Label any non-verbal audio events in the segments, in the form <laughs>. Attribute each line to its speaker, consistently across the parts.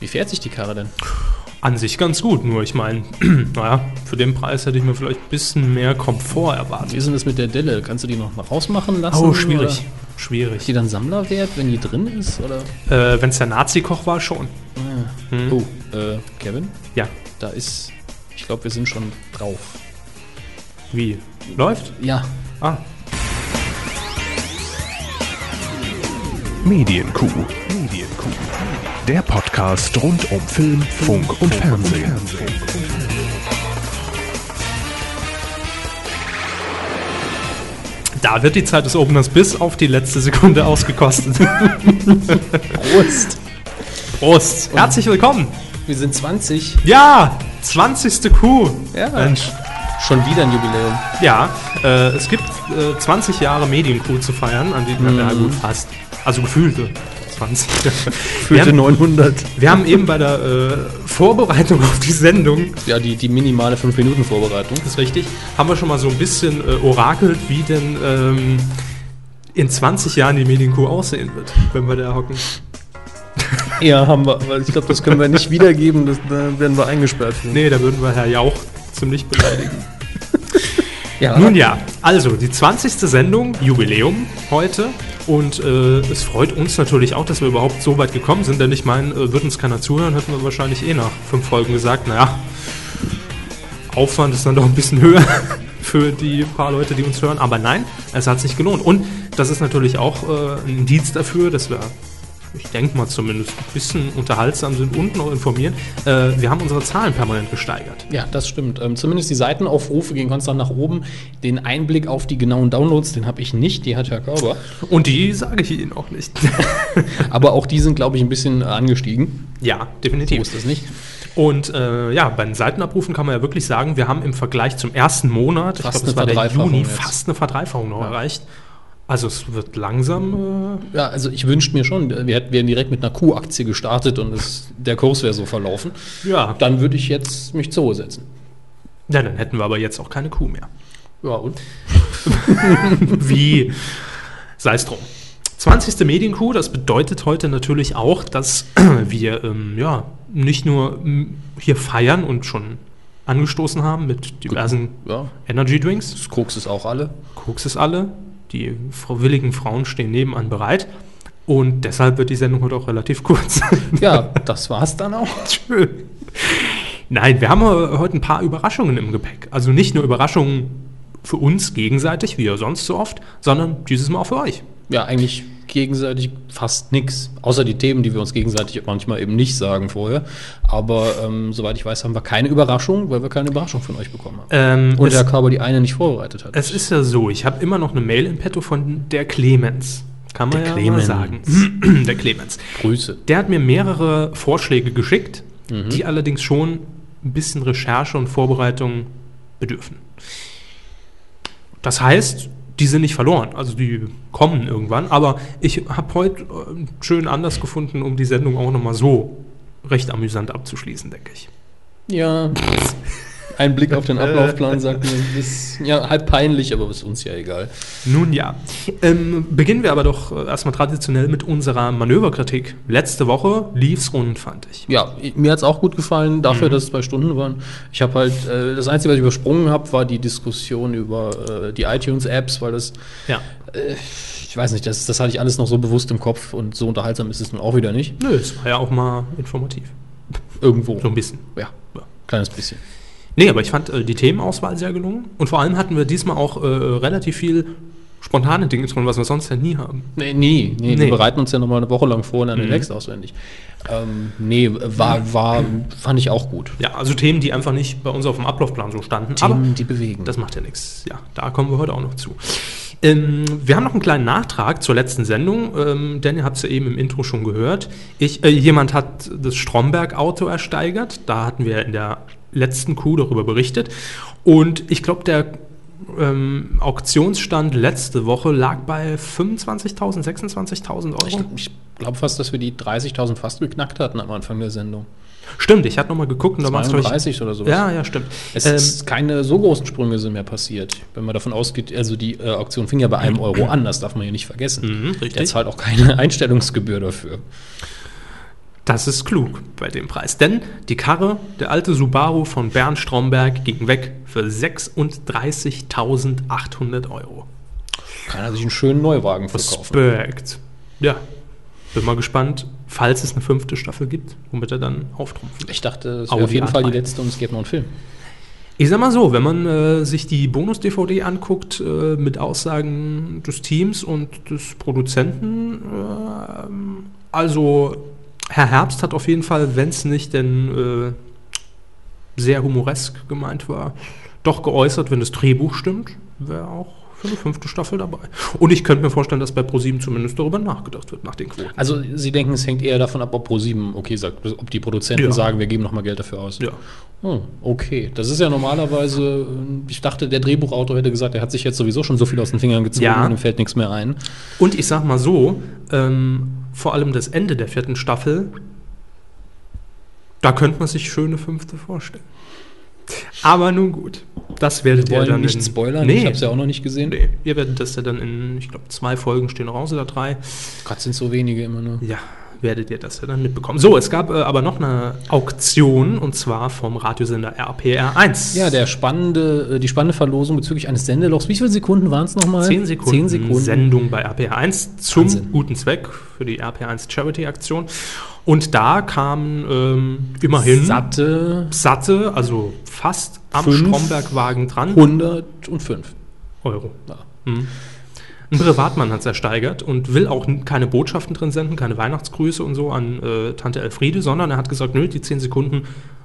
Speaker 1: Wie fährt sich die Karre denn?
Speaker 2: An sich ganz gut, nur ich meine, <clears throat> naja, für den Preis hätte ich mir vielleicht ein bisschen mehr Komfort
Speaker 1: Wie
Speaker 2: erwartet.
Speaker 1: ist denn das mit der Delle? Kannst du die noch mal rausmachen lassen?
Speaker 2: Oh, schwierig.
Speaker 1: Oder ist
Speaker 2: Schwierig.
Speaker 1: die dann Sammlerwert, wenn die drin ist? Oder?
Speaker 2: Äh, Wenn es der Nazi-Koch war, schon. Hm.
Speaker 1: Oh, äh, Kevin,
Speaker 2: Ja.
Speaker 1: da ist. Ich glaube, wir sind schon drauf.
Speaker 2: Wie? Läuft?
Speaker 1: Ja,
Speaker 2: Ah.
Speaker 3: Medienkuh. Der Podcast rund um Film, Funk und Fernsehen.
Speaker 2: Da wird die Zeit des Openers bis auf die letzte Sekunde <laughs> ausgekostet.
Speaker 1: Prost!
Speaker 2: Prost. Herzlich willkommen.
Speaker 1: Wir sind 20.
Speaker 2: Ja, 20. Kuh.
Speaker 1: Ja.
Speaker 2: Mensch.
Speaker 1: Schon wieder ein Jubiläum.
Speaker 2: Ja, äh, es gibt äh, 20 Jahre Medienkuh zu feiern, an die ja gut fast. Also gefühlte 20. wir, haben,
Speaker 1: 900.
Speaker 2: wir haben eben bei der äh, Vorbereitung auf die Sendung,
Speaker 1: Ja, die, die minimale 5-Minuten-Vorbereitung.
Speaker 2: ist richtig, haben wir schon mal so ein bisschen äh, orakelt, wie denn ähm, in 20 Jahren die Medienkuh aussehen wird, wenn wir da hocken.
Speaker 4: Ja, haben wir, weil ich glaube, das können wir
Speaker 1: <laughs>
Speaker 4: nicht wiedergeben, das, da werden wir eingesperrt. Für.
Speaker 2: Nee, da würden wir Herr Jauch ziemlich beleidigen.
Speaker 1: Ja,
Speaker 2: Nun ja, also die 20. Sendung, Jubiläum heute. Und äh, es freut uns natürlich auch, dass wir überhaupt so weit gekommen sind, denn ich meine, äh, würden uns keiner zuhören, hätten wir wahrscheinlich eh nach fünf Folgen gesagt, naja, Aufwand ist dann doch ein bisschen höher <laughs> für die paar Leute, die uns hören. Aber nein, es hat sich gelohnt. Und das ist natürlich auch äh, ein Indiz dafür, dass wir, ich denke mal zumindest, ein bisschen unterhaltsam sind und noch informieren. Äh, wir haben unsere Zahlen permanent gesteigert.
Speaker 1: Ja, das stimmt. Ähm, zumindest die Seitenaufrufe gehen konstant nach oben. Den Einblick auf die genauen Downloads, den habe ich nicht, die hat Herr Körber.
Speaker 2: Und die sage ich Ihnen auch nicht. <laughs>
Speaker 1: Aber auch die sind, glaube ich, ein bisschen äh, angestiegen.
Speaker 2: ja,
Speaker 1: So
Speaker 2: definitiv.
Speaker 1: ist das nicht.
Speaker 2: Und äh, ja, bei den Seitenabrufen kann man ja wirklich sagen, wir haben im Vergleich zum ersten Monat,
Speaker 1: Fast
Speaker 2: ich glaube,
Speaker 1: eine
Speaker 2: es war der
Speaker 1: Verdreifachung
Speaker 2: Juni,
Speaker 1: jetzt.
Speaker 2: fast eine Verdreifachung noch erreicht. Also es wird langsam. Äh,
Speaker 1: Ja, also ich wünschte mir schon, wir hätten wären direkt mit einer Q-Aktie gestartet und es, der Kurs wäre so verlaufen.
Speaker 2: äh, ja.
Speaker 1: Dann würde ich jetzt mich zur Ruhe setzen.
Speaker 2: ja, dann hätten wir aber jetzt auch keine Kuh mehr.
Speaker 1: Ja, und?
Speaker 2: Wie? <laughs> Sei es drum. 20. Medienkuh, das bedeutet heute natürlich auch, dass <clears throat> wir ähm, ja, nicht nur ähm, hier feiern und schon angestoßen haben mit diversen
Speaker 1: Ja,
Speaker 2: Energy Drinks,
Speaker 1: das Koks ist auch alle.
Speaker 2: Koks es alle. Die fr- willigen Frauen stehen nebenan bereit. Und deshalb wird die Sendung heute auch relativ kurz. <laughs>
Speaker 1: Ja, das war's dann auch.
Speaker 2: Schön. Nein, wir haben äh, heute ein paar Überraschungen im Gepäck. Also nicht nur Überraschungen für uns gegenseitig, wie ja sonst so oft, sondern dieses Mal auch für euch.
Speaker 1: Ja, eigentlich gegenseitig fast nix. Außer die Themen, die wir uns gegenseitig manchmal eben nicht sagen vorher. Aber ähm, soweit ich weiß, haben wir keine Überraschung, weil wir keine Überraschung von euch bekommen haben.
Speaker 2: Ähm,
Speaker 1: Und
Speaker 2: es,
Speaker 1: der Körper die eine nicht vorbereitet hat.
Speaker 2: es ist ja so, ich habe immer noch eine Mail im Petto von der Clemens. Kann man
Speaker 1: Der
Speaker 2: ja
Speaker 1: Clemens.
Speaker 2: mal
Speaker 1: <clears throat>
Speaker 2: sagen. der Clemens.
Speaker 1: Grüße.
Speaker 2: Der hat mir mehrere Vorschläge geschickt, die allerdings schon ein bisschen Recherche und Vorbereitung bedürfen. Das heißt, die sind nicht verloren, also die kommen irgendwann, aber ich habe heute äh, einen schönen Anlass gefunden, um die Sendung auch nochmal so recht amüsant abzuschließen, denke ich.
Speaker 1: Ja. Ein Blick
Speaker 2: <laughs> Äh.
Speaker 1: auf den Ablaufplan sagt mir, ist ja halb peinlich, aber ist uns ja egal.
Speaker 2: Nun ja, ähm, beginnen wir aber doch äh, erstmal traditionell mit unserer Manöverkritik. Letzte Woche lief's rund, fand ich.
Speaker 1: Ja, mir hat's auch gut gefallen, dafür, dass es zwei Stunden waren. Ich habe halt, äh, das Einzige, was ich übersprungen habe, war die Diskussion über äh, die iTunes-Apps, weil das,
Speaker 2: Ja.
Speaker 1: ich weiß nicht, das, das hatte ich alles noch so bewusst im Kopf und so unterhaltsam ist es nun auch wieder nicht.
Speaker 2: Nö, es war ja auch mal informativ.
Speaker 1: Irgendwo.
Speaker 2: So ein bisschen.
Speaker 1: Ja, kleines bisschen.
Speaker 2: Nee, aber ich fand äh, die Themenauswahl sehr gelungen. Und vor allem hatten wir diesmal auch äh, relativ viel spontane Dinge drin, was wir sonst ja nie haben.
Speaker 1: Nee, nee, nee,
Speaker 2: Nee. Mhm.
Speaker 1: wir bereiten uns ja nochmal eine Woche lang vor und dann den Text auswendig. Ähm, nee, war, war, fand ich auch gut.
Speaker 2: Ja, also Themen, die einfach nicht bei uns auf dem Ablaufplan so standen. aber
Speaker 1: die bewegen.
Speaker 2: das macht ja nichts. Ja, da kommen wir heute auch noch zu. Ähm, wir haben noch einen kleinen Nachtrag zur letzten Sendung, ähm, denn ihr habt es ja eben im Intro schon gehört. Ich, äh, jemand hat das Stromberg-Auto ersteigert. Da hatten wir in der letzten Kuh darüber berichtet. Und ich glaube, der ähm, Auktionsstand letzte Woche lag bei 25.000, 26.000 Euro.
Speaker 1: ich ich glaube fast, dass wir die 30.000 fast geknackt hatten am Anfang der Sendung.
Speaker 2: stimmt, ich hatte nochmal geguckt und da waren es glaub ich-
Speaker 1: 32 oder sowas.
Speaker 2: Ja, ja, stimmt. Ähm,
Speaker 1: Es ist keine so großen Sprünge sind mehr passiert. Wenn man davon ausgeht, also die äh, Auktion fing ja bei einem Euro an, das darf man hier nicht vergessen.
Speaker 2: Mhm,
Speaker 1: Der <laughs>
Speaker 2: richtig.
Speaker 1: zahlt auch keine Einstellungsgebühr dafür.
Speaker 2: Das ist klug bei dem Preis, denn die Karre, der alte Subaru von Bernd Stromberg, ging weg für 36.800 Euro.
Speaker 1: Kann er sich einen schönen Neuwagen verkaufen.
Speaker 2: Respekt. Ja, bin mal gespannt, falls es eine fünfte Staffel gibt, womit er dann auftrumpft.
Speaker 1: Ich dachte, das
Speaker 2: Audi
Speaker 1: wäre auf jeden Fall die
Speaker 2: A3.
Speaker 1: letzte und es gäbe noch einen Film.
Speaker 2: Ich sag mal so, wenn man äh, sich die Bonus-DVD anguckt äh, mit Aussagen des Teams und des Produzenten, äh, ähm, also Herr Herbst hat auf jeden Fall, wenn es nicht denn äh, sehr humoresk gemeint war, doch geäußert, wenn das Drehbuch stimmt, wäre auch für eine fünfte Staffel dabei. Und ich könnte mir vorstellen, dass bei ProSieben zumindest darüber nachgedacht wird nach den Quoten.
Speaker 1: Also Sie denken, es hängt eher davon ab, ob Pro7 okay sagt, ob die Produzenten
Speaker 2: Ja.
Speaker 1: sagen, wir geben nochmal Geld dafür aus.
Speaker 2: Ja.
Speaker 1: Hm, okay, das ist ja normalerweise, äh, ich dachte, der Drehbuchautor hätte gesagt, er hat sich jetzt sowieso schon so viel aus den Fingern gezogen,
Speaker 2: Ja.
Speaker 1: ihm fällt nichts mehr ein.
Speaker 2: Und ich sag mal so, ähm, vor allem das Ende der vierten Staffel, da könnte man sich schöne fünfte vorstellen. Aber nun gut, das werdet
Speaker 1: Wir
Speaker 2: ihr
Speaker 1: wollen
Speaker 2: dann
Speaker 1: nicht
Speaker 2: in-
Speaker 1: spoilern,
Speaker 2: Nee,
Speaker 1: ich habe es ja auch noch nicht gesehen.
Speaker 2: nee, ihr werdet das ja dann in, ich glaube, zwei Folgen stehen raus oder drei.
Speaker 1: Gott, sind so wenige immer nur.
Speaker 2: Ja, werdet ihr das ja dann mitbekommen. So, es gab äh, aber noch eine Auktion und zwar vom Radiosender RPR1.
Speaker 1: Ja, der spannende, äh, die spannende Verlosung bezüglich eines Sendelochs. Wie viele Sekunden waren es nochmal?
Speaker 2: Zehn Sekunden,
Speaker 1: Zehn Sekunden.
Speaker 2: Sendung bei RPR1 zum
Speaker 1: Wahnsinn.
Speaker 2: guten Zweck für die RPR1 Charity-Aktion. Und da kamen ähm, immerhin
Speaker 1: Satte
Speaker 2: satte, also fast am
Speaker 1: Fünf.
Speaker 2: Stromberg-Wagen dran,
Speaker 1: 105.
Speaker 2: Euro.
Speaker 1: Ja.
Speaker 2: Mhm. Ein Privatmann hat es ersteigert und will auch n- keine Botschaften drin senden, keine Weihnachtsgrüße und so an äh, Tante Elfriede, sondern er hat gesagt, nö, die 10 Sekunden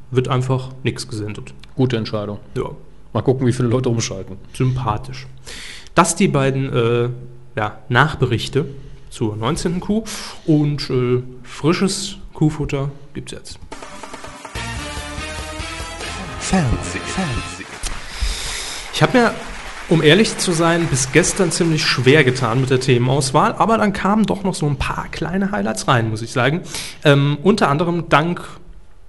Speaker 2: wird einfach nichts gesendet.
Speaker 1: Gute Entscheidung.
Speaker 2: Ja,
Speaker 1: Mal gucken, wie viele Leute umschalten.
Speaker 2: sympathisch. Das die beiden äh, ja, Nachberichte zur 19. Kuh und äh, frisches Kuhfutter gibt's jetzt.
Speaker 3: Fernseh, Fernseh.
Speaker 2: Ich habe mir, um ehrlich zu sein, bis gestern ziemlich schwer getan mit der Themenauswahl, aber dann kamen doch noch so ein paar kleine Highlights rein, muss ich sagen. Ähm, unter anderem dank,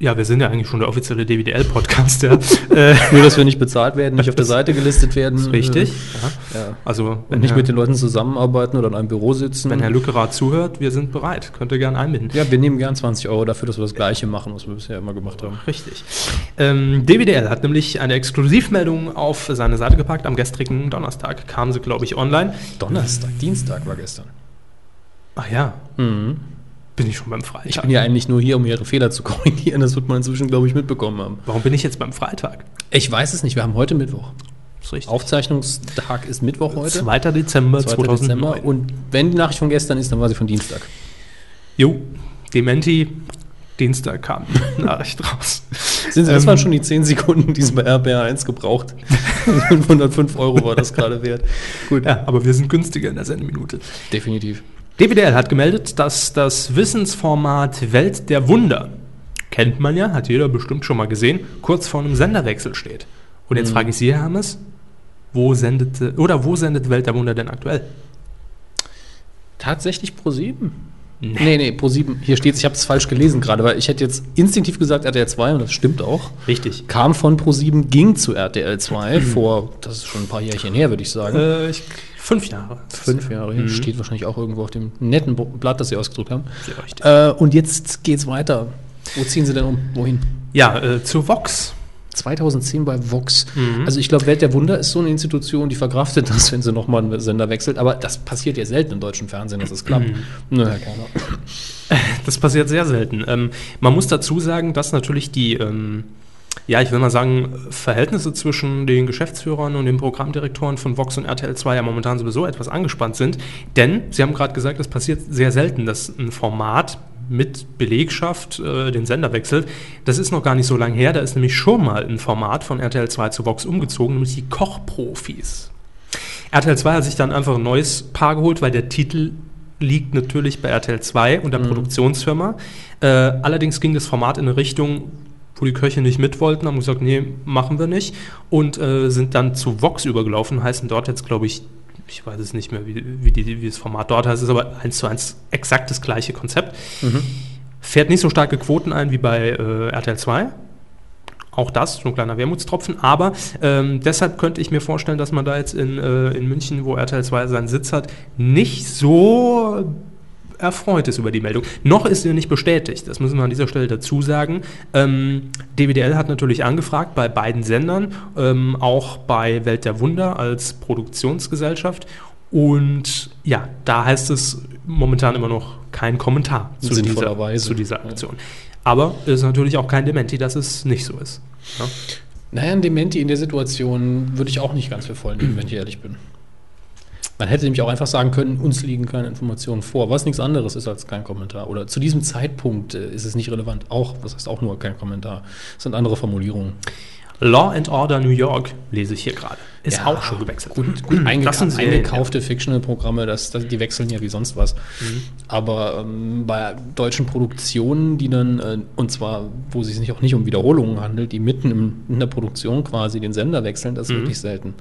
Speaker 2: ja, wir sind ja eigentlich schon der offizielle DWDL-Podcast, ja.
Speaker 1: <laughs>
Speaker 2: äh,
Speaker 1: Nur, dass wir nicht bezahlt werden, nicht auf der Seite gelistet werden. Ist
Speaker 2: richtig.
Speaker 1: Äh, ja.
Speaker 2: Also,
Speaker 1: Wenn nicht
Speaker 2: Herr,
Speaker 1: mit den Leuten zusammenarbeiten oder in einem Büro sitzen.
Speaker 2: wenn Herr Lückerath zuhört, wir sind bereit, könnt ihr gerne einbinden.
Speaker 1: ja, wir nehmen gern 20 Euro dafür, dass wir das Gleiche machen, was wir bisher immer gemacht haben.
Speaker 2: Richtig. Ähm, DWDL hat nämlich eine Exklusivmeldung auf seine Seite gepackt. Am gestrigen Donnerstag kam sie, glaube ich, online.
Speaker 1: Donnerstag, Dienstag war gestern.
Speaker 2: Ach ja,
Speaker 1: Mhm.
Speaker 2: bin ich schon beim Freitag.
Speaker 1: Ich bin ja eigentlich nur hier, um ihre Fehler zu <laughs> korrigieren. Das wird man inzwischen, glaube ich, mitbekommen haben.
Speaker 2: Warum bin ich jetzt beim Freitag?
Speaker 1: Ich weiß es nicht. Wir haben heute Mittwoch.
Speaker 2: Ist richtig.
Speaker 1: Aufzeichnungstag ist Mittwoch heute.
Speaker 2: 2. Dezember
Speaker 1: 2.
Speaker 2: 2009.
Speaker 1: Dezember. Und wenn die Nachricht von gestern ist, dann war sie von Dienstag.
Speaker 2: jo, Dementi, Dienstag kam die Nachricht raus.
Speaker 1: Sind Sie, das
Speaker 2: Ähm,
Speaker 1: waren schon die 10 Sekunden, die es bei RBR1 gebraucht. 505 Euro war das gerade wert. Gut,
Speaker 2: Ja, aber wir sind günstiger in der Sendeminute.
Speaker 1: definitiv.
Speaker 2: DWDL hat gemeldet, dass das Wissensformat Welt der Wunder, kennt man ja, hat jeder bestimmt schon mal gesehen, kurz vor einem Senderwechsel steht. Und
Speaker 1: Mhm.
Speaker 2: jetzt frage ich Sie, Herr Hammes, wo sendet, äh, oder wo sendet Welt der Wunder denn aktuell?
Speaker 1: Tatsächlich Pro7? Nee, nee, Pro7. Hier steht, ich habe es falsch gelesen gerade, weil ich hätte jetzt instinktiv gesagt RTL 2 und das stimmt auch.
Speaker 2: Richtig.
Speaker 1: Kam von Pro7, ging zu RTL 2 vor, das ist schon ein paar Jährchen her, würde ich sagen.
Speaker 2: Mhm. Äh, mhm. ich, fünf Jahre.
Speaker 1: Fünf Jahre her. Steht wahrscheinlich auch irgendwo auf dem netten Bo- Blatt, das Sie ausgedruckt haben.
Speaker 2: Ja, richtig.
Speaker 1: Äh, und jetzt geht's weiter. Wo ziehen Sie denn um? Wohin?
Speaker 2: Ja, äh, zu Vox.
Speaker 1: 2010 bei Vox.
Speaker 2: Mhm.
Speaker 1: Also ich glaube, Welt der Wunder ist so eine Institution, die verkraftet das, wenn sie nochmal einen Sender wechselt. Aber das passiert ja selten im deutschen Fernsehen, dass es klappt.
Speaker 2: Mhm.
Speaker 1: Naja, keine Ahnung.
Speaker 2: Das passiert sehr selten. Ähm, man muss dazu sagen, dass natürlich die, ähm, ja, ich will mal sagen, Verhältnisse zwischen den Geschäftsführern und den Programmdirektoren von Vox und RTL 2 ja momentan sowieso etwas angespannt sind. Denn, Sie haben gerade gesagt, es passiert sehr selten, dass ein Format mit Belegschaft äh, den Sender wechselt. Das ist noch gar nicht so lange her. Da ist nämlich schon mal ein Format von RTL 2 zu Vox umgezogen, nämlich die Kochprofis. RTL 2 hat sich dann einfach ein neues Paar geholt, weil der Titel liegt natürlich bei RTL 2 und der Produktionsfirma. Äh, allerdings ging das Format in eine Richtung, wo die Köche nicht mit wollten, haben gesagt, nee, machen wir nicht. Und äh, sind dann zu Vox übergelaufen, heißen dort jetzt, glaube ich, ich weiß es nicht mehr, wie, wie, die, wie das Format dort heißt, ist aber eins zu eins exakt das gleiche Konzept.
Speaker 1: Mhm.
Speaker 2: Fährt nicht so starke Quoten ein wie bei äh, RTL 2. Auch das, so ein kleiner Wermutstropfen. Aber ähm, deshalb könnte ich mir vorstellen, dass man da jetzt in, äh, in München, wo RTL 2 seinen Sitz hat, nicht so erfreut ist über die Meldung. Noch ist sie nicht bestätigt, das müssen wir an dieser Stelle dazu sagen. Ähm, DWDL hat natürlich angefragt bei beiden Sendern, ähm, auch bei Welt der Wunder als Produktionsgesellschaft. Und ja, da heißt es momentan immer noch kein Kommentar zu dieser,
Speaker 1: Sinnvollerweise.
Speaker 2: zu dieser Aktion. Aber es ist natürlich auch kein Dementi, dass es nicht so ist. Ja?
Speaker 1: Naja, ein Dementi in der Situation würde ich auch nicht ganz für voll nehmen, wenn ich ehrlich bin. Man hätte nämlich auch einfach sagen können, uns liegen keine Informationen vor, was nichts anderes ist als kein Kommentar. Oder zu diesem Zeitpunkt äh, ist es nicht relevant. Auch, was heißt auch nur kein Kommentar. Das sind andere Formulierungen.
Speaker 2: Law and Order New York lese ich hier gerade. Ist
Speaker 1: Ja,
Speaker 2: auch schon gewechselt.
Speaker 1: Gut, gut eingeka
Speaker 2: Das sind Serien,
Speaker 1: eingekaufte Fictional-Programme, das, das, die wechseln ja wie sonst was. Aber ähm, bei deutschen Produktionen, die dann, äh, und zwar, wo es sich nicht auch nicht um Wiederholungen handelt, die mitten im, in der Produktion quasi den Sender wechseln, das ist wirklich selten.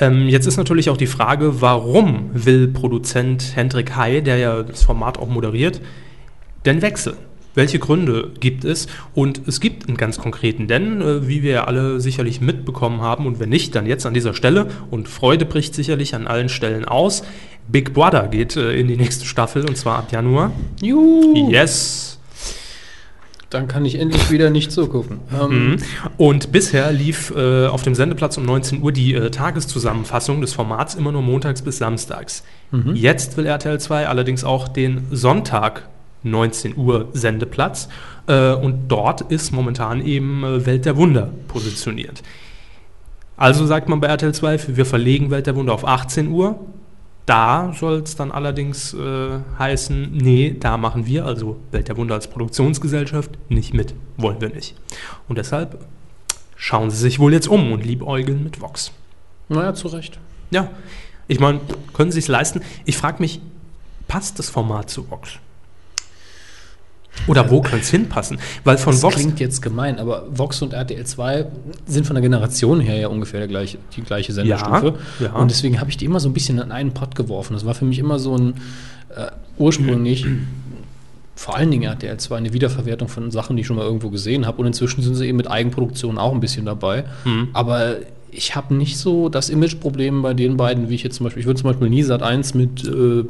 Speaker 2: Ähm, jetzt ist natürlich auch die Frage, warum will Produzent Hendrik Hay, der ja das Format auch moderiert, denn wechseln? Welche Gründe gibt es? Und es gibt einen ganz konkreten, denn äh, wie wir alle sicherlich mitbekommen haben und wenn nicht, dann jetzt an dieser Stelle und Freude bricht sicherlich an allen Stellen aus. Big Brother geht äh, in die nächste Staffel und zwar ab Januar.
Speaker 1: Juhu!
Speaker 2: Yes!
Speaker 1: Dann kann ich endlich wieder nicht zugucken. Ähm,
Speaker 2: Mhm. Und bisher lief äh, auf dem Sendeplatz um 19 Uhr die äh, Tageszusammenfassung des Formats immer nur montags bis samstags. Jetzt will RTL 2 allerdings auch den Sonntag 19 Uhr Sendeplatz äh, und dort ist momentan eben äh, Welt der Wunder positioniert. Also sagt man bei RTL 2, wir verlegen Welt der Wunder auf 18 Uhr. Da soll es dann allerdings äh, heißen, nee, da machen wir, also Welt der Wunder als Produktionsgesellschaft, nicht mit. Wollen wir nicht. Und deshalb schauen sie sich wohl jetzt um und liebäugeln mit Vox.
Speaker 1: Naja, zu Recht.
Speaker 2: Ja, ich meine, können sie es leisten? Ich frage mich, passt das Format zu Vox? Oder wo könnte es hinpassen? Weil von
Speaker 1: Ähm, Das
Speaker 2: Vox.
Speaker 1: klingt jetzt gemein, aber Vox und RTL 2 sind von der Generation her ja ungefähr der gleiche, die gleiche Sendestufe.
Speaker 2: Ja, ja.
Speaker 1: Und deswegen habe ich die immer so ein bisschen in einen Pott geworfen. Das war für mich immer so ein äh, ursprünglich, vor allen Dingen RTL 2, eine Wiederverwertung von Sachen, die ich schon mal irgendwo gesehen habe. Und inzwischen sind sie eben mit Eigenproduktionen auch ein bisschen dabei.
Speaker 2: Mhm.
Speaker 1: Aber ich habe nicht so das Imageproblem bei den beiden, wie ich jetzt zum Beispiel, ich würde zum Beispiel nie Sat 1 mit äh,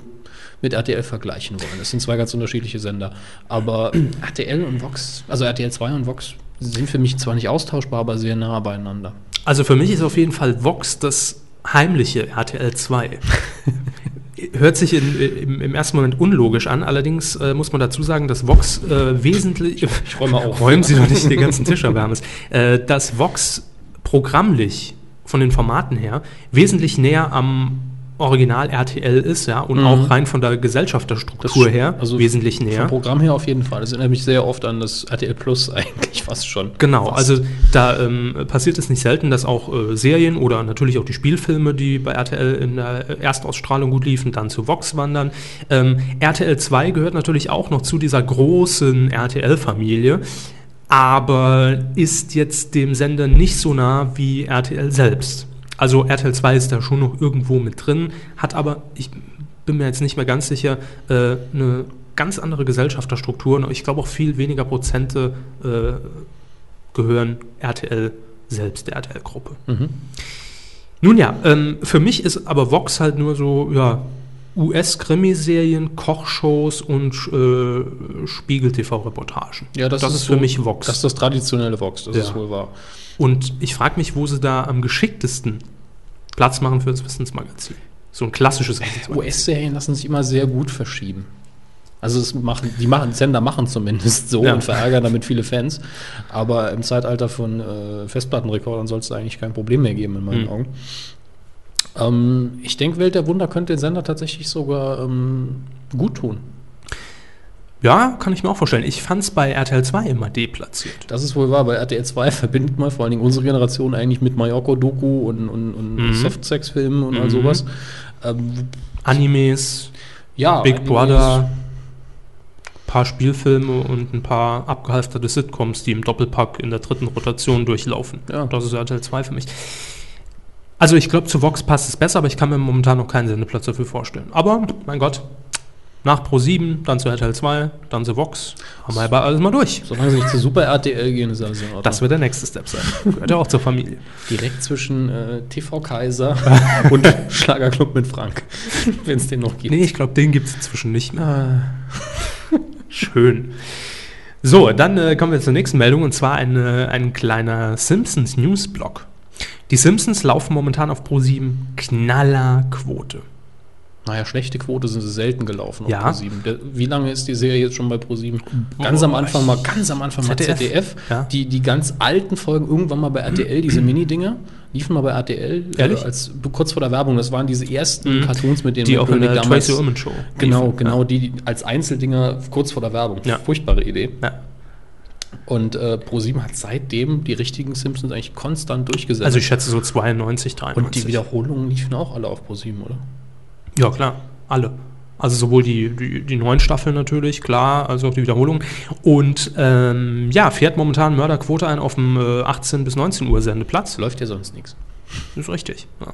Speaker 1: mit RTL vergleichen wollen. Das sind zwei ganz unterschiedliche Sender. Aber <clears throat> RTL und Vox, also RTL 2 und Vox sind für mich zwar nicht austauschbar, aber sehr nah beieinander.
Speaker 2: Also für mich ist auf jeden Fall Vox das heimliche
Speaker 1: <laughs>
Speaker 2: RTL 2. Hört sich in, im, im ersten Moment unlogisch an, allerdings äh, muss man dazu sagen, dass Vox äh, wesentlich. Ich
Speaker 1: räume auf.
Speaker 2: <laughs> Räumen Sie doch nicht den ganzen Tisch ab, Hermes. Äh, dass Vox programmlich von den Formaten her wesentlich näher am Original RTL ist, ja, und
Speaker 1: Mhm.
Speaker 2: auch rein von der Gesellschafterstruktur her wesentlich näher.
Speaker 1: Also Vom Programm her auf jeden Fall. Das erinnert mich sehr oft an das RTL Plus <laughs> eigentlich fast schon.
Speaker 2: Genau,
Speaker 1: Fast.
Speaker 2: also da ähm, passiert es nicht selten, dass auch äh, Serien oder natürlich auch die Spielfilme, die bei RTL in der Erstausstrahlung gut liefen, dann zu Vox wandern. Ähm, RTL 2 gehört natürlich auch noch zu dieser großen RTL-Familie, aber ist jetzt dem Sender nicht so nah wie RTL selbst. Also RTL 2 ist da schon noch irgendwo mit drin, hat aber, ich bin mir jetzt nicht mehr ganz sicher, äh, eine ganz andere Gesellschafterstruktur und ich glaube auch viel weniger Prozente äh, gehören RTL selbst, der RTL-Gruppe.
Speaker 1: Mhm.
Speaker 2: Nun ja, ähm, für mich ist aber Vox halt nur so, ja, US-Krimiserien, Kochshows und äh, Spiegel-TV-Reportagen.
Speaker 1: ja, das,
Speaker 2: ist für
Speaker 1: so-
Speaker 2: mich Vox.
Speaker 1: Das ist das traditionelle Vox, das
Speaker 2: Ja.
Speaker 1: ist wohl wahr.
Speaker 2: und ich frage mich, wo sie da am geschicktesten Platz machen für das Wissensmagazin. So ein
Speaker 1: Äh,
Speaker 2: klassisches Wissensmagazin.
Speaker 1: US-Serien lassen sich immer sehr gut verschieben. Also es machen, die machen, Sender machen zumindest so
Speaker 2: Ja.
Speaker 1: und verärgern damit viele Fans. Aber im Zeitalter von äh, Festplattenrekordern soll es da eigentlich kein Problem mehr geben in meinen
Speaker 2: Hm.
Speaker 1: Augen. Ähm, ich denke, Welt der Wunder könnte den Sender tatsächlich sogar ähm, gut tun.
Speaker 2: Ja, kann ich mir auch vorstellen. Ich fand es bei RTL 2 immer deplatziert.
Speaker 1: Das ist wohl wahr, weil RTL 2 verbindet mal vor allen Dingen unsere Generation eigentlich mit Mallorca-Doku und, und, und
Speaker 2: Mhm.
Speaker 1: Softsex-Filmen und all
Speaker 2: Mhm.
Speaker 1: sowas. Ähm,
Speaker 2: Animes,
Speaker 1: ja,
Speaker 2: Big
Speaker 1: Ah, einiges-
Speaker 2: Brother, paar Spielfilme und ein paar abgehalfterte Sitcoms, die im Doppelpack in der dritten Rotation durchlaufen.
Speaker 1: Ja.
Speaker 2: Das ist RTL 2 für mich. Also ich glaube, zu Vox passt es besser, aber ich kann mir momentan noch keinen Sendeplatz dafür vorstellen. Aber, mein Gott, Nach Pro7, dann zu RTL 2, dann zu Vox. Haben wir aber alles mal durch.
Speaker 1: Solange sie nicht zu Super RTL gehen, ist alles in Ordnung.
Speaker 2: Das wird der nächste Step sein. Gehört ja auch zur Familie.
Speaker 1: Direkt zwischen äh, TV
Speaker 2: <laughs>
Speaker 1: Kaiser und Schlagerclub mit Frank, <laughs> wenn es den noch gibt.
Speaker 2: Nee, ich glaube, den gibt es inzwischen nicht mehr. Ah. <laughs> Schön. So, dann äh, kommen wir zur nächsten Meldung und zwar ein, äh, ein kleiner Simpsons Newsblock. Die Simpsons laufen momentan auf Pro7 Knallerquote.
Speaker 1: Naja, schlechte Quote sind sie selten gelaufen
Speaker 2: Ja.
Speaker 1: auf Pro7. Der, wie lange ist die Serie jetzt schon bei Pro7? Ganz am Anfang mal, ganz am Anfang mal
Speaker 2: ZDF.
Speaker 1: ZDF.
Speaker 2: Ja. Mhm.
Speaker 1: Die, die ganz alten Folgen irgendwann mal bei RTL, diese Mini-Dinger, liefen mal bei RTL.
Speaker 2: Ehrlich? Mhm.
Speaker 1: Äh, als, kurz vor der Werbung, das waren diese ersten Cartoons, mit denen
Speaker 2: Die auch in
Speaker 1: Dominik
Speaker 2: der Tracy Ullman Show.
Speaker 1: Genau,
Speaker 2: liefen.
Speaker 1: genau, die als Einzeldinger kurz vor der Werbung.
Speaker 2: Ja.
Speaker 1: Furchtbare Idee.
Speaker 2: Ja.
Speaker 1: Und äh, ProSieben hat seitdem die richtigen Simpsons eigentlich konstant durchgesetzt.
Speaker 2: Also ich schätze so 92, 93.
Speaker 1: und die Wiederholungen liefen auch alle auf ProSieben, oder?
Speaker 2: Ja, klar, alle. Also sowohl die, die, die neuen Staffeln natürlich, klar, also auch die Wiederholung. Und ähm, ja, fährt momentan Mörderquote ein auf dem äh, 18 bis 19 Uhr Sendeplatz.
Speaker 1: Läuft ja sonst nichts.
Speaker 2: Ist richtig. Ja.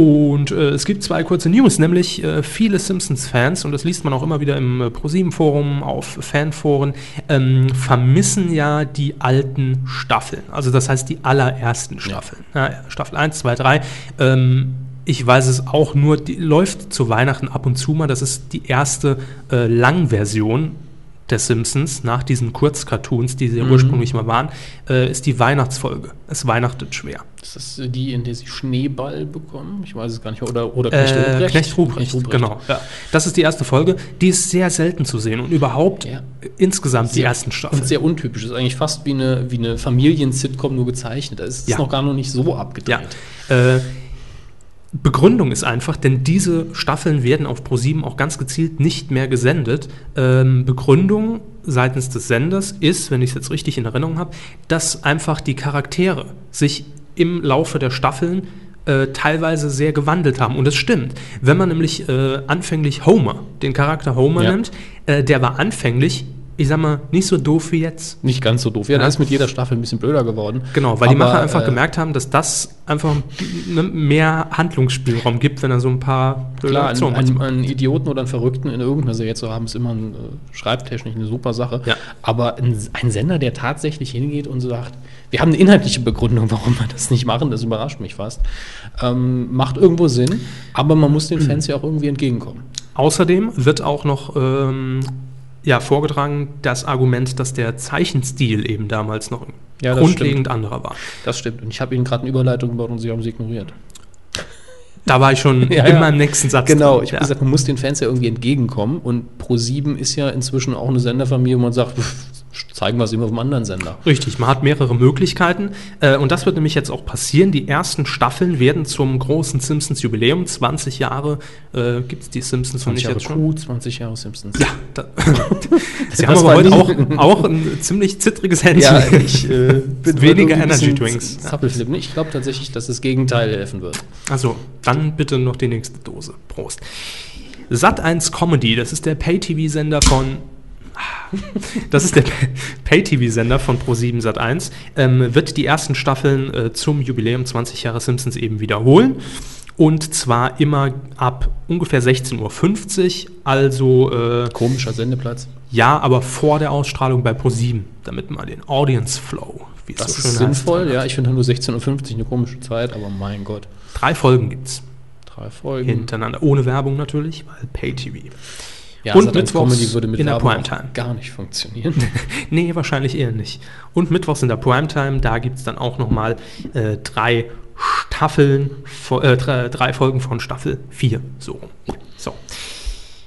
Speaker 2: Und äh, es gibt zwei kurze News, nämlich äh, viele Simpsons-Fans, und das liest man auch immer wieder im äh, ProSieben-Forum, auf Fanforen, ähm, vermissen ja die alten Staffeln. Also das heißt die allerersten Staffeln. Ja. Staffel 1, 2, 3. Ähm, ich weiß es auch nur, die läuft zu Weihnachten ab und zu mal. Das ist die erste äh, Langversion der Simpsons nach diesen Kurzcartoons, die sie ja ursprünglich mal waren, äh, ist die Weihnachtsfolge. Es weihnachtet schwer.
Speaker 1: Ist das äh, die, in der sie Schneeball bekommen? Ich weiß es gar nicht. Oder, oder Knecht
Speaker 2: Knecht, äh,
Speaker 1: Ruprecht?
Speaker 2: Knecht Ruprecht,
Speaker 1: Knecht Ruprecht.
Speaker 2: genau. Ja. Das ist die erste Folge. Die ist sehr selten zu sehen und überhaupt
Speaker 1: Ja.
Speaker 2: insgesamt die
Speaker 1: Sehr-
Speaker 2: ersten Staffeln.
Speaker 1: Und sehr untypisch. Ist eigentlich fast wie eine, wie eine Familien-Sitcom nur gezeichnet. Da ist es
Speaker 2: Ja.
Speaker 1: noch gar noch nicht so
Speaker 2: ja.
Speaker 1: abgedreht.
Speaker 2: äh, Begründung ist einfach, denn diese Staffeln werden auf ProSieben auch ganz gezielt nicht mehr gesendet. Ähm, Begründung seitens des Senders ist, wenn ich es jetzt richtig in Erinnerung habe, dass einfach die Charaktere sich im Laufe der Staffeln äh, teilweise sehr gewandelt haben. Und das stimmt. Wenn man nämlich äh, anfänglich Homer, den Charakter Homer
Speaker 1: Ja.
Speaker 2: nimmt, äh, der war anfänglich, ich sag mal, nicht so doof wie jetzt.
Speaker 1: Nicht ganz so doof. Ja,
Speaker 2: Ja.
Speaker 1: da ist mit jeder Staffel ein bisschen blöder geworden.
Speaker 2: Genau, weil die
Speaker 1: Aber,
Speaker 2: Macher einfach
Speaker 1: äh,
Speaker 2: gemerkt haben, dass das einfach ne, mehr Handlungsspielraum gibt, wenn er so ein paar blöde
Speaker 1: Klar, einen,
Speaker 2: Aktionen
Speaker 1: einen,
Speaker 2: macht.
Speaker 1: einen Idioten oder einen Verrückten in irgendeiner Serie zu haben, ist immer ein, äh, schreibtechnisch eine super Sache.
Speaker 2: Ja.
Speaker 1: Aber ein, ein Sender, der tatsächlich hingeht und sagt, wir haben eine inhaltliche Begründung, <laughs> warum wir das nicht machen, das überrascht mich fast, ähm, macht irgendwo Sinn, aber man muss den Fans ja auch irgendwie entgegenkommen.
Speaker 2: Außerdem wird auch noch ähm, ja, vorgetragen das Argument, dass der Zeichenstil eben damals noch
Speaker 1: Ja, das
Speaker 2: grundlegend anderer war.
Speaker 1: Das stimmt. Und ich habe Ihnen gerade eine Überleitung gebaut und Sie haben sie ignoriert.
Speaker 2: Da war ich
Speaker 1: <laughs>
Speaker 2: schon
Speaker 1: Ja,
Speaker 2: immer
Speaker 1: ja.
Speaker 2: im nächsten Satz.
Speaker 1: Genau,
Speaker 2: dran.
Speaker 1: ich habe gesagt, man muss den Fans ja irgendwie entgegenkommen und Pro7 ist ja inzwischen auch eine Senderfamilie, wo man sagt, pff, zeigen wir es immer vom anderen Sender.
Speaker 2: Richtig, man hat mehrere Möglichkeiten. Äh, und das wird nämlich jetzt auch passieren. Die ersten Staffeln werden zum großen Simpsons-Jubiläum. 20 Jahre äh, gibt es die Simpsons noch
Speaker 1: 20
Speaker 2: nicht
Speaker 1: Jahre
Speaker 2: jetzt schon.
Speaker 1: Crew, 20 Jahre Simpsons.
Speaker 2: Ja, da,
Speaker 1: <laughs>
Speaker 2: Sie haben
Speaker 1: Das
Speaker 2: aber
Speaker 1: war
Speaker 2: heute
Speaker 1: nie-
Speaker 2: auch, auch ein ziemlich zittriges Händchen.
Speaker 1: Ja, <laughs> ich äh, bin
Speaker 2: Weniger
Speaker 1: heute ein bisschen
Speaker 2: Energy Drinks.
Speaker 1: Zappelflip. ne? Ich glaube tatsächlich, dass das Gegenteil helfen wird.
Speaker 2: Also, dann bitte noch die nächste Dose. Prost. Sat1 Comedy, das ist der Pay-TV-Sender von. <laughs> Das ist der Pay-TV-Sender von Pro7 Sat1. Ähm, wird die ersten Staffeln äh, zum Jubiläum 20 Jahre Simpsons eben wiederholen. Und zwar immer ab ungefähr 16.50 Uhr, also äh,
Speaker 1: Komischer Sendeplatz.
Speaker 2: ja, aber vor der Ausstrahlung bei Pro7, damit man den Audience Flow, wie es
Speaker 1: Das
Speaker 2: so
Speaker 1: ist
Speaker 2: schön heißt,
Speaker 1: sinnvoll.
Speaker 2: hat.
Speaker 1: ja, ich finde nur 16.50 Uhr eine komische Zeit, aber mein Gott.
Speaker 2: Drei Folgen gibt's
Speaker 1: Drei Folgen.
Speaker 2: hintereinander. Ohne Werbung natürlich, weil Pay-TV.
Speaker 1: <laughs> ja,
Speaker 2: und
Speaker 1: Sat.1
Speaker 2: mittwochs
Speaker 1: Comedy würde mit
Speaker 2: in der
Speaker 1: Werbung auch
Speaker 2: Primetime.
Speaker 1: gar nicht funktionieren. <laughs>
Speaker 2: Nee, wahrscheinlich eher nicht. Und mittwochs in der Primetime, da gibt's dann auch nochmal äh, drei Staffeln, vo- äh, drei, drei Folgen von Staffel 4. So rum. So.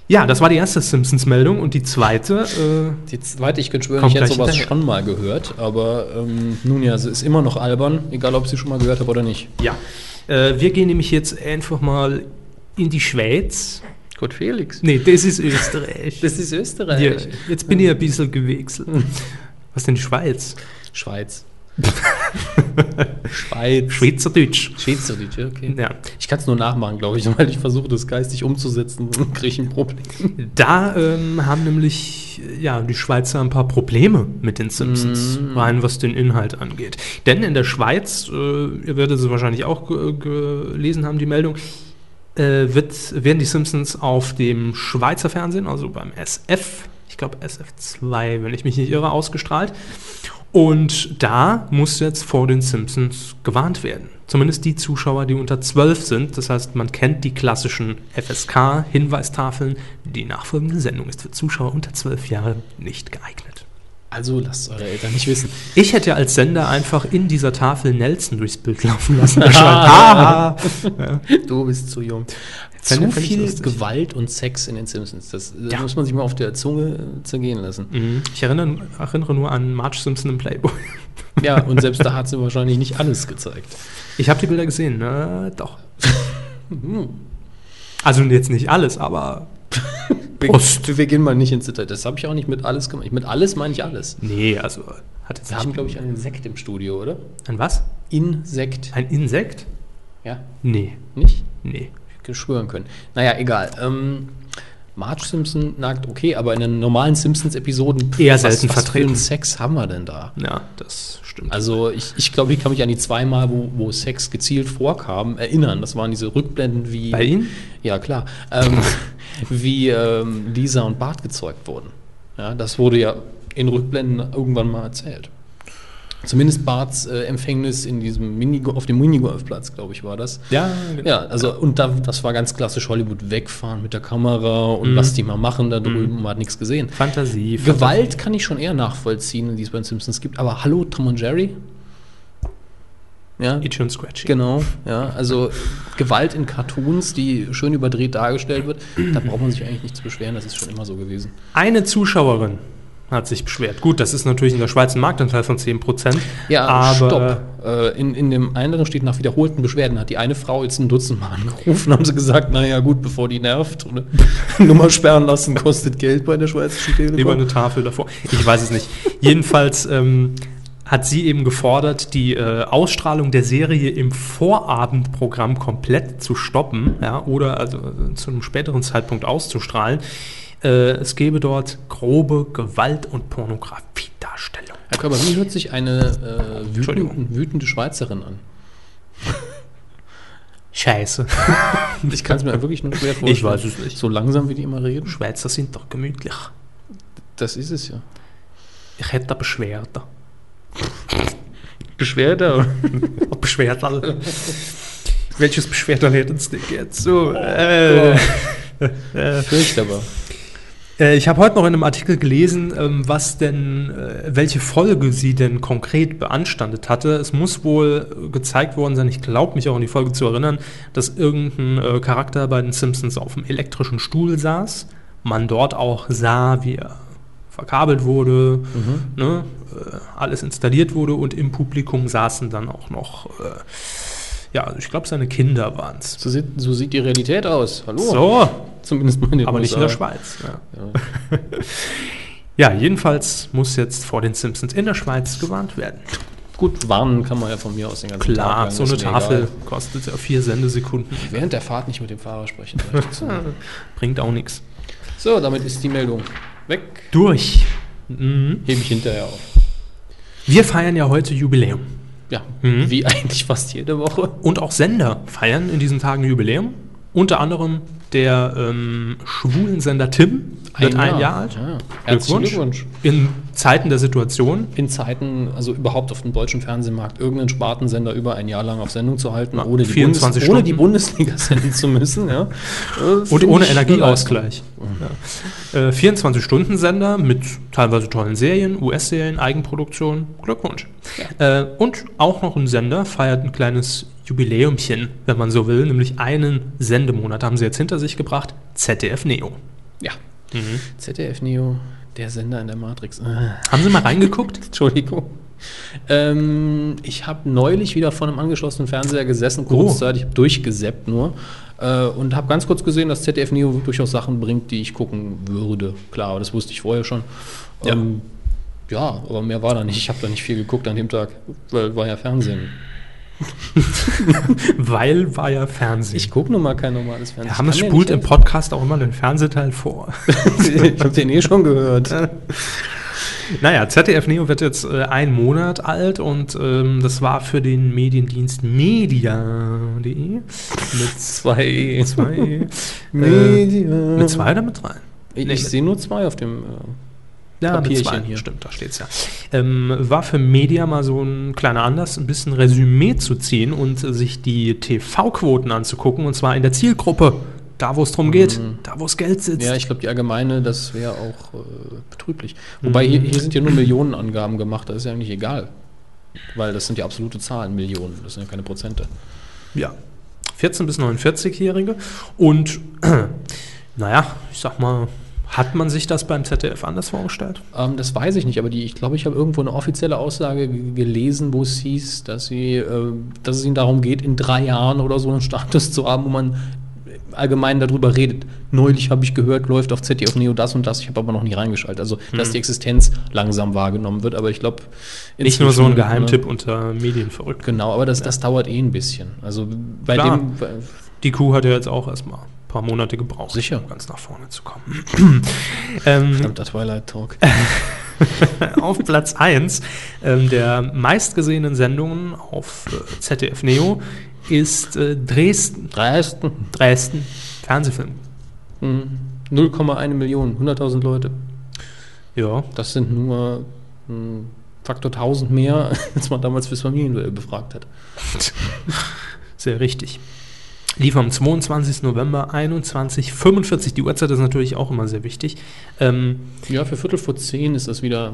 Speaker 2: Ja, das war die erste Simpsons-Meldung und die zweite,
Speaker 1: Die zweite, ich könnte schwören,
Speaker 2: Kommt
Speaker 1: ich hätte
Speaker 2: gleich
Speaker 1: sowas
Speaker 2: hinterher.
Speaker 1: schon mal gehört, aber ähm, nun ja, es ist immer noch albern, egal ob ich sie schon mal gehört habe oder nicht.
Speaker 2: äh, ja. Äh, wir gehen nämlich jetzt einfach mal in die Schweiz.
Speaker 1: Gut, Felix.
Speaker 2: Nee, das ist Österreich.
Speaker 1: Das ist Österreich.
Speaker 2: Ja, jetzt bin ich ein bisschen gewechselt. Was denn die <laughs> Schweiz?
Speaker 1: <laughs> Schweiz. Schweiz.
Speaker 2: Schweizerdeutsch.
Speaker 1: Schweizerdeutsch, okay.
Speaker 2: Ja.
Speaker 1: Ich kann es nur nachmachen, glaube ich, <laughs> weil ich versuche, das geistig umzusetzen <laughs> und kriege ich ein Problem.
Speaker 2: Da ähm, haben nämlich äh, ja, die Schweizer ein paar Probleme mit den Simpsons, rein was den Inhalt angeht. Denn in der Schweiz, äh, ihr werdet es wahrscheinlich auch ge- gelesen haben, die Meldung, äh, wird, werden die Simpsons auf dem Schweizer Fernsehen, also beim SF, ich glaube SF2, wenn ich mich nicht irre, ausgestrahlt. Und da muss jetzt vor den Simpsons gewarnt werden. Zumindest die Zuschauer, die unter 12 sind. Das heißt, man kennt die klassischen FSK-Hinweistafeln. Die nachfolgende Sendung ist für Zuschauer unter 12 Jahre nicht geeignet.
Speaker 1: Also lasst eure Eltern nicht
Speaker 2: <laughs>
Speaker 1: wissen.
Speaker 2: Ich hätte ja als Sender einfach in dieser Tafel Nelson durchs Bild
Speaker 1: <laughs>
Speaker 2: laufen lassen. Ah. ja.
Speaker 1: Du bist zu jung.
Speaker 2: Fände-
Speaker 1: Zu
Speaker 2: fände ich
Speaker 1: viel
Speaker 2: lustig.
Speaker 1: Gewalt und Sex in den Simpsons. Das äh,
Speaker 2: Ja.
Speaker 1: muss man sich mal auf der Zunge äh, zergehen lassen.
Speaker 2: Mhm. Ich erinnere, erinnere nur an Marge Simpson im Playboy.
Speaker 1: Ja, und selbst da hat sie wahrscheinlich nicht alles gezeigt. <laughs>
Speaker 2: Ich habe die Bilder gesehen, ne? Doch.
Speaker 1: Hm.
Speaker 2: Also jetzt nicht alles, aber.
Speaker 1: Wir,
Speaker 2: Prost.
Speaker 1: wir gehen mal nicht ins Detail. Das habe ich auch nicht mit alles gemacht. Mit alles meine ich alles.
Speaker 2: Nee, also hat jetzt
Speaker 1: Wir haben, glaube ich, einen Insekt im Studio, oder?
Speaker 2: Ein was?
Speaker 1: Insekt.
Speaker 2: Ein Insekt?
Speaker 1: Ja,
Speaker 2: Nee,
Speaker 1: nicht?
Speaker 2: nee.
Speaker 1: geschwören können. Naja, egal. Ähm, Marge Simpson nagt okay, aber in den normalen Simpsons-Episoden pff,
Speaker 2: Eher selten
Speaker 1: was, was für
Speaker 2: vertreten.
Speaker 1: einen Sex haben wir denn da?
Speaker 2: Ja, das stimmt.
Speaker 1: Also ich, ich glaube, ich kann mich an die zweimal, wo, wo Sex gezielt vorkam, erinnern. Das waren diese Rückblenden wie...
Speaker 2: Bei Ihnen?
Speaker 1: Ja, klar. Ähm, <laughs> wie ähm, Lisa und Bart gezeugt wurden. Ja, das wurde ja in Rückblenden irgendwann mal erzählt. Zumindest Barts äh, Empfängnis in diesem Mini auf dem Minigolfplatz, glaube ich, war das.
Speaker 2: ja,
Speaker 1: Ja, also und da, das war ganz klassisch Hollywood wegfahren mit der Kamera und
Speaker 2: Mhm.
Speaker 1: lass die mal machen da drüben, man hat nichts gesehen.
Speaker 2: Fantasie.
Speaker 1: Gewalt kann ich schon eher nachvollziehen, die es bei den Simpsons gibt, aber hallo Tom und Jerry? Ja,
Speaker 2: Itchy und Scratchy.
Speaker 1: genau, ja, also Gewalt in Cartoons, die schön überdreht dargestellt wird, da braucht man sich eigentlich nicht zu beschweren, das ist schon immer so gewesen.
Speaker 2: Eine Zuschauerin hat sich beschwert. Gut, das ist natürlich in der Schweiz ein Marktanteil von 10%.
Speaker 1: Ja,
Speaker 2: aber
Speaker 1: stopp. Äh, in, in dem Einladung steht, nach wiederholten Beschwerden hat die eine Frau jetzt ein Dutzend Mal angerufen, haben sie gesagt, naja gut, bevor die nervt,
Speaker 2: <laughs>
Speaker 1: oder?
Speaker 4: Nummer sperren lassen kostet Geld bei der Schweizerischen Telekom.
Speaker 2: Lieber eine Tafel davor. Ich weiß
Speaker 1: <laughs>
Speaker 2: es nicht. Jedenfalls ähm, hat sie eben gefordert, die äh, Ausstrahlung der Serie im Vorabendprogramm komplett zu stoppen ja, oder also äh, zu einem späteren Zeitpunkt auszustrahlen. Äh, es gäbe dort grobe Gewalt- und Pornografiedarstellung.
Speaker 1: Herr Körber, wie hört sich eine äh,
Speaker 2: Entschuldigung.
Speaker 1: wütende, wütende Schweizerin an?
Speaker 2: Scheiße. <laughs>
Speaker 1: Ich kann es mir wirklich nur schwer vorstellen.
Speaker 2: Ich weiß es nicht.
Speaker 1: So langsam, wie die immer reden.
Speaker 2: Schweizer sind doch gemütlich.
Speaker 1: Das ist es ja.
Speaker 2: Ich hätte da Beschwerden. <laughs>
Speaker 1: Beschwerde.
Speaker 2: Beschwerderl. Welches Beschwerderl hätten Sie jetzt? So, äh, <laughs>
Speaker 1: Fürchterbar.
Speaker 2: Äh, Ich habe heute noch in einem Artikel gelesen, ähm, was denn, äh, welche Folge sie denn konkret beanstandet hatte. Es muss wohl äh, gezeigt worden sein, ich glaube mich auch an die Folge zu erinnern, dass irgendein äh, Charakter bei den Simpsons auf dem elektrischen Stuhl saß, man dort auch sah, wie er verkabelt wurde, ne, äh, alles installiert wurde und im Publikum saßen dann auch noch, äh, ja, ich glaube seine Kinder waren es.
Speaker 1: So sieht, so sieht die Realität aus. Hallo.
Speaker 2: So,
Speaker 1: Zumindest mal in den
Speaker 2: aber nicht in der
Speaker 1: USA.
Speaker 2: Schweiz. Ja. <laughs>
Speaker 1: Ja.
Speaker 2: Ja, jedenfalls muss jetzt vor den Simpsons in der Schweiz gewarnt werden.
Speaker 1: Gut, warnen kann man ja von mir aus den ganzen Tag
Speaker 2: Klar,
Speaker 1: lang,
Speaker 2: so
Speaker 1: ist
Speaker 2: eine
Speaker 1: mir
Speaker 2: Tafel
Speaker 1: egal.
Speaker 2: kostet ja vier Sendesekunden.
Speaker 1: Während der Fahrt nicht mit dem Fahrer
Speaker 2: <laughs>
Speaker 1: sprechen. sag ich dazu.
Speaker 2: Bringt auch nichts.
Speaker 1: so, damit ist die Meldung weg.
Speaker 2: Durch. Mhm.
Speaker 1: Hebe ich hinterher auf.
Speaker 2: Wir feiern ja heute Jubiläum.
Speaker 1: Ja,
Speaker 2: Mhm.
Speaker 1: wie eigentlich fast jede Woche.
Speaker 2: Und auch Sender feiern in diesen Tagen Jubiläum. Unter anderem der ähm, schwulen Sender Tim wird ein Jahr, alt.
Speaker 1: Ja. Herzlichen Glückwunsch.
Speaker 2: In Zeiten der Situation.
Speaker 1: in Zeiten, also überhaupt auf dem deutschen Fernsehmarkt, irgendeinen Spartensender über ein Jahr lang auf Sendung zu halten,
Speaker 2: Ja,
Speaker 1: ohne, die
Speaker 2: 24
Speaker 1: Bundes- ohne die
Speaker 2: Stunden.
Speaker 1: Bundesliga senden zu müssen. Ja. Das
Speaker 2: Und
Speaker 1: find
Speaker 2: ohne
Speaker 1: ich eine
Speaker 2: Energieausgleich. Ja. Äh, 24-Stunden-Sender mit teilweise tollen Serien, US-Serien, Eigenproduktion. Glückwunsch. Äh, und auch noch ein Sender feiert ein kleines Jubiläumchen, wenn man so will. Nämlich einen Sendemonat haben sie jetzt hinter sich gebracht. ZDF Neo.
Speaker 1: Leistung. Ja. Mhm. ZDF Neo, der Sender in der Matrix. Ah,
Speaker 2: Haben Sie mal
Speaker 1: <laughs>
Speaker 2: reingeguckt?
Speaker 1: Entschuldigung. Ähm, ich habe neulich wieder vor einem angeschlossenen Fernseher gesessen,
Speaker 2: Oh.
Speaker 1: kurzzeitig, hab durchgesäppt nur. Äh, und habe ganz kurz gesehen, dass ZDF Neo durchaus Sachen bringt, die ich gucken würde. Klar, aber das wusste ich vorher schon.
Speaker 2: Ja.
Speaker 1: Ähm, ja, aber mehr war da nicht. Ich habe da nicht viel geguckt an dem Tag, weil war ja Fernsehen.
Speaker 2: Weil war ja Fernsehen.
Speaker 1: Ich gucke nun mal kein normales Fernsehen.
Speaker 2: Wir haben es
Speaker 1: Ich kann
Speaker 2: spult
Speaker 1: mir
Speaker 2: im
Speaker 1: nicht <laughs>
Speaker 2: Podcast auch immer den Fernsehteil vor. <laughs> Äh,
Speaker 1: helfen. ich habe den eh schon gehört.
Speaker 2: Naja, ZDF Neo wird jetzt äh, ein Monat alt und ähm, das war für den Mediendienst media.de mit
Speaker 1: Zwei <laughs> E.
Speaker 2: zwei, äh,
Speaker 4: Media.
Speaker 2: mit zwei oder mit drei?
Speaker 1: Äh, Ich,
Speaker 2: Nee,
Speaker 1: ich
Speaker 2: mit-
Speaker 1: sehe nur zwei auf dem. Äh,
Speaker 2: Ja, mit
Speaker 1: Papierchen
Speaker 2: zwei.
Speaker 1: hier.
Speaker 2: Stimmt, da steht's ja. Ähm, war für Media mal so ein kleiner Anlass, ein bisschen Resümee zu ziehen und äh, sich die TV-Quoten anzugucken und zwar in der Zielgruppe. Da, wo es drum geht, da, wo das Geld sitzt.
Speaker 1: Mhm. ja, ich glaube, die allgemeine, das wäre auch äh, betrüblich. Wobei hier, hier sind ja nur Millionenangaben gemacht, das ist ja eigentlich egal. Weil das sind ja absolute Zahlen, Millionen, das sind ja keine Prozente.
Speaker 2: Ja. 14 bis 49-Jährige. Und <clears throat> naja, ich sag mal, hat man sich das beim ZDF anders vorgestellt?
Speaker 1: Ähm, das weiß ich nicht, aber die, ich glaube, ich habe irgendwo eine offizielle Aussage g- gelesen, wo es hieß, dass, sie, äh, dass es ihnen darum geht, in drei Jahren oder so einen Status zu haben, wo man allgemein darüber redet. Neulich habe ich gehört, läuft auf ZDF Neo das und das, ich habe aber noch nie reingeschaltet. Also, dass
Speaker 2: Hm.
Speaker 1: die Existenz langsam wahrgenommen wird, aber ich glaube.
Speaker 2: Nicht nur so ein
Speaker 1: inzwischen, ne,
Speaker 2: Geheimtipp unter Medienverrückt.
Speaker 1: Genau, aber das, das dauert eh ein bisschen. Also bei
Speaker 2: Klar.
Speaker 1: dem. Bei,
Speaker 2: Die Kuh hat ja jetzt auch erstmal ein paar Monate gebraucht,
Speaker 1: Sicher.
Speaker 2: um ganz nach vorne zu kommen. <clears throat> ähm,
Speaker 1: verdammter Twilight Talk.
Speaker 2: <laughs> auf Platz 1 ähm, der meistgesehenen Sendungen auf äh, ZDF Neo ist äh, Dresden.
Speaker 1: Dresden.
Speaker 2: Dresden. Fernsehfilm.
Speaker 1: Mhm. 0,1 Millionen, 100.000 Leute.
Speaker 2: Ja,
Speaker 1: Das sind nur mh, Faktor 1000 mehr, <laughs> als man damals fürs Familienduell befragt hat.
Speaker 2: Sehr richtig. Lief am 22. November 21.45. Die Uhrzeit ist natürlich auch immer sehr wichtig. Ähm,
Speaker 1: Ja, für Viertel vor 10 ist das wieder.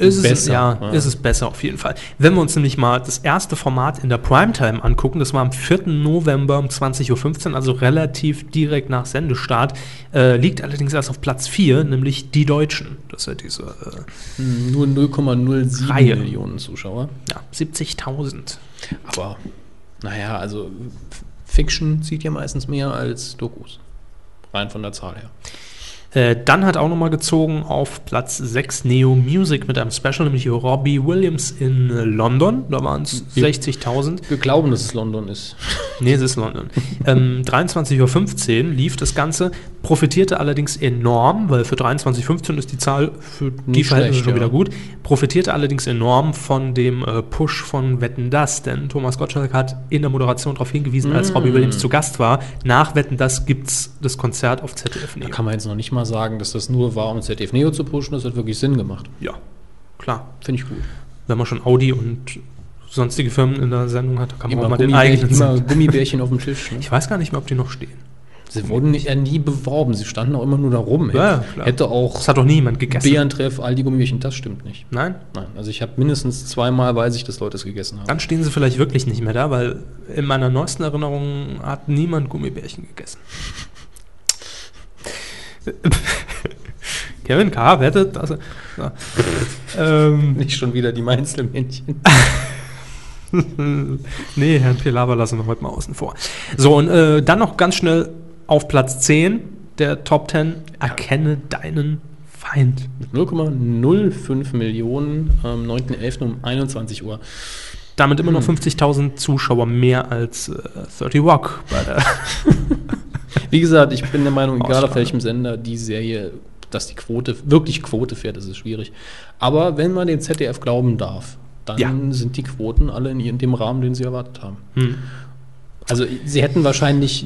Speaker 2: ist es,
Speaker 1: Besser,
Speaker 2: ja,
Speaker 1: ja.
Speaker 2: ist es besser auf jeden Fall. Wenn wir uns nämlich mal das erste Format in der Primetime angucken, das war am 4. November um 20.15 Uhr, also relativ direkt nach Sendestart, äh, liegt allerdings erst auf Platz 4, nämlich Die Deutschen. Das ist ja diese äh,
Speaker 1: mh, Hm, nur 0,07
Speaker 2: Reihe.
Speaker 1: Millionen Zuschauer.
Speaker 2: äh, ja, 70.000.
Speaker 1: Aber naja, also F- Fiction zieht ja meistens mehr als Dokus. Rein von der Zahl her.
Speaker 2: Äh, dann hat auch nochmal gezogen auf Platz 6 Neo Music mit einem Special, nämlich Robbie Williams in äh, London. Da waren es
Speaker 1: Ja.
Speaker 2: 60.000.
Speaker 1: Wir glauben, dass es London ist.
Speaker 2: Nee, es ist London. ähm, 23.15 Uhr lief das Ganze, profitierte allerdings enorm, weil für 23.15 Uhr ist die Zahl für die
Speaker 1: Nicht
Speaker 2: Verhältnisse
Speaker 1: schlecht,
Speaker 2: schon wieder
Speaker 1: ja.
Speaker 2: gut, profitierte allerdings enorm von dem äh, Push von Wetten Das, denn Thomas Gottschalk hat in der Moderation darauf hingewiesen, als
Speaker 1: Mm.
Speaker 2: Robbie Williams zu Gast war, nach Wetten Das gibt's das Konzert auf ZDF.
Speaker 1: Da
Speaker 2: Neo.
Speaker 1: kann man jetzt noch nicht mal sagen, dass das nur war, um ZDF Neo zu pushen. Das hat wirklich Sinn gemacht.
Speaker 2: Ja, klar.
Speaker 1: Finde ich gut.
Speaker 2: wenn man schon Audi und sonstige Firmen in der Sendung hat, da kann man auch mal den
Speaker 1: Gummibär-
Speaker 2: eigenen.
Speaker 1: immer
Speaker 2: Sinn.
Speaker 1: Gummibärchen auf dem Tisch. Ne?
Speaker 2: Ich weiß gar nicht mehr, ob die noch stehen.
Speaker 1: Sie wurden nicht- ja nie beworben. Sie standen auch immer nur da rum.
Speaker 2: Ja,
Speaker 1: Hätte-
Speaker 2: klar.
Speaker 1: Hätte auch
Speaker 2: Das hat doch nie jemand gegessen.
Speaker 1: Bärentreff, all die Gummibärchen, das stimmt nicht.
Speaker 2: Nein?
Speaker 1: Nein, also ich habe mindestens zweimal weiß ich, dass Leute es gegessen haben.
Speaker 2: Dann stehen sie vielleicht wirklich nicht mehr da, weil in meiner neuesten Erinnerung hat niemand
Speaker 1: <laughs>
Speaker 2: Gummibärchen gegessen. Kevin K. wettet, dass er. Ja. ähm,
Speaker 1: Nicht schon wieder die <laughs> Meinzelmännchen.
Speaker 2: <laughs> nee, Herrn Pilawa lassen wir heute mal außen vor. So, und äh, dann noch ganz schnell auf Platz 10 der Top 10. Erkenne deinen Feind.
Speaker 1: Mit 0,05 Millionen am 9.11. um 21 Uhr.
Speaker 2: Damit immer noch 50.000 Zuschauer mehr als äh, 30 Rock. Bei der
Speaker 1: Wie gesagt, ich bin der Meinung, egal auf
Speaker 2: Ausstrahlung.
Speaker 1: welchem Sender die Serie, dass die Quote, wirklich Quote fährt, ist es schwierig. Aber wenn man den ZDF glauben darf, dann
Speaker 2: Ja.
Speaker 1: sind die Quoten alle in ihrem- dem Rahmen, den sie erwartet haben.
Speaker 2: Hm.
Speaker 1: Also sie hätten wahrscheinlich,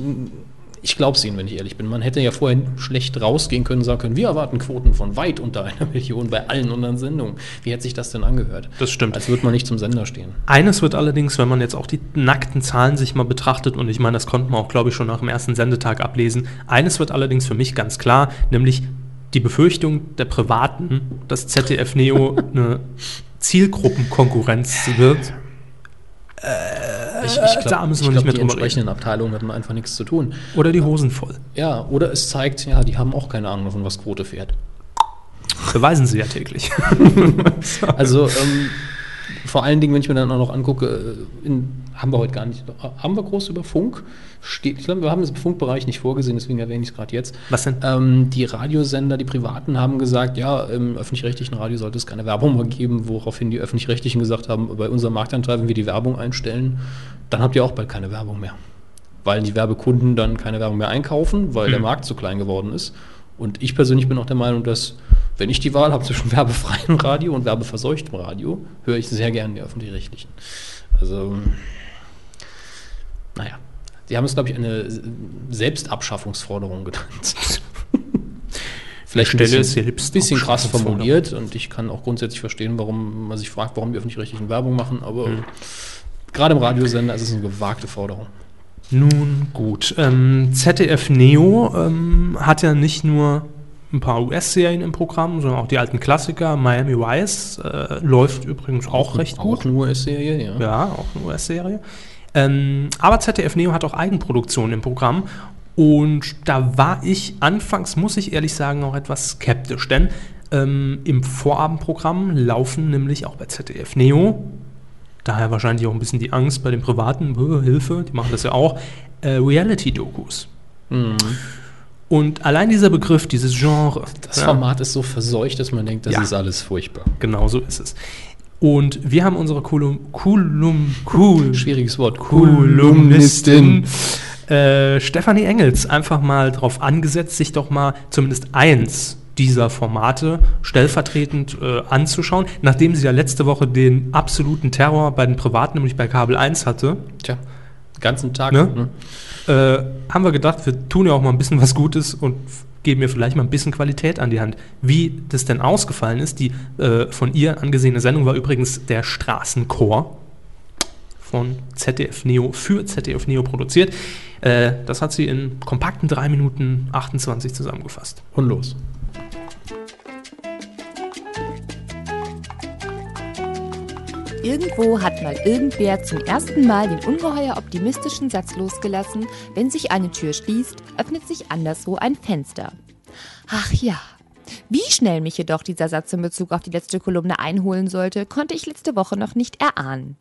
Speaker 1: ich glaube es ihnen, wenn ich ehrlich bin, man hätte ja vorher schlecht rausgehen können und sagen können, wir erwarten Quoten von weit unter einer <laughs> Million bei allen unseren Sendungen. Wie hätte sich das denn angehört?
Speaker 2: Das stimmt.
Speaker 1: Als würde man nicht zum Sender stehen.
Speaker 2: Eines wird allerdings, wenn man jetzt auch die nackten Zahlen sich mal betrachtet, und ich meine, das konnten wir auch, glaube ich, schon nach dem ersten Sendetag ablesen, eines wird allerdings für mich ganz klar, nämlich die Befürchtung der Privaten, dass ZDF <laughs> Neo eine Zielgruppenkonkurrenz wird.
Speaker 1: Ich, ich glaube,
Speaker 2: Äh, da müssen wir nicht mehr
Speaker 1: die
Speaker 2: drüber
Speaker 1: entsprechenden Abteilungen hatten einfach nichts zu tun.
Speaker 2: Oder die Hosen voll.
Speaker 1: Ja, oder es zeigt, ja, die haben auch keine Ahnung, von was Quote fährt.
Speaker 2: Beweisen sie ja täglich.
Speaker 1: <laughs> Also ähm, vor allen Dingen, wenn ich mir dann auch noch angucke, äh, in, haben wir heute gar nicht, haben wir groß über Funk? Steht, ich glaube, wir haben es im Funkbereich nicht vorgesehen, deswegen erwähne ich es gerade jetzt.
Speaker 2: Was denn?
Speaker 1: Ähm, die Radiosender, die privaten, haben gesagt, ja, im öffentlich-rechtlichen Radio sollte es keine Werbung mehr geben, woraufhin die öffentlich-rechtlichen gesagt haben, bei unserem Marktanteil, wenn wir die Werbung einstellen, dann habt ihr auch bald keine Werbung mehr. Weil die Werbekunden dann keine Werbung mehr einkaufen, weil der Markt zu klein geworden ist. Und ich persönlich bin auch der Meinung, dass Wenn ich die Wahl habe zwischen <laughs> werbefreiem Radio und werbeverseuchtem Radio, höre ich sehr gern die öffentlich-rechtlichen. Also, naja. Sie haben es, glaube ich, eine Selbstabschaffungsforderung genannt. Vielleicht ein
Speaker 2: Stelle
Speaker 1: bisschen,
Speaker 2: selbst
Speaker 1: bisschen krass
Speaker 2: abschaffen
Speaker 1: formuliert und ich kann auch grundsätzlich verstehen, warum man sich fragt, warum die öffentlich-rechtlichen Werbung machen, aber gerade im Radiosender ist es eine gewagte Forderung.
Speaker 2: <laughs> Nun gut. Ähm, ZDF Neo ähm, hat ja nicht nur ein paar US-Serien im Programm, sondern auch die alten Klassiker. Miami Vice äh, läuft übrigens auch recht gut.
Speaker 1: Auch eine US-Serie, ja.
Speaker 2: Ja, auch eine US-Serie. Ähm, aber ZDF Neo hat auch Eigenproduktionen im Programm. Und da war ich anfangs, muss ich ehrlich sagen, auch etwas skeptisch. Denn ähm, im Vorabendprogramm laufen nämlich auch bei ZDF Neo, daher wahrscheinlich auch ein bisschen die Angst bei den Privaten, "Bö, Hilfe, die machen das ja auch, äh, Reality-Dokus.
Speaker 1: Mhm.
Speaker 2: Und allein dieser Begriff, dieses Genre.
Speaker 1: Das
Speaker 2: ja,
Speaker 1: Format ist so verseucht, dass man denkt, das
Speaker 2: Ja.
Speaker 1: ist alles furchtbar.
Speaker 2: Genau so ist es. Und wir haben unsere Kolum... Kolum... Cool.
Speaker 1: Schwieriges Wort.
Speaker 2: Kolumnistin äh, Stefanie Engels einfach mal drauf angesetzt, sich doch mal zumindest eins dieser Formate stellvertretend äh, anzuschauen, nachdem sie ja letzte Woche den absoluten Terror bei den Privaten, nämlich bei Kabel 1 hatte,
Speaker 1: Tja, den ganzen Tag.
Speaker 2: Ne?
Speaker 1: ne?
Speaker 2: äh, haben wir gedacht, wir tun ja auch mal ein bisschen was Gutes und f- geben ihr vielleicht mal ein bisschen Qualität an die Hand. Wie das denn ausgefallen ist, die äh, von ihr angesehene Sendung war übrigens der Straßenchor von ZDF Neo für ZDF Neo produziert. Äh, das hat sie in kompakten 3 Minuten 28 zusammengefasst.
Speaker 1: Und los.
Speaker 5: Irgendwo hat mal irgendwer zum ersten Mal den ungeheuer optimistischen Satz losgelassen, wenn sich eine Tür schließt, öffnet sich anderswo ein Fenster. Ach ja. Wie schnell mich jedoch dieser Satz in Bezug auf die letzte Kolumne einholen sollte, konnte ich letzte Woche noch nicht erahnen.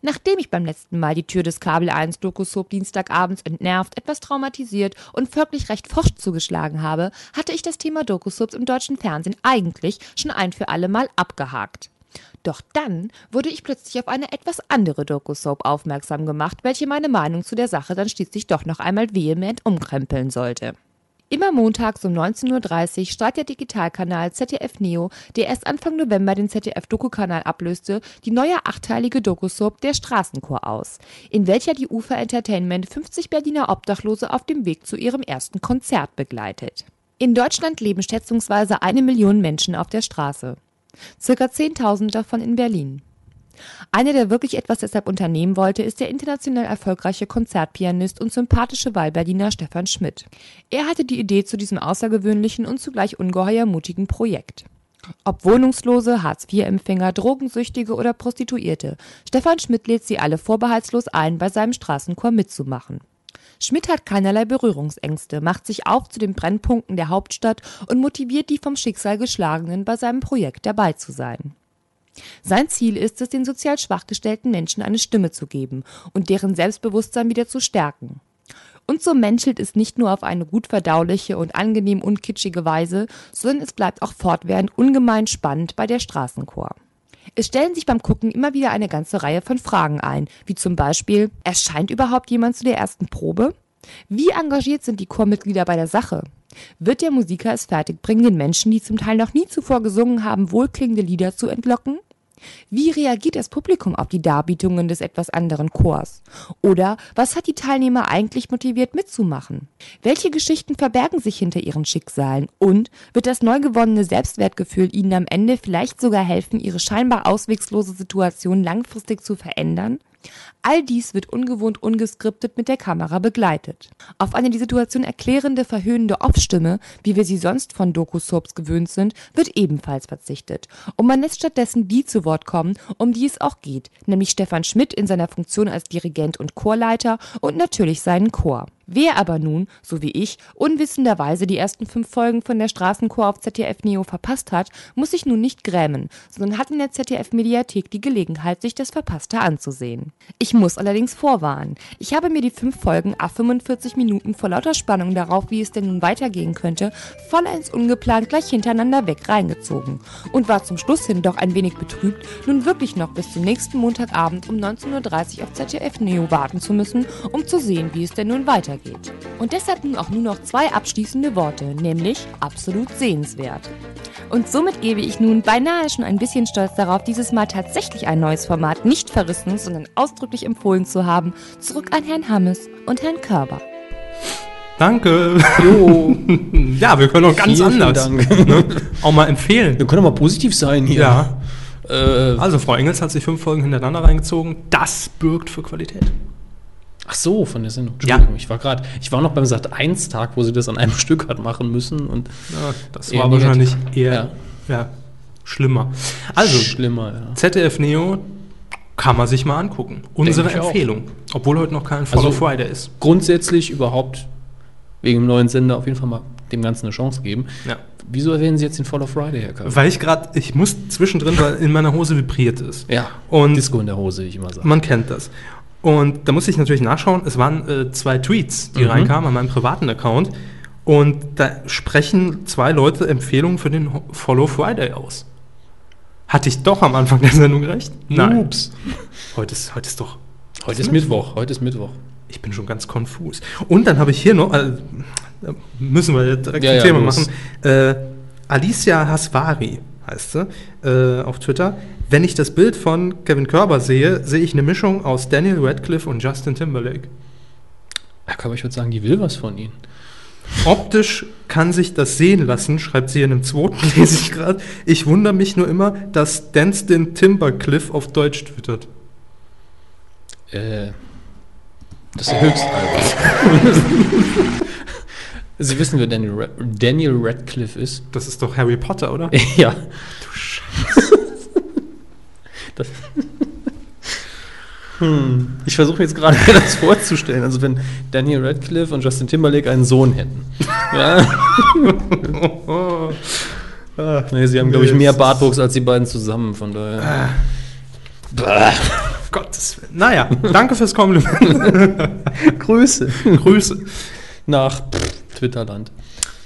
Speaker 5: Nachdem ich beim letzten Mal die Tür des Kabel 1 Dokusoap Dienstagabends entnervt, etwas traumatisiert und folglich recht forsch zugeschlagen habe, hatte ich das Thema Dokusoaps im deutschen Fernsehen eigentlich schon ein für alle Mal abgehakt. Doch dann wurde ich plötzlich auf eine etwas andere Dokusoap aufmerksam gemacht, welche meine Meinung zu der Sache dann schließlich doch noch einmal vehement umkrempeln sollte. Immer montags um 19.30 Uhr strahlt der Digitalkanal ZDF Neo, der erst Anfang November den ZDF-Doku-Kanal ablöste, die neue achteilige Dokusoap Der Straßenchor aus, in welcher die Ufer Entertainment 50 Berliner Obdachlose auf dem Weg zu ihrem ersten Konzert begleitet. In Deutschland leben schätzungsweise eine Million Menschen auf der Straße. Circa 10.000 davon in Berlin. Einer, der wirklich etwas deshalb unternehmen wollte, ist der international erfolgreiche Konzertpianist und sympathische Wahlberliner Stefan Schmidt. Er hatte die Idee zu diesem außergewöhnlichen und zugleich ungeheuer mutigen Projekt. Ob Wohnungslose, Hartz-IV-Empfänger, Drogensüchtige oder Prostituierte, Stefan Schmidt lädt sie alle vorbehaltslos ein, bei seinem Straßenchor mitzumachen. Schmidt hat keinerlei Berührungsängste, macht sich auf zu den Brennpunkten der Hauptstadt und motiviert die vom Schicksal geschlagenen, bei seinem Projekt dabei zu sein. Sein Ziel ist es, den sozial schwachgestellten Menschen eine Stimme zu geben und deren Selbstbewusstsein wieder zu stärken. Und so menschelt es nicht nur auf eine gut verdauliche und angenehm unkitschige Weise, sondern es bleibt auch fortwährend ungemein spannend bei der Straßenchor. Es stellen sich beim Gucken immer wieder eine ganze Reihe von Fragen ein, wie zum Beispiel, erscheint überhaupt jemand zu der ersten Probe? Wie engagiert sind die Chormitglieder bei der Sache? Wird der Musiker es fertigbringen, den Menschen, die zum Teil noch nie zuvor gesungen haben, wohlklingende Lieder zu entlocken? Wie reagiert das Publikum auf die Darbietungen des etwas anderen Chors? Oder was hat die Teilnehmer eigentlich motiviert mitzumachen? Welche Geschichten verbergen sich hinter ihren Schicksalen? Und wird das neu gewonnene Selbstwertgefühl ihnen am Ende vielleicht sogar helfen, ihre scheinbar auswegslose Situation langfristig zu verändern? All dies wird ungewohnt ungeskriptet mit der Kamera begleitet. Auf eine die Situation erklärende, verhöhnende Off-Stimme, wie wir sie sonst von Doku-Soaps gewöhnt sind, wird ebenfalls verzichtet. Und man lässt stattdessen die zu Wort kommen, um die es auch geht, nämlich Stefan Schmidt in seiner Funktion als Dirigent und Chorleiter und natürlich seinen Chor. Wer aber nun, so wie ich, unwissenderweise die ersten fünf Folgen von der Straßenchor auf ZDF Neo verpasst hat, muss sich nun nicht grämen, sondern hat in der ZDF Mediathek die Gelegenheit, sich das Verpasste anzusehen. Ich muss allerdings vorwarnen. Ich habe mir die fünf Folgen a 45 Minuten vor lauter Spannung darauf, wie es denn nun weitergehen könnte, vollends ungeplant gleich hintereinander weg reingezogen und war zum Schluss hin doch ein wenig betrübt, nun wirklich noch bis zum nächsten Montagabend um 19.30 Uhr auf ZDF Neo warten zu müssen, um zu sehen, wie es denn nun weitergeht. untergeht. Und deshalb nun auch nur noch zwei abschließende Worte, nämlich absolut sehenswert. Und somit gebe ich nun beinahe schon ein bisschen stolz darauf, dieses Mal tatsächlich ein neues Format nicht verrissen, sondern ausdrücklich empfohlen zu haben, zurück an Herrn Hammes und Herrn Körber.
Speaker 2: Danke.
Speaker 1: Jo,
Speaker 2: <laughs> Ja, wir können auch ganz
Speaker 1: Vielen, vielen
Speaker 2: anders.
Speaker 1: Dank.
Speaker 2: Ne? Auch mal empfehlen.
Speaker 1: wir können doch mal positiv sein hier.
Speaker 2: Ja.
Speaker 1: Äh,
Speaker 2: Also Frau Engels hat sich fünf Folgen hintereinander reingezogen. Das bürgt für Qualität.
Speaker 1: ach so, von der Sendung.
Speaker 2: Ja.
Speaker 1: Entschuldigung, ich war gerade, ich war noch beim Sat 1 Tag, wo sie das an einem <laughs> Stück hat machen müssen und
Speaker 2: Ja, das
Speaker 1: Eher
Speaker 2: war
Speaker 1: negativ.
Speaker 2: wahrscheinlich eher ja. schlimmer. Also,
Speaker 1: schlimmer, ja.
Speaker 2: ZDF Neo kann man sich mal angucken. Unsere
Speaker 1: ich auch.
Speaker 2: Empfehlung. Obwohl heute noch kein Follow
Speaker 1: Also-
Speaker 2: Friday ist.
Speaker 1: Grundsätzlich überhaupt wegen dem neuen Sender auf jeden Fall mal dem Ganzen eine Chance geben.
Speaker 2: Ja.
Speaker 1: Wieso erwähnen Sie jetzt den Fall of Friday, Herr Körber?
Speaker 2: Weil ich gerade, ich muss zwischendrin, weil in meiner Hose vibriert ist.
Speaker 1: Ja,
Speaker 2: Und
Speaker 1: Disco in der Hose, wie ich immer sage.
Speaker 2: Man kennt das. Und da musste ich natürlich nachschauen, es waren äh, zwei Tweets, die
Speaker 1: Mhm.
Speaker 2: reinkamen an meinem privaten Account. Und da sprechen zwei Leute Empfehlungen für den Ho- Follow Friday aus. Hatte ich doch am Anfang der Sendung recht?
Speaker 1: Ups.
Speaker 2: Heute ist, heute ist doch.
Speaker 1: Heute ist Mittwoch, heute ist Mittwoch.
Speaker 2: Ich bin schon ganz konfus. Und dann habe ich hier noch, äh, da müssen wir direkt
Speaker 1: Ja,
Speaker 2: ein
Speaker 1: ja,
Speaker 2: Thema
Speaker 1: los.
Speaker 2: machen. Äh, Alicia Hasvari heißt sie äh, auf Twitter. Wenn ich das Bild von Kevin Körber sehe, sehe ich eine Mischung aus Daniel Radcliffe und Justin Timberlake.
Speaker 1: Herr Körber, ich würde sagen, die will was von Ihnen.
Speaker 2: Optisch kann sich das sehen lassen, schreibt sie in dem zweiten, <laughs> lese ich gerade. Ich wundere mich nur immer, dass Danstin Timbercliff auf Deutsch twittert.
Speaker 1: Äh, das ist höchst albern. <laughs> Sie wissen, wer Daniel, Ra Daniel Radcliffe ist. <laughs>
Speaker 2: Das ist doch Harry Potter, oder? <laughs>
Speaker 1: ja. Du Scheiße. Das
Speaker 4: Hm. Ich versuche jetzt gerade mir das vorzustellen. Also wenn Daniel Radcliffe und Justin Timberlake einen Sohn hätten. Ja.
Speaker 1: nee, sie haben, glaube ich,
Speaker 2: Oh, Nee,
Speaker 1: mehr
Speaker 2: das ist-
Speaker 1: Bartwuchs als die beiden zusammen, von daher.
Speaker 2: Gottes Willen. Naja, danke fürs <laughs> Kompliment.
Speaker 4: Größe.
Speaker 2: Grüße.
Speaker 1: Nach pff, Twitterland.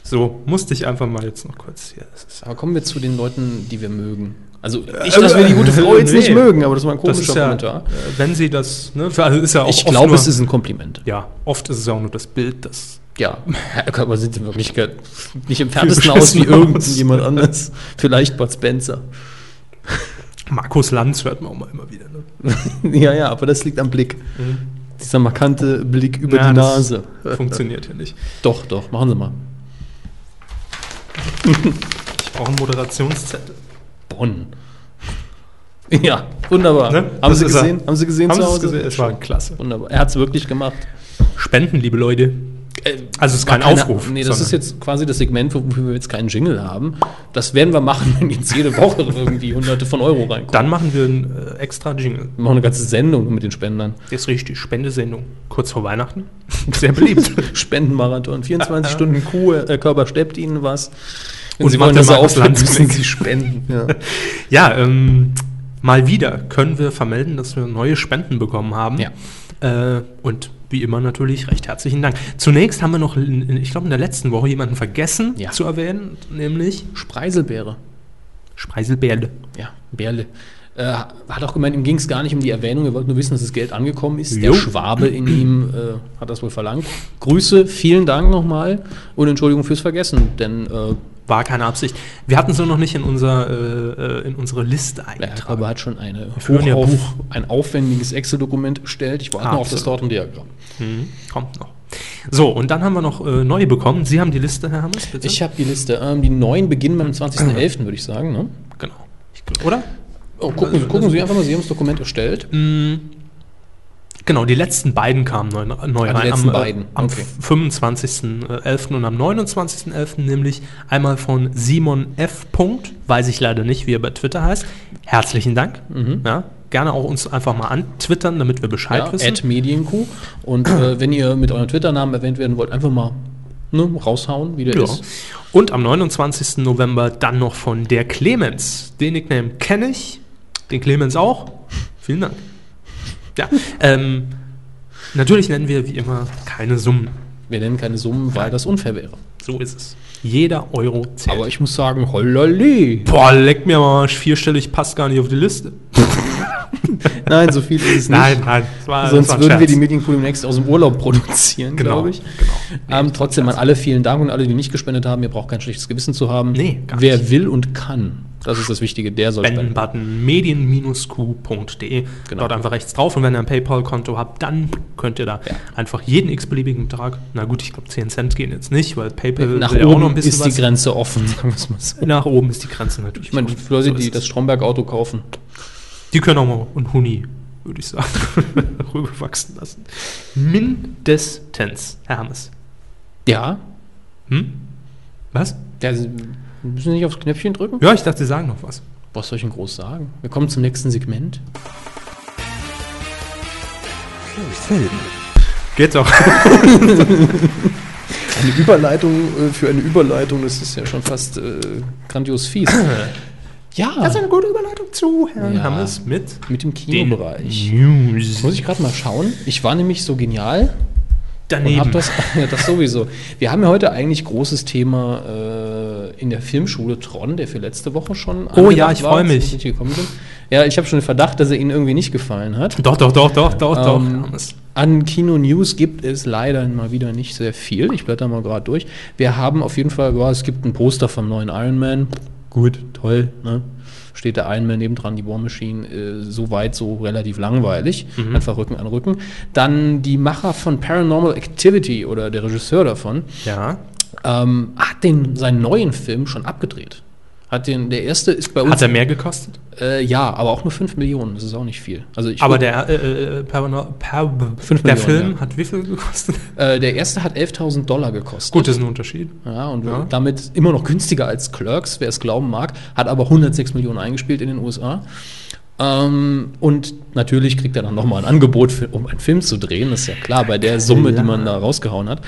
Speaker 2: So, musste ich einfach mal jetzt noch kurz hier. Das ist,
Speaker 1: Aber kommen wir zu den Leuten, die wir mögen. Also ich, dass wir die gute Frau jetzt
Speaker 2: Äh, <laughs> Nee.
Speaker 1: nicht mögen, aber das war ein
Speaker 2: das
Speaker 1: komischer
Speaker 2: ist ja,
Speaker 1: Kommentar.
Speaker 2: äh, wenn sie das, ne, für, also ist ja auch
Speaker 1: Ich
Speaker 2: oft
Speaker 1: glaube,
Speaker 2: nur,
Speaker 1: es ist ein Kompliment.
Speaker 2: ja, oft ist es ja auch nur das Bild, das
Speaker 1: Ja, Herr Körper sieht in Wirklichkeit nicht im Fernsten
Speaker 2: Beschissen
Speaker 1: aus
Speaker 2: <laughs>
Speaker 1: wie
Speaker 2: aus.
Speaker 1: irgendjemand anders. Vielleicht Bud Spencer. <laughs>
Speaker 2: Markus Lanz hört man auch mal immer wieder. Ne?
Speaker 4: Ja, ja, aber das liegt am Blick.
Speaker 1: Dieser markante Blick über
Speaker 2: Mhm. Ja,
Speaker 1: die
Speaker 2: das
Speaker 1: Nase.
Speaker 2: Funktioniert hier nicht.
Speaker 1: Doch, doch, machen Sie mal.
Speaker 2: Ich brauche einen Moderationszettel.
Speaker 1: Bonn. <laughs> Ja, wunderbar.
Speaker 2: Ne?
Speaker 1: Haben,
Speaker 2: Das
Speaker 1: Sie
Speaker 2: ist er.
Speaker 1: gesehen? Haben Sie gesehen?
Speaker 2: Haben
Speaker 1: zu
Speaker 2: Sie es
Speaker 1: Hause?
Speaker 2: gesehen? Es war klasse.
Speaker 1: Wunderbar. Er hat es wirklich gemacht.
Speaker 2: Spenden, liebe Leute. Also es ist kein
Speaker 1: Äh, Keine-
Speaker 2: Aufruf.
Speaker 1: Nee, das
Speaker 2: sondern-
Speaker 1: ist jetzt quasi das Segment, wofür wir jetzt keinen Jingle haben. Das werden wir machen, <laughs> wenn jetzt jede Woche irgendwie hunderte von Euro reinkommen.
Speaker 2: Dann machen wir einen äh, extra Jingle.
Speaker 1: Wir machen eine ganze Sendung nur mit den Spendern.
Speaker 2: Das ist richtig. Spendesendung. Kurz vor Weihnachten. Sehr beliebt.
Speaker 1: <laughs> Spendenmarathon.
Speaker 2: <laughs>
Speaker 1: 24 Stunden Kuh, äh, Körper steppt Ihnen was. Wenn
Speaker 2: Und
Speaker 1: Sie
Speaker 2: macht
Speaker 1: wollen, dass
Speaker 2: der
Speaker 1: er
Speaker 2: Markus
Speaker 1: aufhört,
Speaker 2: Lanz
Speaker 1: müssen
Speaker 2: mit.
Speaker 1: Sie spenden. Ja.
Speaker 2: ja, ähm, mal wieder können wir vermelden, dass wir neue Spenden bekommen haben. Äh, und wie immer natürlich recht herzlichen Dank. Zunächst haben wir noch, in- in- ich glaube, in der letzten Woche jemanden vergessen
Speaker 1: Ja.
Speaker 2: zu erwähnen, nämlich
Speaker 1: Spreiselbeere.
Speaker 2: Spreiselbärle.
Speaker 1: Ja, Berle. Äh, hat auch gemeint, ihm ging es gar nicht um die Erwähnung, er wollte nur wissen, dass das Geld angekommen ist. Der
Speaker 2: Jo.
Speaker 1: Schwabe in ihm äh, hat das wohl verlangt. Grüße, vielen Dank nochmal und Entschuldigung fürs Vergessen, denn äh,
Speaker 2: War keine Absicht. Wir hatten es nur noch nicht in, unser, äh, äh, in unsere Liste
Speaker 1: der Herr
Speaker 2: eingetragen.
Speaker 1: Körber hat schon eine
Speaker 2: führen ja
Speaker 1: hochauf-
Speaker 2: Buch.
Speaker 1: ein aufwendiges Excel-Dokument erstellt. Ich warte noch auf das
Speaker 2: Absolut.
Speaker 1: Tortendiagramm.
Speaker 2: Hm, kommt noch. So, und dann haben wir noch äh, neue bekommen. Sie haben die Liste, Herr Hammes, bitte?
Speaker 1: Ich habe die Liste. Ähm, die neuen beginnen beim 20.11., würde ich sagen. Ne?
Speaker 2: genau. Ich, glaub- oder?
Speaker 1: Oh, gucken, Sie- gucken Sie einfach mal, Sie haben das Mhm. Dokument erstellt.
Speaker 2: Hm, genau, die letzten beiden kamen neu, neu
Speaker 1: Ah, die
Speaker 2: rein.
Speaker 1: letzten
Speaker 2: am, äh,
Speaker 1: beiden,
Speaker 2: Am
Speaker 1: okay.
Speaker 2: 25.11. und am 29.11. nämlich einmal von Simon F. Punkt, weiß ich leider nicht, wie er bei Twitter heißt. Herzlichen Dank. Ja, gerne auch uns einfach mal antwittern, damit wir Bescheid
Speaker 1: Mhm. Ja,
Speaker 2: wissen.
Speaker 1: at Medienkuh. Und äh, wenn ihr mit eurem Twitter-Namen erwähnt werden wollt, einfach mal ne, raushauen, wie der
Speaker 2: Ja.
Speaker 1: ist.
Speaker 2: Und am 29. November dann noch von der Clemens. Den Nickname kenne ich, den Clemens auch. Vielen Dank. Ja, <laughs> ähm, natürlich nennen wir wie immer keine Summen.
Speaker 1: Wir nennen keine Summen, weil das unfair wäre.
Speaker 2: So ist es. Jeder Euro zählt.
Speaker 1: Aber ich muss sagen, hollolli.
Speaker 2: boah, leck mir mal, vierstellig passt gar nicht auf die Liste.
Speaker 4: Nein, so viel
Speaker 1: <laughs>
Speaker 4: ist es nicht.
Speaker 2: Nein, nein. das war- das
Speaker 4: Sonst
Speaker 2: war ein
Speaker 4: würden wir
Speaker 2: Scherz.
Speaker 4: die Medienkuh demnächst aus dem Urlaub produzieren,
Speaker 2: Genau,
Speaker 4: glaube ich.
Speaker 2: genau.
Speaker 1: Ähm, trotzdem an alle vielen Dank und alle, die nicht gespendet haben. Ihr braucht kein schlechtes Gewissen zu haben.
Speaker 2: Nee, gar
Speaker 1: Wer
Speaker 2: nicht.
Speaker 1: will und kann, das ist das Wichtige, der soll spenden.
Speaker 2: Spendenbutton medien-q.de.
Speaker 1: Genau.
Speaker 2: Dort einfach rechts drauf und wenn ihr ein PayPal-Konto habt, dann könnt ihr da einfach jeden x-beliebigen Betrag, na gut, ich glaube 10 Cent gehen jetzt nicht, weil PayPal
Speaker 1: Nach
Speaker 2: will ja auch noch ein
Speaker 1: oben
Speaker 2: bisschen
Speaker 1: ist die
Speaker 2: was.
Speaker 1: Grenze
Speaker 2: <laughs>
Speaker 1: offen, sagen wir es mal so.
Speaker 2: Nach oben ist die Grenze natürlich.
Speaker 1: Ich meine,
Speaker 2: offen.
Speaker 1: für Leute,
Speaker 2: So
Speaker 1: die
Speaker 2: ist
Speaker 1: das
Speaker 2: es.
Speaker 1: Stromberg-Auto kaufen,
Speaker 2: die können auch mal einen Huni, würde ich sagen, <laughs> rüberwachsen lassen. Mindestens, Herr Hammes.
Speaker 1: ja,
Speaker 2: Hm? Was?
Speaker 1: ja sie müssen Sie nicht aufs Knöpfchen drücken.
Speaker 2: Ja, ich dachte, Sie sagen noch was.
Speaker 1: Was soll ich denn groß sagen? Wir kommen zum nächsten Segment.
Speaker 2: Geht <laughs> doch.
Speaker 4: Eine Überleitung äh, für eine Überleitung, das ist ja schon fast äh,
Speaker 1: Grandios fies.
Speaker 2: <laughs>
Speaker 1: ja,
Speaker 2: Das ist eine gute Überleitung zu Herrn
Speaker 1: Ja.
Speaker 2: Hammes mit
Speaker 1: mit dem Kinobereich.
Speaker 2: News.
Speaker 1: Muss ich gerade mal schauen. Ich war nämlich so genial, Und
Speaker 2: daneben.
Speaker 1: hab das, <laughs> ja, das sowieso. Wir haben ja heute eigentlich großes Thema äh, in der Filmschule Tron, der für letzte Woche schon. angedacht
Speaker 2: Oh ja, ich
Speaker 1: war,
Speaker 2: freu
Speaker 1: dass
Speaker 2: mich.
Speaker 1: ich nicht gekommen bin. Ja, ich habe schon den Verdacht, dass er Ihnen irgendwie nicht gefallen hat.
Speaker 2: Doch, doch, doch, doch, doch, doch.
Speaker 1: Ähm,
Speaker 2: Hermes.
Speaker 1: An Kino News gibt es leider mal wieder nicht sehr viel. Ich blätter mal gerade durch. Wir haben auf jeden Fall, ja, es gibt ein Poster vom neuen Iron Man. Gut, toll. Ne? Steht der Iron Man nebendran, die War Machine. Äh, so weit, so relativ langweilig.
Speaker 2: Mhm.
Speaker 1: Einfach Rücken an Rücken. Dann die Macher von Paranormal Activity oder der Regisseur davon
Speaker 2: Ja.
Speaker 1: ähm, hat den, seinen neuen Film schon abgedreht. Hat den, der erste ist bei
Speaker 2: Hat
Speaker 1: uns.
Speaker 2: er mehr gekostet?
Speaker 1: äh, ja, aber auch nur 5 Millionen. Das ist auch nicht viel. Also ich
Speaker 2: Aber der, äh, äh, Paranormal- Par-
Speaker 1: Fünf
Speaker 2: der
Speaker 1: Millionen,
Speaker 2: Film
Speaker 1: ja.
Speaker 2: hat wie viel gekostet?
Speaker 1: Äh, der erste hat 11.000 Dollar gekostet.
Speaker 2: Gut, das ist ein Unterschied.
Speaker 1: Ja, und
Speaker 2: Ja.
Speaker 1: damit immer noch günstiger als Clerks, wer es glauben mag, hat aber 106 Millionen eingespielt in den USA. Ähm, und natürlich kriegt er dann nochmal ein Angebot, für, um einen Film zu drehen, das ist ja klar, bei der Summe, die man da rausgehauen hat.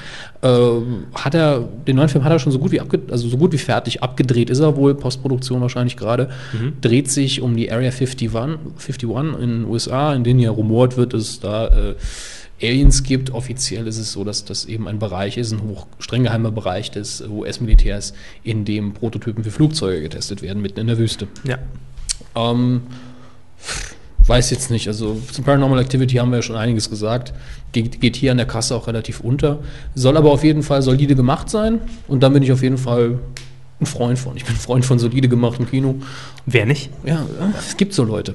Speaker 1: Ähm, hat er, den neuen Film hat er schon so gut wie abge also so gut wie fertig abgedreht ist er wohl, Postproduktion wahrscheinlich gerade. Dreht sich um die Area 51, 51 in den USA, in denen ja rumort wird, dass da äh, Aliens gibt. Offiziell ist es so, dass das eben ein Bereich ist, ein hoch streng geheimer Bereich des US-Militärs, in dem Prototypen für Flugzeuge getestet werden, mitten in der Wüste.
Speaker 2: Ja.
Speaker 1: Ähm, weiß jetzt nicht. Also zum Paranormal Activity haben wir ja schon einiges gesagt. Ge- Geht hier an der Kasse auch relativ unter. Soll aber auf jeden Fall solide gemacht sein. Und da bin ich auf jeden Fall ein Freund von. Ich bin ein Freund von solide gemachtem Kino.
Speaker 2: Wer nicht?
Speaker 1: Ja, es gibt so Leute.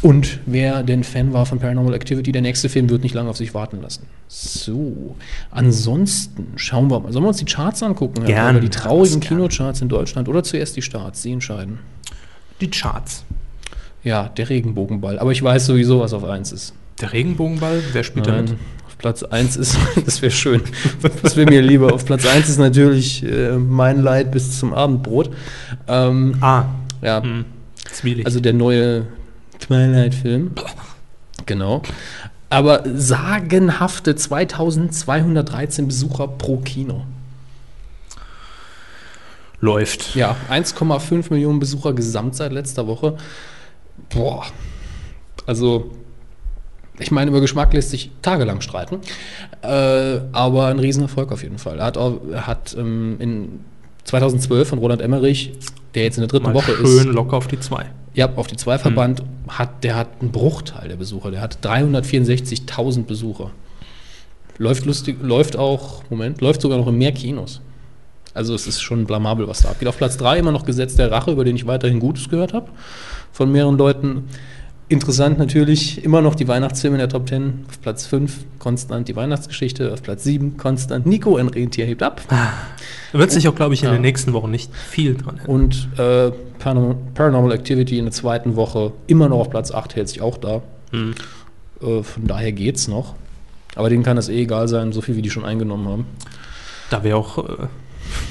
Speaker 1: Und wer denn Fan war von Paranormal Activity, der nächste Film wird nicht lange auf sich warten lassen. So, ansonsten schauen wir mal. Sollen wir uns die Charts angucken? Herr
Speaker 2: Gerne,
Speaker 1: Körber? Die traurigen
Speaker 2: Carsten, gerne.
Speaker 1: Kinocharts in Deutschland oder zuerst die Starts? Sie entscheiden.
Speaker 2: Die Charts.
Speaker 1: Ja, der Regenbogenball. Aber ich weiß sowieso, was auf 1 ist.
Speaker 2: Der Regenbogenball, wer spielt damit?
Speaker 1: Nein, auf Platz 1 ist, <laughs> das wäre schön. Das wäre mir lieber. Auf Platz 1 ist natürlich äh, mein Leid bis zum Abendbrot. Ähm,
Speaker 2: Ah,
Speaker 1: ja,
Speaker 2: hm. Zwielig.
Speaker 1: also der neue Twilight-Film. Genau. Aber sagenhafte 2213 Besucher pro Kino.
Speaker 2: läuft.
Speaker 1: Ja, 1,5 Millionen Besucher gesamt seit letzter Woche. Boah. Also, ich meine, über Geschmack lässt sich tagelang streiten. Äh, aber ein Riesenerfolg auf jeden Fall. Er hat, auch, er hat ähm, in 2012 von Roland Emmerich, der jetzt in der dritten
Speaker 2: Mal
Speaker 1: Woche
Speaker 2: schön
Speaker 1: ist,
Speaker 2: locker auf die zwei.
Speaker 1: ja, auf die zwei verbannt, hat, der hat einen Bruchteil der Besucher. Der hat 364.000 Besucher. Läuft lustig, läuft auch, Moment, läuft sogar noch in mehr Kinos. Also es ist schon blamabel, was da abgeht. Auf Platz 3 immer noch Gesetz der Rache, über den ich weiterhin Gutes gehört habe von mehreren Leuten. Interessant natürlich immer noch die Weihnachtsfilme in der Top 10. Auf Platz 5 konstant die Weihnachtsgeschichte, auf Platz 7 konstant Nico, ein Rentier hebt ab.
Speaker 2: Da wird sich auch, glaube ich, in
Speaker 1: Oh. Ja.
Speaker 2: den nächsten Wochen nicht viel dran ändern.
Speaker 1: Und äh, Paranormal, Paranormal Activity in der zweiten Woche immer noch auf Platz 8 hält sich auch da.
Speaker 2: Hm.
Speaker 1: Äh, von daher geht's noch. Aber denen kann es eh egal sein, so viel wie die schon eingenommen haben.
Speaker 2: Da wäre auch äh, <laughs>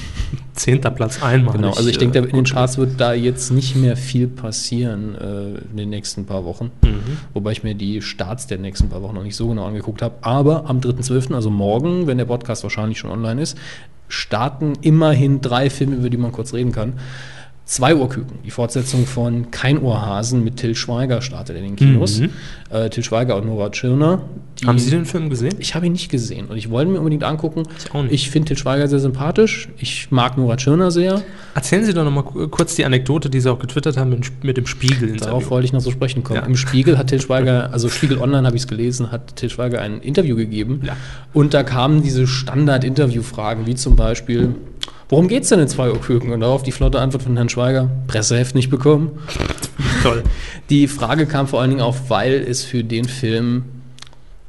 Speaker 2: zehnter Platz einmal.
Speaker 1: Genau, also ich denke,
Speaker 2: äh,
Speaker 1: in den Charts wird da jetzt nicht mehr viel passieren äh, in den nächsten paar Wochen.
Speaker 2: Mhm.
Speaker 1: Wobei ich mir die Starts der nächsten paar Wochen noch nicht so genau angeguckt habe. Aber am 3.12., also morgen, wenn der Podcast wahrscheinlich schon online ist, starten immerhin drei Filme, über die man kurz reden kann. Zwei Ohrküken, die Fortsetzung von Kein Ohrhasen mit Till Schweiger startet in den Kinos.
Speaker 2: Mhm.
Speaker 1: Äh, Till Schweiger und Nora Tschirner. die-
Speaker 2: Äh, Haben Sie den Film gesehen?
Speaker 1: Hm. Ich habe ihn nicht gesehen und ich wollte ihn mir unbedingt angucken.
Speaker 2: Ich auch nicht.
Speaker 1: Ich finde Til Schweiger sehr sympathisch. Ich mag Nora Tschirner sehr.
Speaker 2: Erzählen Sie doch noch mal ku- kurz die Anekdote, die Sie auch getwittert haben mit dem Sp- mit dem Spiegel.
Speaker 1: Darauf wollte ich noch so sprechen kommen.
Speaker 2: Ja.
Speaker 1: Im Spiegel hat Til Schweiger, also Spiegel Online habe ich es gelesen, hat Til Schweiger ein Interview gegeben.
Speaker 2: Ja.
Speaker 1: Und da kamen diese Standard-Interview-Fragen, wie zum Beispiel, worum geht's denn in zwei Uhrküken? Und darauf die flotte Antwort von Herrn Schweiger, Presseheft nicht bekommen.
Speaker 2: <laughs> Toll.
Speaker 1: Die Frage kam vor allen Dingen auf, weil es für den Film,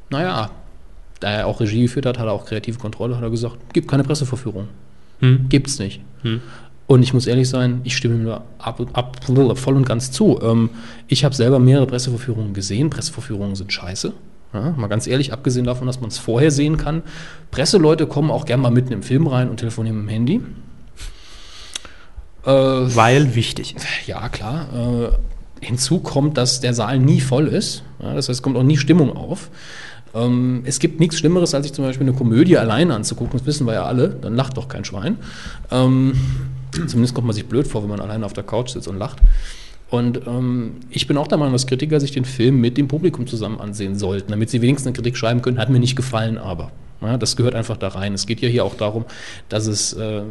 Speaker 1: naja, da er auch Regie geführt hat, hat er auch kreative Kontrolle, hat er gesagt, gibt keine Presseverführung.
Speaker 2: Hm.
Speaker 1: Gibt's nicht.
Speaker 2: Hm.
Speaker 1: Und ich muss ehrlich sein, ich stimme ihm da ab, und- ab, voll und ganz zu. Ähm, ich habe selber mehrere Presseverführungen gesehen. Presseverführungen sind scheiße. Ja, mal ganz ehrlich, abgesehen davon, dass man es vorher sehen kann. Presseleute kommen auch gern mal mitten im Film rein und telefonieren mit dem Handy. Äh,
Speaker 2: Weil wichtig.
Speaker 1: ja, klar. Äh, hinzu kommt, dass der Saal nie voll ist. Ja, das heißt, es kommt auch nie Stimmung auf. Ähm, es gibt nichts Schlimmeres, als sich zum Beispiel eine Komödie alleine anzugucken. Das wissen wir ja alle. Dann lacht doch kein Schwein. Ähm, zumindest kommt man sich blöd vor, wenn man alleine auf der Couch sitzt und lacht. Und ähm, ich bin auch der Meinung, dass Kritiker sich den Film mit dem Publikum zusammen ansehen sollten, damit sie wenigstens eine Kritik schreiben können. Hat mir nicht gefallen, aber. Ja, das gehört einfach da rein. Es geht ja hier auch darum, dass es äh,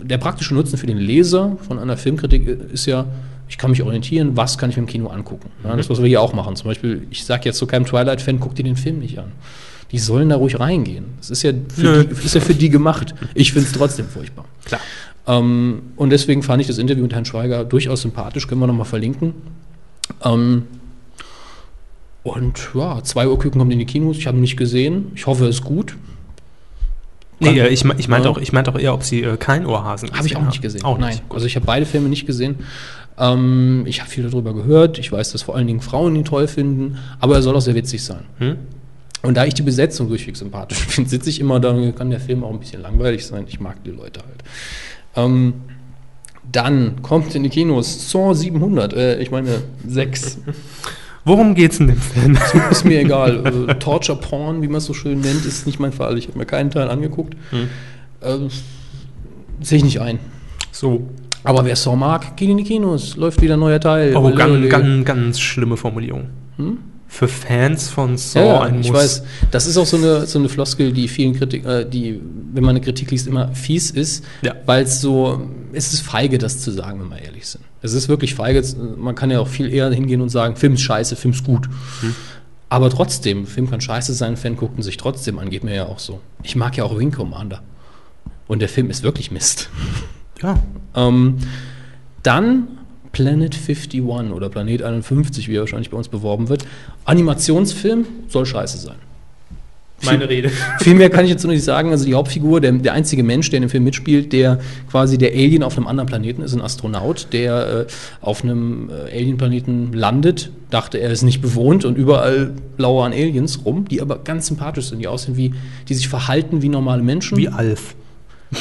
Speaker 1: der praktische Nutzen für den Leser von einer Filmkritik ist ja, ich kann mich orientieren, was kann ich mir im Kino angucken. Ja, das, was wir hier auch machen. Zum Beispiel, ich sage jetzt zu keinem Twilight-Fan, guck dir den Film nicht an. Die sollen da ruhig reingehen. Das ist ja für,
Speaker 2: Nö.
Speaker 1: die, ist ja für die gemacht. Ich finde es trotzdem furchtbar.
Speaker 2: Klar.
Speaker 1: Ähm, und deswegen fand ich das Interview mit Herrn Schweiger durchaus sympathisch, können wir nochmal verlinken. Ähm, und ja, zwei Uhr Küken kommt in die Kinos, ich habe ihn nicht gesehen. Ich hoffe, es ist gut.
Speaker 2: Nee, äh, ich, me- ich meinte
Speaker 1: Ja.
Speaker 2: auch, ich meinte auch eher, ob Sie äh, kein Ohrhasen
Speaker 1: Habe ich auch
Speaker 2: haben.
Speaker 1: nicht gesehen.
Speaker 2: Auch
Speaker 1: Nein.
Speaker 2: nicht.
Speaker 1: Also ich habe beide Filme nicht gesehen. Ähm, ich habe viel darüber gehört. Ich weiß, dass vor allen Dingen Frauen ihn toll finden, aber er soll auch sehr witzig sein.
Speaker 2: Hm?
Speaker 1: Und da ich die Besetzung durchweg sympathisch <laughs> finde, sitze ich immer da und kann der Film auch ein bisschen langweilig sein. Ich mag die Leute halt. Ähm, dann kommt in die Kinos Saw 700, äh, ich meine 6,
Speaker 2: Worum geht's in dem Film? <laughs>
Speaker 1: ist mir egal. Äh, Torture Porn, wie man es so schön nennt, ist nicht mein Fall. Ich habe mir keinen Teil angeguckt. Ähm, Sehe ich nicht ein.
Speaker 2: so.
Speaker 1: Aber wer Saw mag, geht in die Kinos, läuft wieder ein neuer Teil. Hm?
Speaker 2: Oh,
Speaker 1: Ole,
Speaker 2: ganz,
Speaker 1: ole.
Speaker 2: ganz, ganz schlimme Formulierung. Für Fans von Saw
Speaker 1: Ja, ja,
Speaker 2: ein Muss.
Speaker 1: ich weiß, das ist auch so eine, so eine Floskel, die vielen Kritik, äh, die, wenn man eine Kritik liest, immer fies ist,
Speaker 2: Ja.
Speaker 1: weil es so, es ist feige, das zu sagen, wenn wir ehrlich sind. Es ist wirklich feige, es- man kann ja auch viel eher hingehen und sagen, Film ist scheiße, Film ist gut.
Speaker 2: Hm.
Speaker 1: Aber trotzdem, Film kann scheiße sein, Fan guckt ihn sich trotzdem an, geht mir ja auch so. Ich mag ja auch Wing Commander. Und der Film ist wirklich Mist.
Speaker 2: Ja.
Speaker 1: Ähm, dann Planet 51 oder Planet 51, wie er wahrscheinlich bei uns beworben wird. Animationsfilm soll scheiße sein.
Speaker 2: Meine Rede.
Speaker 1: Viel mehr kann ich jetzt noch nicht sagen. Also die Hauptfigur, der, der einzige Mensch, der in dem Film mitspielt, der quasi der Alien auf einem anderen Planeten ist, ein Astronaut, der äh, auf einem äh, Alienplaneten landet, dachte, er ist nicht bewohnt und überall lauern Aliens rum, die aber ganz sympathisch sind, die aussehen wie, die sich verhalten wie normale Menschen.
Speaker 2: <laughs> Wie Alf.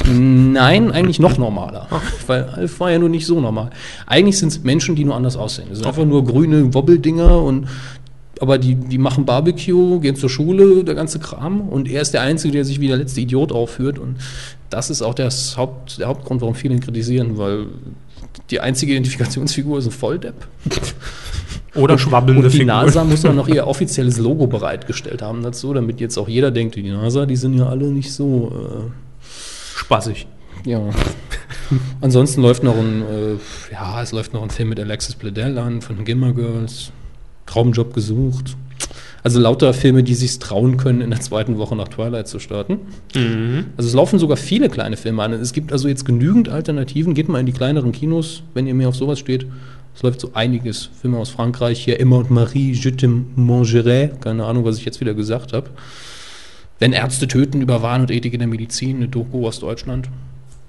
Speaker 1: Nein, eigentlich noch normaler. Weil Alf war ja nur nicht so normal. Eigentlich sind es Menschen, die nur anders aussehen. Das sind einfach nur grüne Wobbeldinger und aber die, die machen Barbecue, gehen zur Schule, der ganze Kram. Und er ist der Einzige, der sich wie der letzte Idiot aufführt. Und das ist auch das Haupt, der Hauptgrund, warum viele ihn kritisieren, weil die einzige Identifikationsfigur ist ein Volldepp.
Speaker 2: Oder schwabbelnde
Speaker 1: Und die
Speaker 2: Figuren.
Speaker 1: NASA muss
Speaker 2: <laughs>
Speaker 1: man noch ihr offizielles Logo bereitgestellt haben dazu, damit jetzt auch jeder denkt, die NASA, die sind ja alle nicht so. Äh,
Speaker 2: Spaßig.
Speaker 1: ja. <laughs> Ansonsten läuft noch ein, äh, ja, es läuft noch ein Film mit Alexis Bledel an von den Gimmer Girls. Traumjob gesucht. Also lauter Filme, die sich trauen können, in der zweiten Woche nach Twilight zu starten. Also es laufen sogar viele kleine Filme an. Es gibt also jetzt genügend Alternativen. Geht mal in die kleineren Kinos, wenn ihr mehr auf sowas steht. Es läuft so einiges. Filme aus Frankreich, hier Emma und Marie, Je te mangerai. Keine Ahnung, was ich jetzt wieder gesagt habe. Wenn Ärzte töten über Wahn und Ethik in der Medizin, eine Doku aus Deutschland.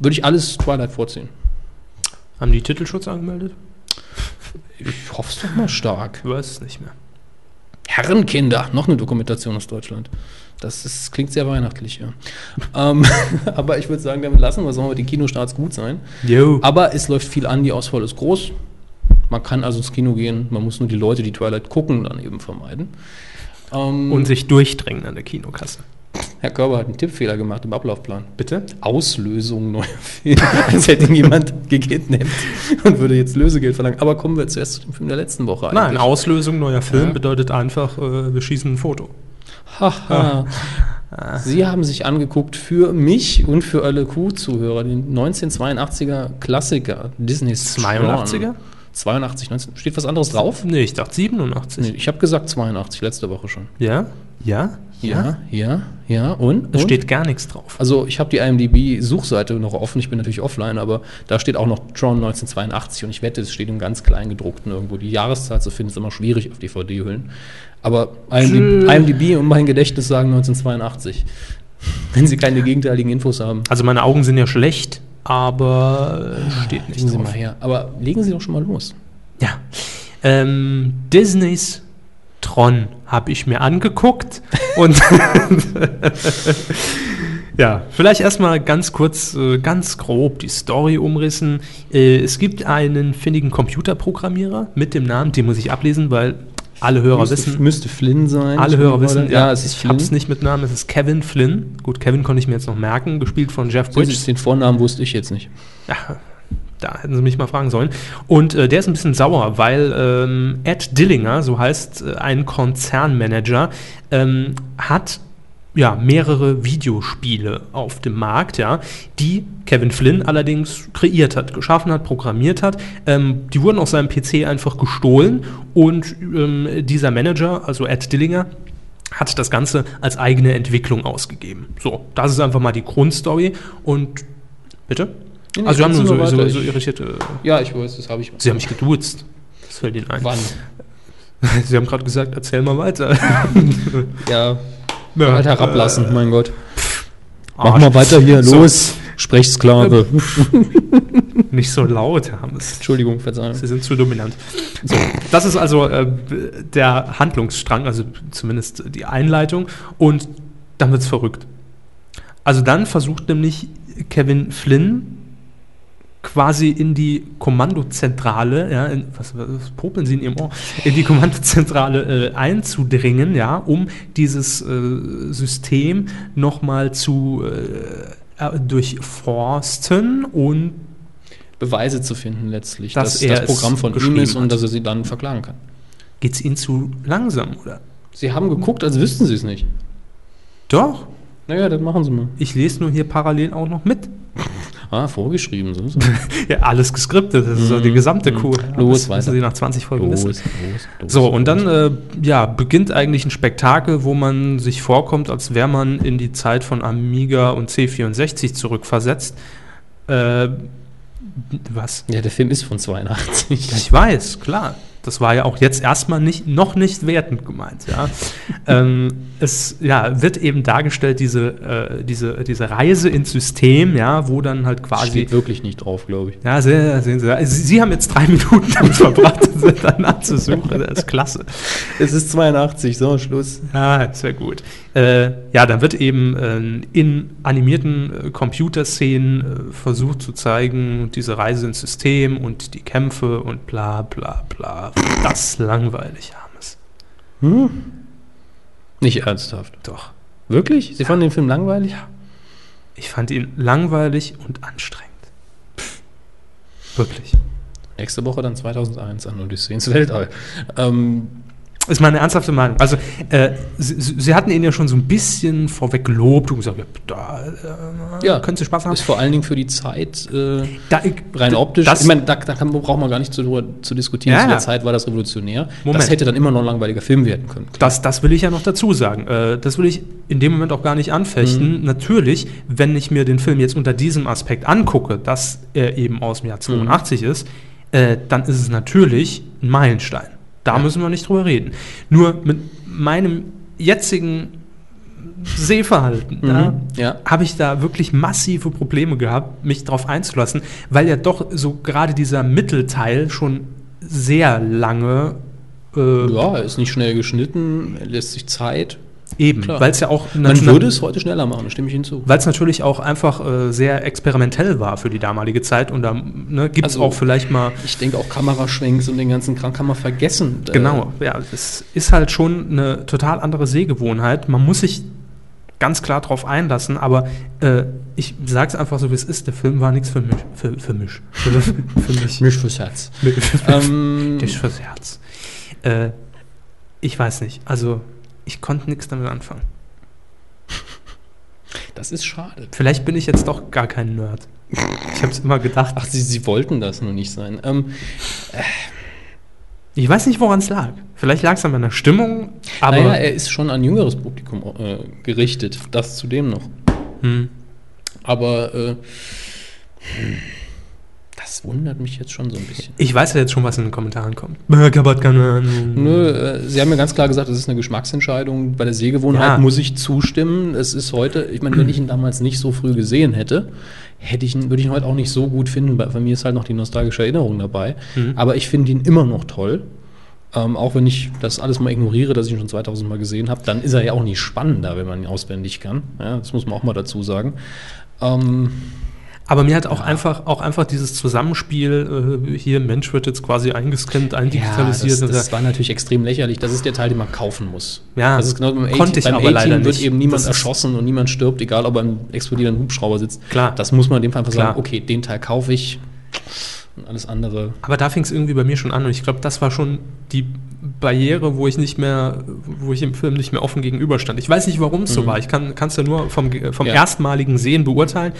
Speaker 1: Würde ich alles Twilight vorziehen.
Speaker 2: Haben die Titelschutz angemeldet?
Speaker 1: Ich hoffe es doch mal stark.
Speaker 2: Ich weiß es nicht mehr.
Speaker 1: Herrenkinder, noch eine Dokumentation aus Deutschland. Das ist, klingt sehr weihnachtlich, ja. ähm, <laughs> aber ich würde sagen, damit lassen wir es, sollen wir die Kinostarts gut sein.
Speaker 2: Yo.
Speaker 1: Aber es läuft viel an, die Auswahl ist groß. Man kann also ins Kino gehen, man muss nur die Leute, die Twilight gucken, dann eben vermeiden. Ähm,
Speaker 2: Und sich durchdrängen an der Kinokasse.
Speaker 1: Herr Körber hat einen Tippfehler gemacht im Ablaufplan.
Speaker 2: Bitte?
Speaker 1: Auslösung neuer Fehler. <laughs> Als hätte ihn jemand gekidnappt und würde jetzt Lösegeld verlangen. Aber kommen wir zuerst zu dem Film der letzten Woche.
Speaker 2: Nein, Auslösung neuer Film
Speaker 1: Ja.
Speaker 2: bedeutet einfach, äh, wir schießen ein Foto.
Speaker 1: Haha. Sie haben sich angeguckt für mich und für alle Q-Zuhörer den 1982er Klassiker Disney's
Speaker 2: 82er?
Speaker 1: Tron. 82, 19. Steht was anderes drauf?
Speaker 2: Nee, ich dachte 87.
Speaker 1: Nee, ich habe gesagt 82 letzte Woche schon.
Speaker 2: Ja? Ja?
Speaker 1: ja, ja. Und?
Speaker 2: Es
Speaker 1: und?
Speaker 2: steht gar nichts drauf.
Speaker 1: Also ich habe die IMDb-Suchseite noch offen, ich bin natürlich offline, aber da steht auch noch Tron 1982 und ich wette, es steht im ganz kleinen gedruckten irgendwo. Die Jahreszahl zu finden ist immer schwierig auf DVD-Hüllen. Aber IMDb, IMDb und mein Gedächtnis sagen 1982. <laughs> Wenn Sie keine gegenteiligen Infos haben,
Speaker 2: Also meine Augen sind ja schlecht, aber äh, steht nicht
Speaker 1: legen Sie
Speaker 2: drauf.
Speaker 1: mal her. Aber legen Sie doch schon mal los.
Speaker 2: Ja. Ähm, Disneys Tron habe ich
Speaker 1: <laughs>
Speaker 2: mir angeguckt und <laughs> ja, vielleicht erstmal ganz kurz, äh, ganz grob die Story umrissen. Äh, Es gibt einen findigen Computerprogrammierer mit dem Namen, den muss ich ablesen, weil alle Hörer wissen,
Speaker 1: müsste Flynn sein.
Speaker 2: alle Hörer wissen,
Speaker 1: ja, es ist
Speaker 2: ich hab's nicht mit Namen, es ist Kevin Flynn. Gut, Kevin konnte ich mir jetzt noch merken, gespielt von Jeff
Speaker 1: Sehen Sie,
Speaker 2: Bridges.
Speaker 1: Den Vornamen wusste ich jetzt nicht.
Speaker 2: Ja, da hätten sie mich mal fragen sollen. Und äh, der ist ein bisschen sauer, weil ähm, Ed Dillinger, so heißt äh, ein Konzernmanager, ähm, hat ja mehrere Videospiele auf dem Markt, ja, die Kevin Flynn allerdings kreiert hat, geschaffen hat, programmiert hat. Ähm, die wurden auf seinem PC einfach gestohlen und ähm, dieser Manager, also Ed Dillinger, hat das Ganze als eigene Entwicklung ausgegeben. So, das ist einfach mal die Grundstory und bitte?
Speaker 1: Nee, nee,
Speaker 2: also, wir haben
Speaker 1: erzähl
Speaker 2: so,
Speaker 1: mal
Speaker 2: so,
Speaker 1: weiter.
Speaker 2: so
Speaker 1: Ich-
Speaker 2: irritierte.
Speaker 1: Ja, ich weiß, das habe ich.
Speaker 2: Sie haben mich geduzt. Das fällt Ihnen ein.
Speaker 1: Wann?
Speaker 2: <laughs> Sie haben gerade gesagt, erzähl mal
Speaker 1: <laughs>
Speaker 2: weiter. <laughs>
Speaker 1: Ja,
Speaker 2: Ja,
Speaker 1: halt herablassen, mein Gott.
Speaker 2: äh, Arsch.
Speaker 1: hier,
Speaker 2: So.
Speaker 1: Sprechsklave.
Speaker 2: Nicht so laut, Hermes.
Speaker 1: Entschuldigung, Verzeihung.
Speaker 2: Sie sind zu dominant. So, das ist also äh, der Handlungsstrang, also zumindest die Einleitung. Und dann wird's verrückt. Also dann versucht nämlich Kevin Flynn quasi in die Kommandozentrale, ja, in, was, was popeln Sie in Ihrem Ohr, in die Kommandozentrale äh, einzudringen, ja, um dieses äh, System nochmal zu äh, äh, durchforsten und
Speaker 1: Beweise zu finden letztlich,
Speaker 2: Dass
Speaker 1: dass,
Speaker 2: er
Speaker 1: das
Speaker 2: es
Speaker 1: Programm von ihm
Speaker 2: geschrieben
Speaker 1: ist und
Speaker 2: hat.
Speaker 1: dass er sie dann verklagen kann.
Speaker 2: geht's Ihnen zu langsam, oder?
Speaker 1: Sie haben geguckt, als wüssten sie es nicht.
Speaker 2: Doch,
Speaker 1: Naja, das machen sie mal.
Speaker 2: ich lese nur hier parallel auch noch mit.
Speaker 1: Ah, vorgeschrieben. So ist es.
Speaker 2: <laughs> Ja, alles geskriptet, das ist so die gesamte Kur.
Speaker 1: Los,
Speaker 2: das
Speaker 1: weiter.
Speaker 2: müssen Mhm. Sie nach 20 Folgen
Speaker 1: <laughs>
Speaker 2: wissen.
Speaker 1: los,
Speaker 2: So, und dann äh, ja, beginnt eigentlich ein Spektakel, wo man sich vorkommt, als wäre man in die Zeit von Amiga und C64 zurückversetzt. Äh, was?
Speaker 1: Ja, der Film ist von 82. <laughs>
Speaker 2: Ja, ich weiß, klar. Das war ja auch jetzt erstmal nicht, noch nicht wertend gemeint. <laughs> Ja. ähm, es ja, wird eben dargestellt, diese, äh, diese, diese Reise ins System, ja, wo dann halt quasi
Speaker 1: Steht wirklich nicht drauf, glaube ich.
Speaker 2: ja, sehr, sehr, sehr. Sie, Also, Sie haben jetzt drei <laughs> Minuten damit verbracht, um danach zu suchen. Das ist klasse.
Speaker 4: Es ist 82, so, Schluss.
Speaker 2: Ja, sehr gut. Äh, ja, dann wird eben ähm, in animierten äh, Computerszenen äh, versucht zu zeigen, diese Reise ins System und die Kämpfe und bla bla bla. Das ist langweilig, Hermes.
Speaker 1: Nicht ernsthaft.
Speaker 2: Doch.
Speaker 1: Wirklich? Sie fanden den Film langweilig?
Speaker 2: Ich fand ihn langweilig und anstrengend. Pff. Wirklich.
Speaker 1: Nächste Woche dann 2001 an Odyssee ins Weltall. Ähm,
Speaker 2: Ist meine ernsthafte Meinung. Also, äh, sie, sie sie hatten ihn ja schon so ein bisschen vorweg gelobt und gesagt, ja, da äh,
Speaker 1: Ja.
Speaker 2: können Sie Spaß haben.
Speaker 1: ist vor allen Dingen für die Zeit äh,
Speaker 2: Da, ich-
Speaker 1: rein
Speaker 2: d-
Speaker 1: optisch.
Speaker 2: Das,
Speaker 1: ich meine, da, da kann, braucht man gar nicht zu, drüber zu diskutieren.
Speaker 2: Ja,
Speaker 1: Zu
Speaker 2: ja.
Speaker 1: der Zeit war das revolutionär.
Speaker 2: Moment.
Speaker 1: Das hätte dann immer noch ein langweiliger Film werden können. Klar.
Speaker 2: das, das will ich ja noch dazu sagen. Äh, das will ich in dem Moment auch gar nicht
Speaker 1: Mhm.
Speaker 2: anfechten. Natürlich, wenn ich mir den Film jetzt unter diesem Aspekt angucke, dass er eben aus dem
Speaker 1: Mhm.
Speaker 2: Jahr 82 ist, äh, dann ist es natürlich ein Meilenstein. Da müssen wir nicht drüber reden. Nur mit meinem jetzigen Sehverhalten, ja,
Speaker 1: Mhm. ja.
Speaker 2: habe ich da wirklich massive Probleme gehabt, mich drauf einzulassen, weil ja doch so gerade dieser Mittelteil schon sehr lange äh,
Speaker 1: Ja, er ist nicht schnell geschnitten, er lässt sich Zeit.
Speaker 2: eben,
Speaker 1: klar.
Speaker 2: weil es ja auch
Speaker 1: Man würde es heute schneller machen, da stimme ich hinzu.
Speaker 2: weil es natürlich auch einfach äh, sehr experimentell war für die damalige Zeit und da ne, gibt es
Speaker 1: Also-
Speaker 2: auch vielleicht mal
Speaker 1: Ich denke auch Kameraschwenks und den ganzen Kram kann man vergessen. Äh,
Speaker 2: Genau, ja, es ist halt schon eine total andere Sehgewohnheit. Man muss sich ganz klar drauf einlassen, aber äh, ich sag's einfach so, wie es ist. Der Film war nichts für mich. Für, für mich. <laughs> Für, für mich.
Speaker 1: Misch fürs Herz.
Speaker 2: <laughs> ähm, Tisch fürs Herz. Äh, ich weiß nicht. Also, ich konnte nichts damit anfangen.
Speaker 1: Das ist schade.
Speaker 2: Vielleicht bin ich jetzt doch gar kein Nerd. Ich hab's immer gedacht.
Speaker 1: Ach, sie, sie wollten das nur nicht sein. Ähm,
Speaker 2: Ich weiß nicht, woran es lag. Vielleicht lag es an meiner Stimmung, aber.
Speaker 1: naja, äh, er ist schon an jüngeres Publikum äh, gerichtet. Das zudem noch.
Speaker 2: hm.
Speaker 1: Aber äh, hm, das wundert mich jetzt schon so ein bisschen.
Speaker 2: Ich weiß ja jetzt schon, was in den Kommentaren kommt. Burgerbot keine Ahnung.
Speaker 1: Nö, äh, Sie haben mir ganz klar gesagt, es ist eine Geschmacksentscheidung. Bei der Sehgewohnheit
Speaker 2: Ja.
Speaker 1: muss ich zustimmen. Es ist heute, ich meine, wenn ich ihn damals nicht so früh gesehen hätte, hätte ich ihn, würde ich ihn heute auch nicht so gut finden. Bei, bei mir ist halt noch die nostalgische Erinnerung dabei. Aber ich finde ihn immer noch toll. Ähm, auch wenn ich das alles mal ignoriere, dass ich ihn schon 2000 Mal gesehen habe, dann ist er ja auch nicht spannender, wenn man ihn auswendig kann. Ja, das muss man auch mal dazu sagen. Ähm,
Speaker 2: Aber mir hat auch einfach auch einfach dieses Zusammenspiel, äh, hier Mensch wird jetzt quasi eingescannt, eindigitalisiert.
Speaker 1: Ja,
Speaker 2: und
Speaker 1: das, das
Speaker 2: so.
Speaker 1: war natürlich extrem lächerlich. Das ist der Teil, den man kaufen muss.
Speaker 2: Ja,
Speaker 1: das ist genau beim
Speaker 2: konnte ich
Speaker 1: beim
Speaker 2: aber leider
Speaker 1: A-Team wird
Speaker 2: nicht.
Speaker 1: eben niemand
Speaker 2: Das ist-
Speaker 1: erschossen und niemand stirbt, egal ob ein explodierender Hubschrauber sitzt.
Speaker 2: Klar.
Speaker 1: Das muss man in dem Fall einfach
Speaker 2: Klar.
Speaker 1: sagen, okay, den Teil kaufe ich und alles andere.
Speaker 2: Aber da fing es irgendwie bei mir schon an und ich glaube, das war schon die Barriere, wo ich nicht mehr, wo ich im Film nicht mehr offen gegenüberstand. Ich weiß nicht, warum es so war. Ich kann es ja nur vom, äh, vom
Speaker 1: Mhm. Ja.
Speaker 2: erstmaligen Sehen beurteilen.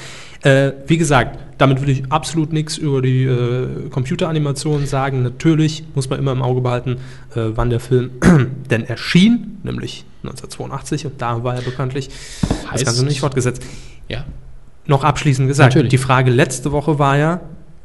Speaker 2: Äh, wie gesagt, damit will ich absolut nichts über die äh, Computeranimationen sagen. Natürlich muss man immer im Auge behalten, äh, wann der Film <clears throat> denn erschien, nämlich 1982 und da war er bekanntlich das
Speaker 1: Heißt-
Speaker 2: Ganze nicht fortgesetzt. <laughs>
Speaker 1: Ja.
Speaker 2: Noch abschließend gesagt,
Speaker 1: Natürlich.
Speaker 2: die Frage letzte Woche war ja,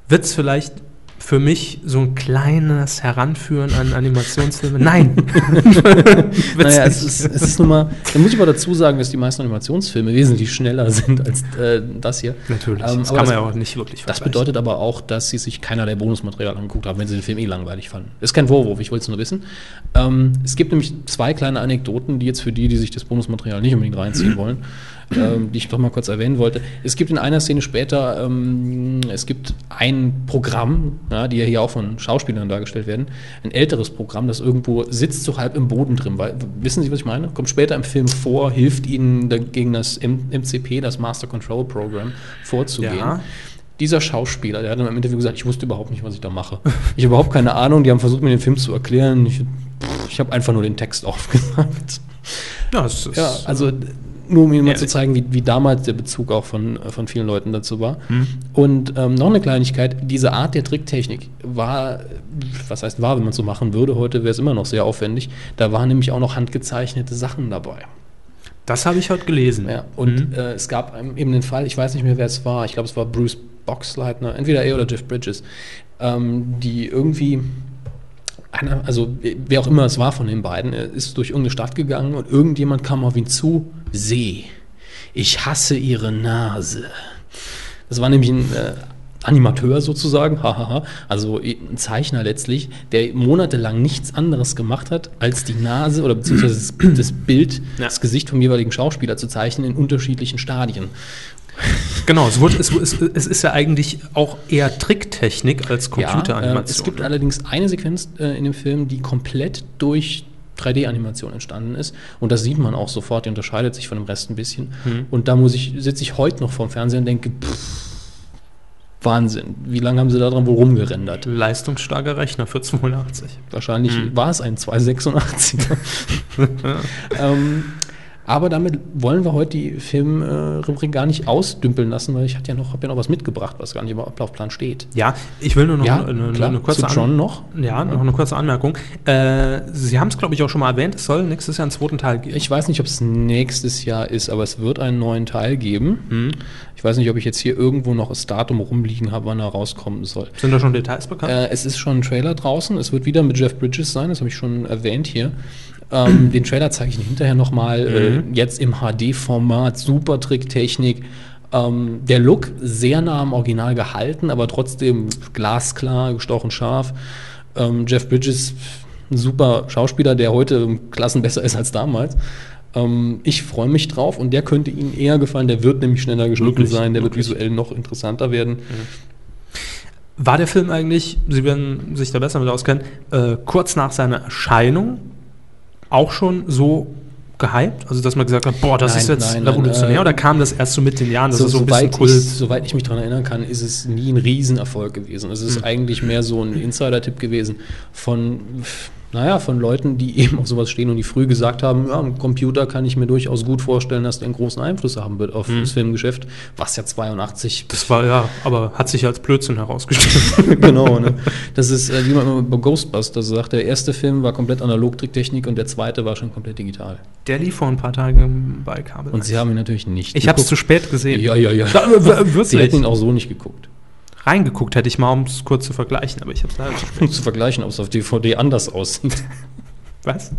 Speaker 2: wird es vielleicht für mich so ein kleines Heranführen
Speaker 1: <laughs>
Speaker 2: an Animationsfilme? Nein. Wird's
Speaker 1: Naja, es
Speaker 2: nicht.
Speaker 1: ist, es ist nun mal, da muss ich mal dazu sagen, dass die meisten Animationsfilme wesentlich schneller <laughs> sind als äh, das hier.
Speaker 2: Natürlich,
Speaker 1: Ähm,
Speaker 2: das
Speaker 1: aber
Speaker 2: kann man
Speaker 1: das-
Speaker 2: ja auch nicht wirklich
Speaker 1: Das
Speaker 2: vergleichen.
Speaker 1: bedeutet aber auch, dass sie sich keinerlei Bonusmaterial angeguckt haben, wenn sie den Film eh langweilig fanden. Ist kein Vorwurf, ich wollte es nur wissen. Ähm, es gibt nämlich zwei kleine Anekdoten, die jetzt für die, die sich das Bonusmaterial nicht unbedingt reinziehen wollen, ähm, die ich doch mal kurz erwähnen wollte. Es gibt in einer Szene später, ähm, es gibt ein Programm, ja, die ja hier auch von Schauspielern dargestellt werden, ein älteres Programm, das irgendwo sitzt so halb im Boden drin. Weil, wissen Sie, was ich meine? Kommt später im Film vor, hilft Ihnen dagegen das M MCP, das Master Control Program, vorzugehen
Speaker 2: Ja.
Speaker 1: dieser Schauspieler, der hat in einem Interview gesagt, ich wusste überhaupt nicht, was ich da mache. Ich habe überhaupt keine Ahnung, die haben versucht, mir den Film zu erklären. Ich, pff, ich habe einfach nur den Text <laughs> aufgesagt.
Speaker 2: ja, es ist,
Speaker 1: Ja, also nur um Ihnen mal
Speaker 2: Ja,
Speaker 1: zu zeigen, wie, wie damals der Bezug auch von, äh, von vielen Leuten dazu war.
Speaker 2: Hm.
Speaker 1: Und ähm, noch eine Kleinigkeit, diese Art der Tricktechnik war, äh, was heißt war, wenn man es so machen würde, heute wäre es immer noch sehr aufwendig. Da waren nämlich auch noch handgezeichnete Sachen dabei.
Speaker 2: das habe ich heute gelesen.
Speaker 1: Ja, und
Speaker 2: Mhm.
Speaker 1: äh, es gab einem eben den Fall, ich weiß nicht mehr, wer es war, ich glaube, es war Bruce Boxleitner, entweder er oder Jeff Bridges, ähm, die irgendwie, einer, also wer auch immer es war von den beiden, äh, ist durch irgendeine Stadt gegangen und irgendjemand kam auf ihn zu, See, ich hasse ihre Nase. Das war nämlich ein äh, Animateur sozusagen, <laughs> hahaha, also ein Zeichner letztlich, der monatelang nichts anderes gemacht hat, als die Nase oder beziehungsweise das,
Speaker 2: <clears throat>
Speaker 1: das Bild,
Speaker 2: Ja.
Speaker 1: das Gesicht vom jeweiligen Schauspieler zu zeichnen in unterschiedlichen Stadien.
Speaker 2: Genau, es, wurde, es, es, es ist ja eigentlich auch eher Tricktechnik als
Speaker 1: Ja, äh,
Speaker 2: Computeranimation.
Speaker 1: es gibt allerdings eine Sequenz äh, in dem Film, die komplett durch 3D-Animation entstanden ist. Und das sieht man auch sofort, die unterscheidet sich von dem Rest ein bisschen.
Speaker 2: Hm.
Speaker 1: Und da muss ich, sitze ich heute noch vorm Fernseher und denke, pff, Wahnsinn, wie lange haben sie da dran wohl rumgerendert?
Speaker 2: Leistungsstarker Rechner für 82.
Speaker 1: Wahrscheinlich
Speaker 2: Hm.
Speaker 1: war es ein
Speaker 2: <laughs>
Speaker 1: 286er. ähm, aber damit wollen wir heute die Filmrubrik gar nicht ausdümpeln lassen, weil ich hatte ja noch, habe ja noch was mitgebracht, was gar nicht im Ablaufplan steht.
Speaker 2: Ja, ich will nur noch eine,
Speaker 1: klar,
Speaker 2: eine
Speaker 1: zu
Speaker 2: kurze
Speaker 1: John noch.
Speaker 2: Ja, noch eine kurze Anmerkung. Äh, Sie haben es, glaube ich, auch schon mal erwähnt, es soll nächstes Jahr einen zweiten Teil geben.
Speaker 1: Ich weiß nicht, ob es nächstes Jahr ist, aber es wird einen neuen Teil geben.
Speaker 2: Hm.
Speaker 1: Ich weiß nicht, ob ich jetzt hier irgendwo noch das Datum rumliegen habe, wann er rauskommen soll.
Speaker 2: Sind da schon Details bekannt?
Speaker 1: Äh, es ist schon ein Trailer draußen. Es wird wieder mit Jeff Bridges sein, das habe ich schon erwähnt hier.
Speaker 2: <clears throat>
Speaker 1: Ähm, den Trailer zeige ich Ihnen hinterher nochmal. Äh,
Speaker 2: Mhm.
Speaker 1: jetzt im HD-Format, super Tricktechnik. Ähm, der Look sehr nah am Original gehalten, aber trotzdem glasklar, gestochen scharf. Ähm, Jeff Bridges, ein super Schauspieler, der heute um Klassen besser ist als damals. Ähm, ich freue mich drauf und der könnte Ihnen eher gefallen. Der wird nämlich schneller geschnitten
Speaker 2: Wirklich,
Speaker 1: sein, der
Speaker 2: wirklich.
Speaker 1: wird visuell noch interessanter werden.
Speaker 2: War der Film eigentlich, Sie werden sich da besser mit auskennen, äh, kurz nach seiner Erscheinung auch schon so gehypt? Also, dass man gesagt hat, boah, das
Speaker 1: Nein,
Speaker 2: ist jetzt
Speaker 1: nein, nein,
Speaker 2: revolutionär
Speaker 1: äh,
Speaker 2: oder kam das erst so mit den Jahren, dass
Speaker 1: so,
Speaker 2: es Also so ein bisschen
Speaker 1: soweit,
Speaker 2: Kult
Speaker 1: ich, soweit ich mich daran erinnern kann, ist es nie ein Riesenerfolg gewesen. Es
Speaker 2: Hm.
Speaker 1: ist eigentlich mehr so ein Insider-Tipp gewesen von, pf, naja, von Leuten, die eben auf sowas stehen und die früh gesagt haben, ja, ein Computer kann ich mir durchaus gut vorstellen, dass der einen großen Einfluss haben wird
Speaker 2: Hm.
Speaker 1: auf das Filmgeschäft, was ja <laughs> 82
Speaker 2: Das war ja, aber hat sich als Blödsinn herausgestellt.
Speaker 1: <laughs> genau, ne? Das ist, äh, wie man immer bei Ghostbusters sagt, der erste Film war komplett analog Tricktechnik und der zweite war schon komplett digital.
Speaker 2: Der lief vor ein paar Tagen bei Kabel.
Speaker 1: Und sie haben ihn natürlich nicht
Speaker 2: ich habe es zu
Speaker 1: geguckt.
Speaker 2: spät gesehen.
Speaker 1: Ja, ja,
Speaker 2: <laughs>
Speaker 1: ja.
Speaker 2: Da- äh,
Speaker 1: <laughs>
Speaker 2: w- w-
Speaker 1: Sie hätten ihn
Speaker 2: Wirklich.
Speaker 1: auch so nicht geguckt.
Speaker 2: Reingeguckt hätte ich mal, um es kurz zu vergleichen, aber ich habe es leider zu spät.
Speaker 1: Um zu vergleichen, ob es auf DVD anders aussieht.
Speaker 2: Was?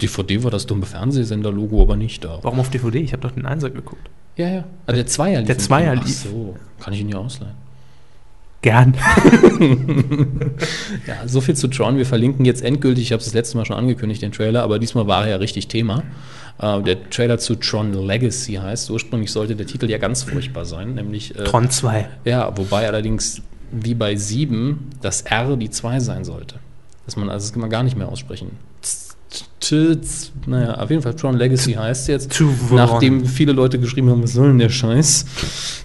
Speaker 1: DVD war das dumme Fernsehsender-Logo aber nicht da.
Speaker 2: Warum auf DVD? Ich habe doch den Einser geguckt.
Speaker 1: Ja, ja. Ah, der Zweier lief.
Speaker 2: Der
Speaker 1: im
Speaker 2: Zweier
Speaker 1: Kino. Ach
Speaker 2: lief.
Speaker 1: so, kann ich ihn ja ausleihen.
Speaker 2: Gern.
Speaker 1: Ja, so viel zu Tron. Wir verlinken jetzt endgültig, ich habe es das letzte Mal schon angekündigt, den Trailer, aber diesmal war er ja richtig Thema. Äh, der Trailer zu Tron Legacy heißt. Ursprünglich sollte der Titel ja ganz furchtbar sein, nämlich äh,
Speaker 2: Tron 2.
Speaker 1: Ja, wobei allerdings wie bei 7 das R die 2 sein sollte. Dass man, also das kann man gar nicht mehr aussprechen. Z- z- z- Naja, auf jeden Fall Tron Legacy heißt jetzt,
Speaker 2: Tron.
Speaker 1: nachdem viele Leute geschrieben haben, was soll denn der Scheiß?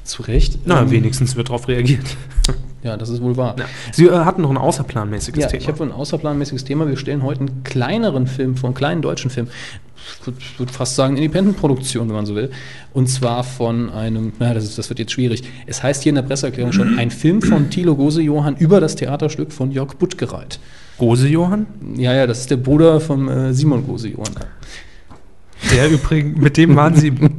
Speaker 1: Zu Recht.
Speaker 2: Na,
Speaker 1: Ähm,
Speaker 2: wenigstens wird darauf reagiert.
Speaker 1: Ja, das ist wohl wahr.
Speaker 2: Ja. <laughs> Sie äh, hatten noch ein außerplanmäßiges
Speaker 1: Ja,
Speaker 2: Thema.
Speaker 1: ich habe ein außerplanmäßiges Thema. Wir stellen heute einen kleineren Film vor, einen kleinen deutschen Film. Ich würde würd fast sagen, Independent-Produktion, wenn man so will. Und zwar von einem, naja, das, ist, das wird jetzt schwierig. Es heißt hier in der Presseerklärung schon, ein Film von Thilo Gose-Johann über das Theaterstück von Jörg Buttgereit.
Speaker 2: Gose Johann,
Speaker 1: Ja, ja, das ist der Bruder von äh, Simon Gose-Johann.
Speaker 2: der übrigens, mit dem waren sie <laughs> im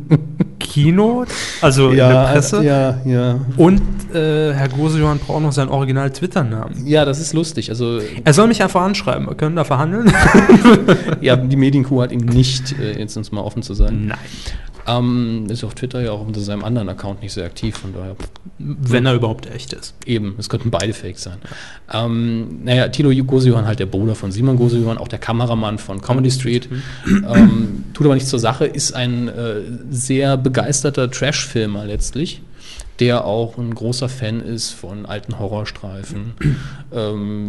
Speaker 2: Kino, also in der Presse.
Speaker 1: ja, ja.
Speaker 2: Und äh, Herr Gose Johann braucht noch seinen original Twitter-Namen.
Speaker 1: Ja, das ist lustig. Also,
Speaker 2: Er soll mich einfach anschreiben, wir können da <laughs> verhandeln.
Speaker 1: ja, die Medienkuh hat ihn nicht, äh, jetzt uns mal offen zu sein.
Speaker 2: Nein.
Speaker 1: Ähm, ist auf Twitter ja auch unter seinem anderen Account nicht sehr aktiv, von daher.
Speaker 2: Wenn er überhaupt echt ist.
Speaker 1: Eben, es könnten beide Fake sein. Ähm, naja, Thilo Gosejohann, halt der Bruder von Simon Gosejohann, auch der Kameramann von Comedy Street, ähm, tut aber nichts zur Sache, ist ein äh, sehr begeisterter Trash-Filmer letztlich, der auch ein großer Fan ist von alten Horrorstreifen, ähm,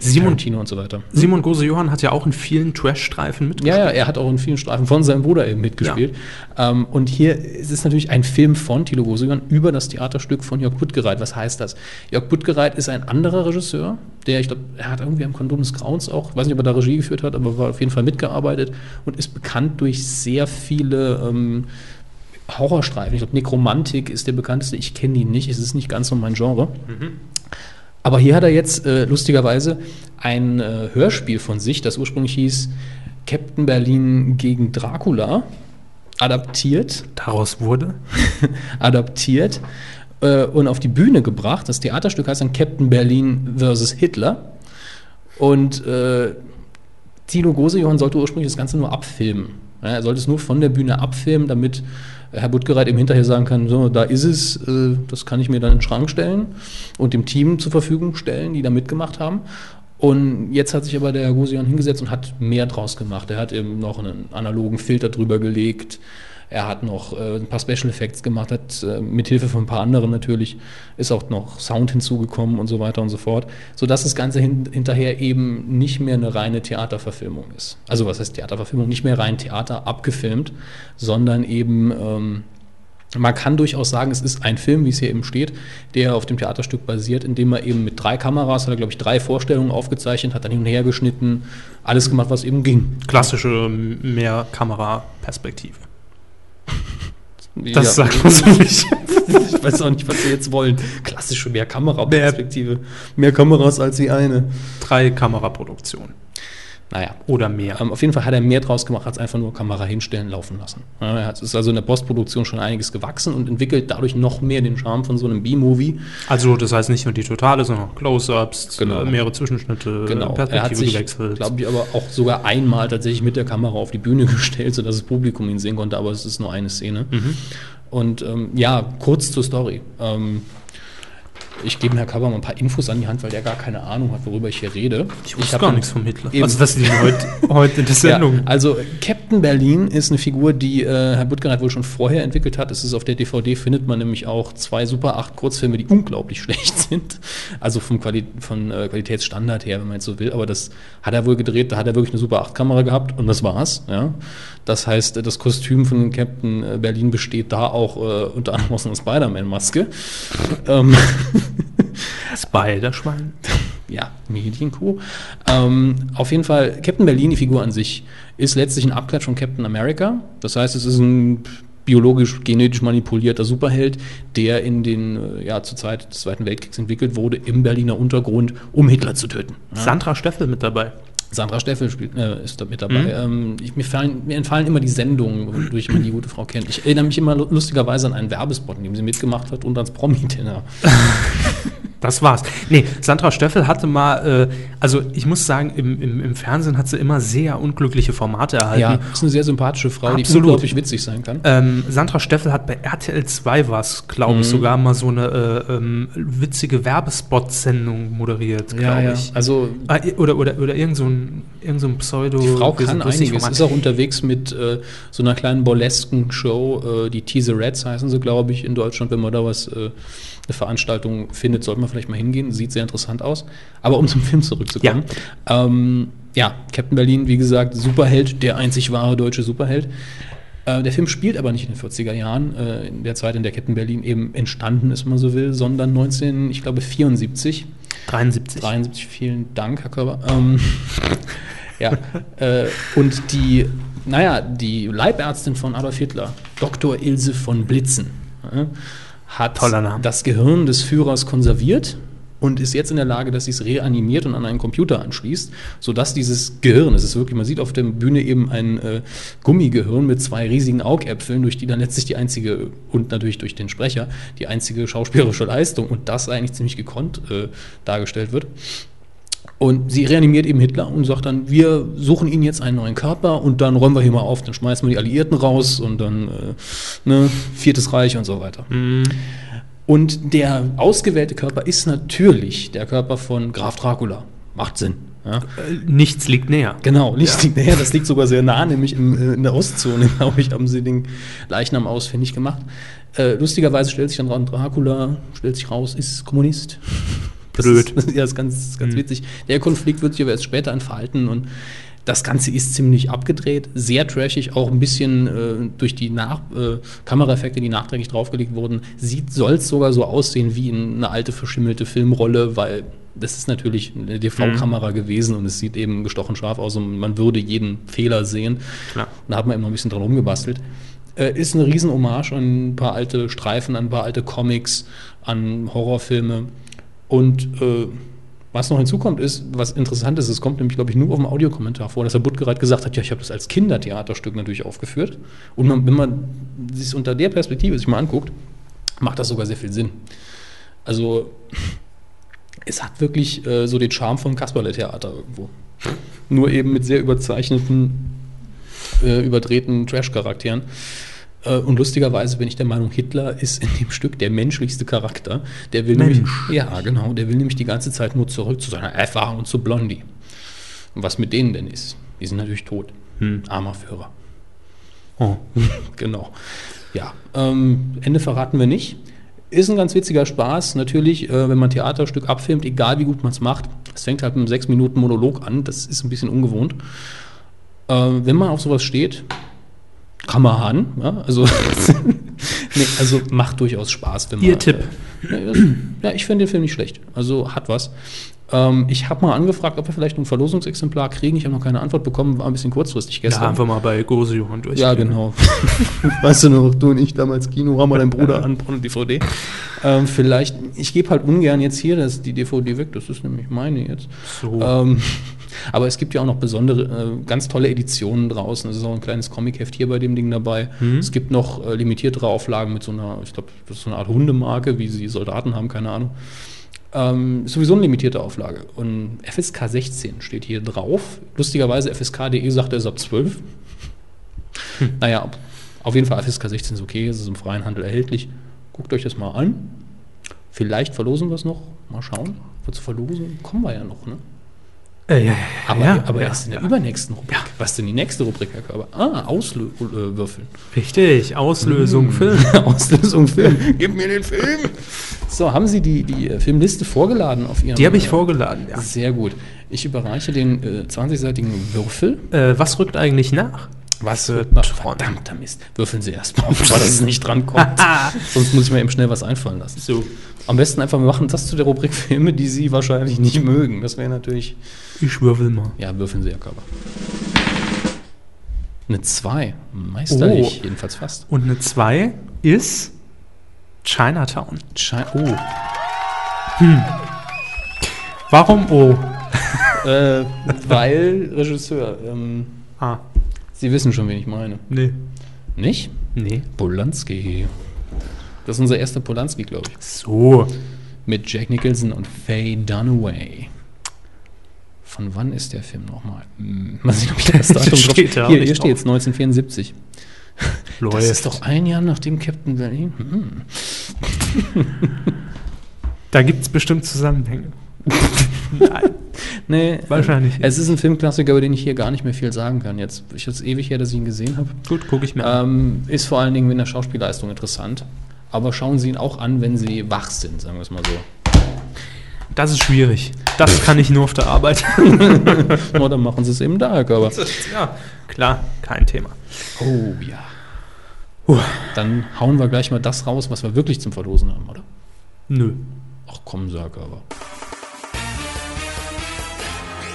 Speaker 2: Simon-
Speaker 1: Tarantino und so weiter.
Speaker 2: Simon Gose Johann hat ja auch in vielen Trash-Streifen mitgespielt.
Speaker 1: Ja, ja, er hat auch in vielen Streifen von seinem Bruder eben mitgespielt. Ähm, und hier ist es natürlich ein Film von Thilo Gosegern über das Theaterstück von Jörg Buttgereit. Was heißt das? Jörg Buttgereit ist ein anderer Regisseur, der, ich glaube, er hat irgendwie am Kondom des Grauens auch, weiß nicht, ob er da Regie geführt hat, aber war auf jeden Fall mitgearbeitet und ist bekannt durch sehr viele ähm, Horrorstreifen. Ich glaube, Nekromantik ist der bekannteste. Ich kenne ihn nicht, es ist nicht ganz so mein Genre. Aber hier hat er jetzt äh, lustigerweise ein äh, Hörspiel von sich, das ursprünglich hieß Captain Berlin gegen Dracula, adaptiert, <laughs>
Speaker 2: Daraus wurde.
Speaker 1: adaptiert äh, und auf die Bühne gebracht. Das Theaterstück heißt dann Captain Berlin versus Hitler. Und äh, Tino Gosejohann sollte ursprünglich das Ganze nur abfilmen. Ja, er sollte es nur von der Bühne abfilmen, damit Herr Buttgereit ihm hinterher sagen kann, so, da ist es, äh, das kann ich mir dann in den Schrank stellen und dem Team zur Verfügung stellen, die da mitgemacht haben. Und jetzt hat sich aber der Herr Gosejohann hingesetzt und hat mehr draus gemacht. Er hat eben noch einen analogen Filter drüber gelegt. Er hat noch äh, ein paar Special Effects gemacht, hat äh, mit Hilfe von ein paar anderen natürlich, ist auch noch Sound hinzugekommen und so weiter und so fort, sodass das Ganze hin hinterher eben nicht mehr eine reine Theaterverfilmung ist. Also was heißt Theaterverfilmung? Nicht mehr rein Theater abgefilmt, sondern eben, ähm, man kann durchaus sagen, es ist ein Film, wie es hier eben steht, der auf dem Theaterstück basiert, indem er eben mit drei Kameras, hat er glaube ich drei Vorstellungen aufgezeichnet, hat dann hin und her geschnitten, alles gemacht, was eben ging.
Speaker 2: Klassische ähm, Mehrkamera-Perspektive.
Speaker 1: Ja.
Speaker 2: Das sagt man so nicht.
Speaker 1: Ich weiß auch nicht, was sie jetzt wollen. Klassische Mehrkameraperspektive. Mehr Kameras als die eine.
Speaker 2: Drei Kameraproduktionen.
Speaker 1: Naja.
Speaker 2: Oder mehr.
Speaker 1: Ähm, auf jeden Fall hat er mehr draus gemacht, als einfach nur Kamera hinstellen, laufen lassen. Ja, er hat- es ist also in der Postproduktion schon einiges gewachsen und entwickelt dadurch noch mehr den Charme von so einem B-Movie.
Speaker 2: Also, das heißt nicht nur die Totale, sondern auch Close-Ups,
Speaker 1: Genau.
Speaker 2: äh, mehrere Zwischenschnitte,
Speaker 1: Er hat
Speaker 2: äh, Perspektive
Speaker 1: sich,
Speaker 2: gewechselt.
Speaker 1: glaube ich, aber auch sogar einmal tatsächlich mit der Kamera auf die Bühne <laughs> gestellt, sodass das Publikum ihn sehen konnte, aber es
Speaker 2: Mhm.
Speaker 1: ist nur eine Szene. Und ähm, ja, kurz zur Story. Ähm, Ich gebe Herrn Kaber mal ein paar Infos an die Hand, weil der gar keine Ahnung hat, worüber ich hier rede.
Speaker 2: Ich wusste
Speaker 1: hab
Speaker 2: gar
Speaker 1: dann-
Speaker 2: nichts vom Hitler.
Speaker 1: Eben.
Speaker 2: Also, dass die heute,
Speaker 1: <laughs>
Speaker 2: heute in der Sendung.
Speaker 1: Ja, also Captain Berlin ist eine Figur, die äh, Herr Buttgereit wohl schon vorher entwickelt hat. Es ist auf der DVD findet man nämlich auch zwei Super 8 Kurzfilme, die unglaublich <laughs> schlecht sind. Also vom Quali von, äh, Qualitätsstandard her, wenn man jetzt so will. Aber das hat er wohl gedreht, da hat er wirklich eine Super 8 Kamera gehabt und das war's. Ja? Das heißt, äh, das Kostüm von Captain äh, Berlin besteht da auch äh, unter anderem aus einer Spider-Man-Maske. ähm,
Speaker 2: Spider-Schwein.
Speaker 1: ja, Medienkuh. Ähm, auf jeden Fall, Captain Berlin, die Figur an sich, ist letztlich ein Abklatsch von Captain America. Das heißt, es ist ein biologisch, genetisch manipulierter Superheld, der in den, äh, ja, zur Zeit des Zweiten Weltkriegs entwickelt wurde, im Berliner Untergrund, um Hitler zu töten. Ja.
Speaker 2: Sandra Steffel mit dabei.
Speaker 1: Sandra Steffel spielt, äh, ist da mit dabei. Ähm, ich, mir, fallen, mir entfallen immer die Sendungen, wodurch man die gute Frau kennt. Ich erinnere mich immer lu- lustigerweise an einen Werbespot, in dem sie mitgemacht hat und ans Promi-Dinner.
Speaker 2: Das war's. Nee, Sandra Steffel hatte mal, äh, also ich muss sagen, im, im, im Fernsehen hat sie immer sehr unglückliche Formate erhalten.
Speaker 1: Ja, ist eine sehr sympathische Frau,
Speaker 2: Absolut.
Speaker 1: die unglaublich witzig sein kann.
Speaker 2: Ähm, Sandra Steffel hat bei RTL 2 was, glaube
Speaker 1: Mhm.
Speaker 2: ich, sogar mal so eine äh, ähm, witzige Werbespot-Sendung moderiert, glaube ich.
Speaker 1: Also
Speaker 2: Ah, i- Oder, oder, oder irgend so ein, irgend so ein pseudo
Speaker 1: Die Frau
Speaker 2: wir sind
Speaker 1: kann
Speaker 2: lustig
Speaker 1: einiges,
Speaker 2: Format.
Speaker 1: ist auch unterwegs mit äh, so einer kleinen burlesken Show, äh, die Teaserets heißen sie, glaube ich, in Deutschland. Wenn man da was, äh, eine Veranstaltung findet, sollte man vielleicht mal hingehen. Sieht sehr interessant aus. Aber um zum Film zurückzukommen. Ja, ähm, ja Captain Berlin, wie gesagt, Superheld, der einzig wahre deutsche Superheld. Äh, Der Film spielt aber nicht in den 40er Jahren, äh, in der Zeit, in der Captain Berlin eben entstanden ist, wenn man so will, sondern 19, ich glaube 74.
Speaker 2: 73.
Speaker 1: 73, vielen Dank, Herr Körber.
Speaker 2: <laughs>
Speaker 1: Ähm, ja, äh, und die, naja, die Leibärztin von Adolf Hitler, Dr. Ilse von Blitzen, äh, hat
Speaker 2: Toller Name.
Speaker 1: das Gehirn des Führers konserviert und ist jetzt in der Lage, dass sie es reanimiert und an einen Computer anschließt, sodass dieses Gehirn, es ist wirklich, man sieht auf der Bühne eben ein äh, Gummigehirn mit zwei riesigen Augäpfeln, durch die dann letztlich die einzige, und natürlich durch den Sprecher, die einzige schauspielerische Leistung und das eigentlich ziemlich gekonnt äh, dargestellt wird. Und sie reanimiert eben Hitler und sagt dann, wir suchen ihnen jetzt einen neuen Körper und dann räumen wir hier mal auf, dann schmeißen wir die Alliierten raus und dann äh, ne, Viertes Reich und so weiter. Und der ausgewählte Körper ist natürlich der Körper von Graf Dracula. Macht Sinn. Ja.
Speaker 2: Äh, Nichts liegt näher.
Speaker 1: Genau, Licht liegt näher, das liegt sogar sehr nah, nämlich im, äh, in der Ostzone, <laughs> glaube ich, haben sie den Leichnam ausfindig gemacht. Äh, lustigerweise stellt sich dann raus, Dracula, stellt sich raus, ist Kommunist. Das
Speaker 2: Blöd.
Speaker 1: Ist, <laughs> ja, ist ganz, ganz witzig. Der Konflikt wird sich aber erst später entfalten und das Ganze ist ziemlich abgedreht, sehr trashig, auch ein bisschen äh, durch die Nach äh, Kameraeffekte, die nachträglich draufgelegt wurden, sieht, soll es sogar so aussehen wie eine alte verschimmelte Filmrolle, weil das ist natürlich eine DV-Kamera gewesen und es sieht eben gestochen scharf aus und man würde jeden Fehler sehen.
Speaker 2: Klar.
Speaker 1: Und da hat man immer ein bisschen dran rumgebastelt. Äh, ist eine riesen Hommage an ein paar alte Streifen, an ein paar alte Comics, an Horrorfilme. Und äh, was noch hinzukommt, ist, was interessant ist, es kommt nämlich, glaube ich, nur auf dem Audiokommentar vor, dass Herr Buttgereit gesagt hat, ja, ich habe das als Kindertheaterstück natürlich aufgeführt. Und man, wenn man sich unter der Perspektive sich mal anguckt, macht das sogar sehr viel Sinn. Also es hat wirklich äh, so den Charme vom Kasperle-Theater irgendwo. Nur eben mit sehr überzeichneten, äh, überdrehten Trash-Charakteren. Äh, und lustigerweise bin ich der Meinung, Hitler ist in dem Stück der menschlichste Charakter. Der will nämlich,
Speaker 2: Mensch.
Speaker 1: ja, genau, der will nämlich die ganze Zeit nur zurück zu seiner Effa und zu Blondie. Und was mit denen denn ist? Die sind natürlich tot. Armer Führer.
Speaker 2: Oh.
Speaker 1: <laughs> Genau. Ja, ähm, Ende verraten wir nicht. Ist ein ganz witziger Spaß. Natürlich, äh, wenn man ein Theaterstück abfilmt, egal wie gut man es macht, es fängt halt mit einem 6 Minuten Monolog an. Das ist ein bisschen ungewohnt. Äh, wenn man auf sowas steht, kann man han. Ja? Also, <laughs> nee, also macht durchaus Spaß. Wenn man,
Speaker 2: Ihr Tipp.
Speaker 1: Äh, ja, ich finde den Film nicht schlecht. Also hat was. Ähm, ich habe mal angefragt, ob wir vielleicht ein Verlosungsexemplar kriegen. Ich habe noch keine Antwort bekommen. War ein bisschen kurzfristig
Speaker 2: Da
Speaker 1: gestern.
Speaker 2: haben wir mal bei Gosejohann durch.
Speaker 1: Ja, genau. weißt du noch, du und ich damals Kino, haben wir deinen Bruder an, Porno DVD. Ähm, vielleicht, ich gebe halt ungern jetzt hier das, die DVD weg, das ist nämlich meine jetzt.
Speaker 2: So.
Speaker 1: Ähm, <laughs> aber es gibt ja auch noch besondere, äh, ganz tolle Editionen draußen. Es ist auch ein kleines Comicheft hier bei dem Ding dabei. Es gibt noch äh, limitiertere Auflagen mit so einer, ich glaube, das ist so eine Art Hundemarke, wie sie Soldaten haben, keine Ahnung. Ähm, ist sowieso eine limitierte Auflage. Und FSK 16 steht hier drauf. Lustigerweise FSK.de E sagt, er ist ab 12. Naja, auf jeden Fall FSK 16 ist okay, es ist im freien Handel erhältlich. Guckt euch das mal an. Vielleicht verlosen wir es noch. Mal schauen. Wird zu verlosen? Kommen wir ja noch, ne?
Speaker 2: Äh, ja, ja,
Speaker 1: Aber,
Speaker 2: ja,
Speaker 1: aber
Speaker 2: ja,
Speaker 1: erst in der
Speaker 2: ja.
Speaker 1: übernächsten Rubrik. Was denn die nächste Rubrik, Herr Körber? Ah, Auswürfeln.
Speaker 2: <laughs> Richtig, Auslösung,
Speaker 1: Mm.
Speaker 2: Film.
Speaker 1: Auslösung Film. Gib mir den Film. So, haben Sie die, die äh, Filmliste vorgeladen auf Ihrem...
Speaker 2: Die habe ich
Speaker 1: äh,
Speaker 2: vorgeladen, ja.
Speaker 1: Sehr gut. Ich überreiche den äh, 20-seitigen Würfel.
Speaker 2: Äh, was rückt eigentlich nach?
Speaker 1: Was
Speaker 2: wird
Speaker 1: na,
Speaker 2: Tron?
Speaker 1: Verdammter Mist. Würfeln Sie erstmal, <laughs> bevor das nicht
Speaker 2: <laughs>
Speaker 1: drankommt.
Speaker 2: Ah,
Speaker 1: Sonst muss ich mir eben schnell was einfallen lassen.
Speaker 2: So.
Speaker 1: Am besten einfach, wir machen das zu der Rubrik Filme, die Sie wahrscheinlich nicht mögen. Das wäre natürlich.
Speaker 2: Ich würfel mal.
Speaker 1: Ja, würfeln Sie, Herr Körper. Eine 2. Meisterlich,
Speaker 2: Oh.
Speaker 1: jedenfalls fast.
Speaker 2: Und eine 2 ist Chinatown.
Speaker 1: Schei oh.
Speaker 2: Warum oh?
Speaker 1: Äh, weil Regisseur. Ähm,
Speaker 2: Ah,
Speaker 1: Sie wissen schon, wen ich meine.
Speaker 2: nee.
Speaker 1: Nicht?
Speaker 2: Nee.
Speaker 1: Polanski. Das ist unser erster Polanski, glaube ich.
Speaker 2: So.
Speaker 1: Mit Jack Nicholson und Faye Dunaway. Von wann ist der Film nochmal? Hm, Mal sehen, ob ich <laughs> das Datum drauf
Speaker 2: Steht da
Speaker 1: Hier,
Speaker 2: nicht
Speaker 1: hier
Speaker 2: drauf.
Speaker 1: steht es, 1974.
Speaker 2: Läuft.
Speaker 1: Das ist doch ein Jahr nachdem Captain Berlin. Hm.
Speaker 2: da gibt es bestimmt Zusammenhänge. <laughs> Nein.
Speaker 1: Nee,
Speaker 2: Wahrscheinlich.
Speaker 1: ähm, Es ist ein Filmklassiker, über den ich hier gar nicht mehr viel sagen kann. Jetzt ist jetzt ewig her, dass ich ihn gesehen habe.
Speaker 2: Gut, gucke ich mir an.
Speaker 1: Ähm, ist vor allen Dingen in der Schauspielleistung interessant. Aber schauen Sie ihn auch an, wenn Sie wach sind, sagen wir es mal so.
Speaker 2: Das ist schwierig. Das kann ich nur auf der Arbeit.
Speaker 1: Oder machen Sie es eben da, Herr Körber.
Speaker 2: ja, klar, kein Thema.
Speaker 1: Oh ja. Dann hauen wir gleich mal das raus, was wir wirklich zum Verlosen haben, oder?
Speaker 2: Nö.
Speaker 1: Ach komm, sag aber.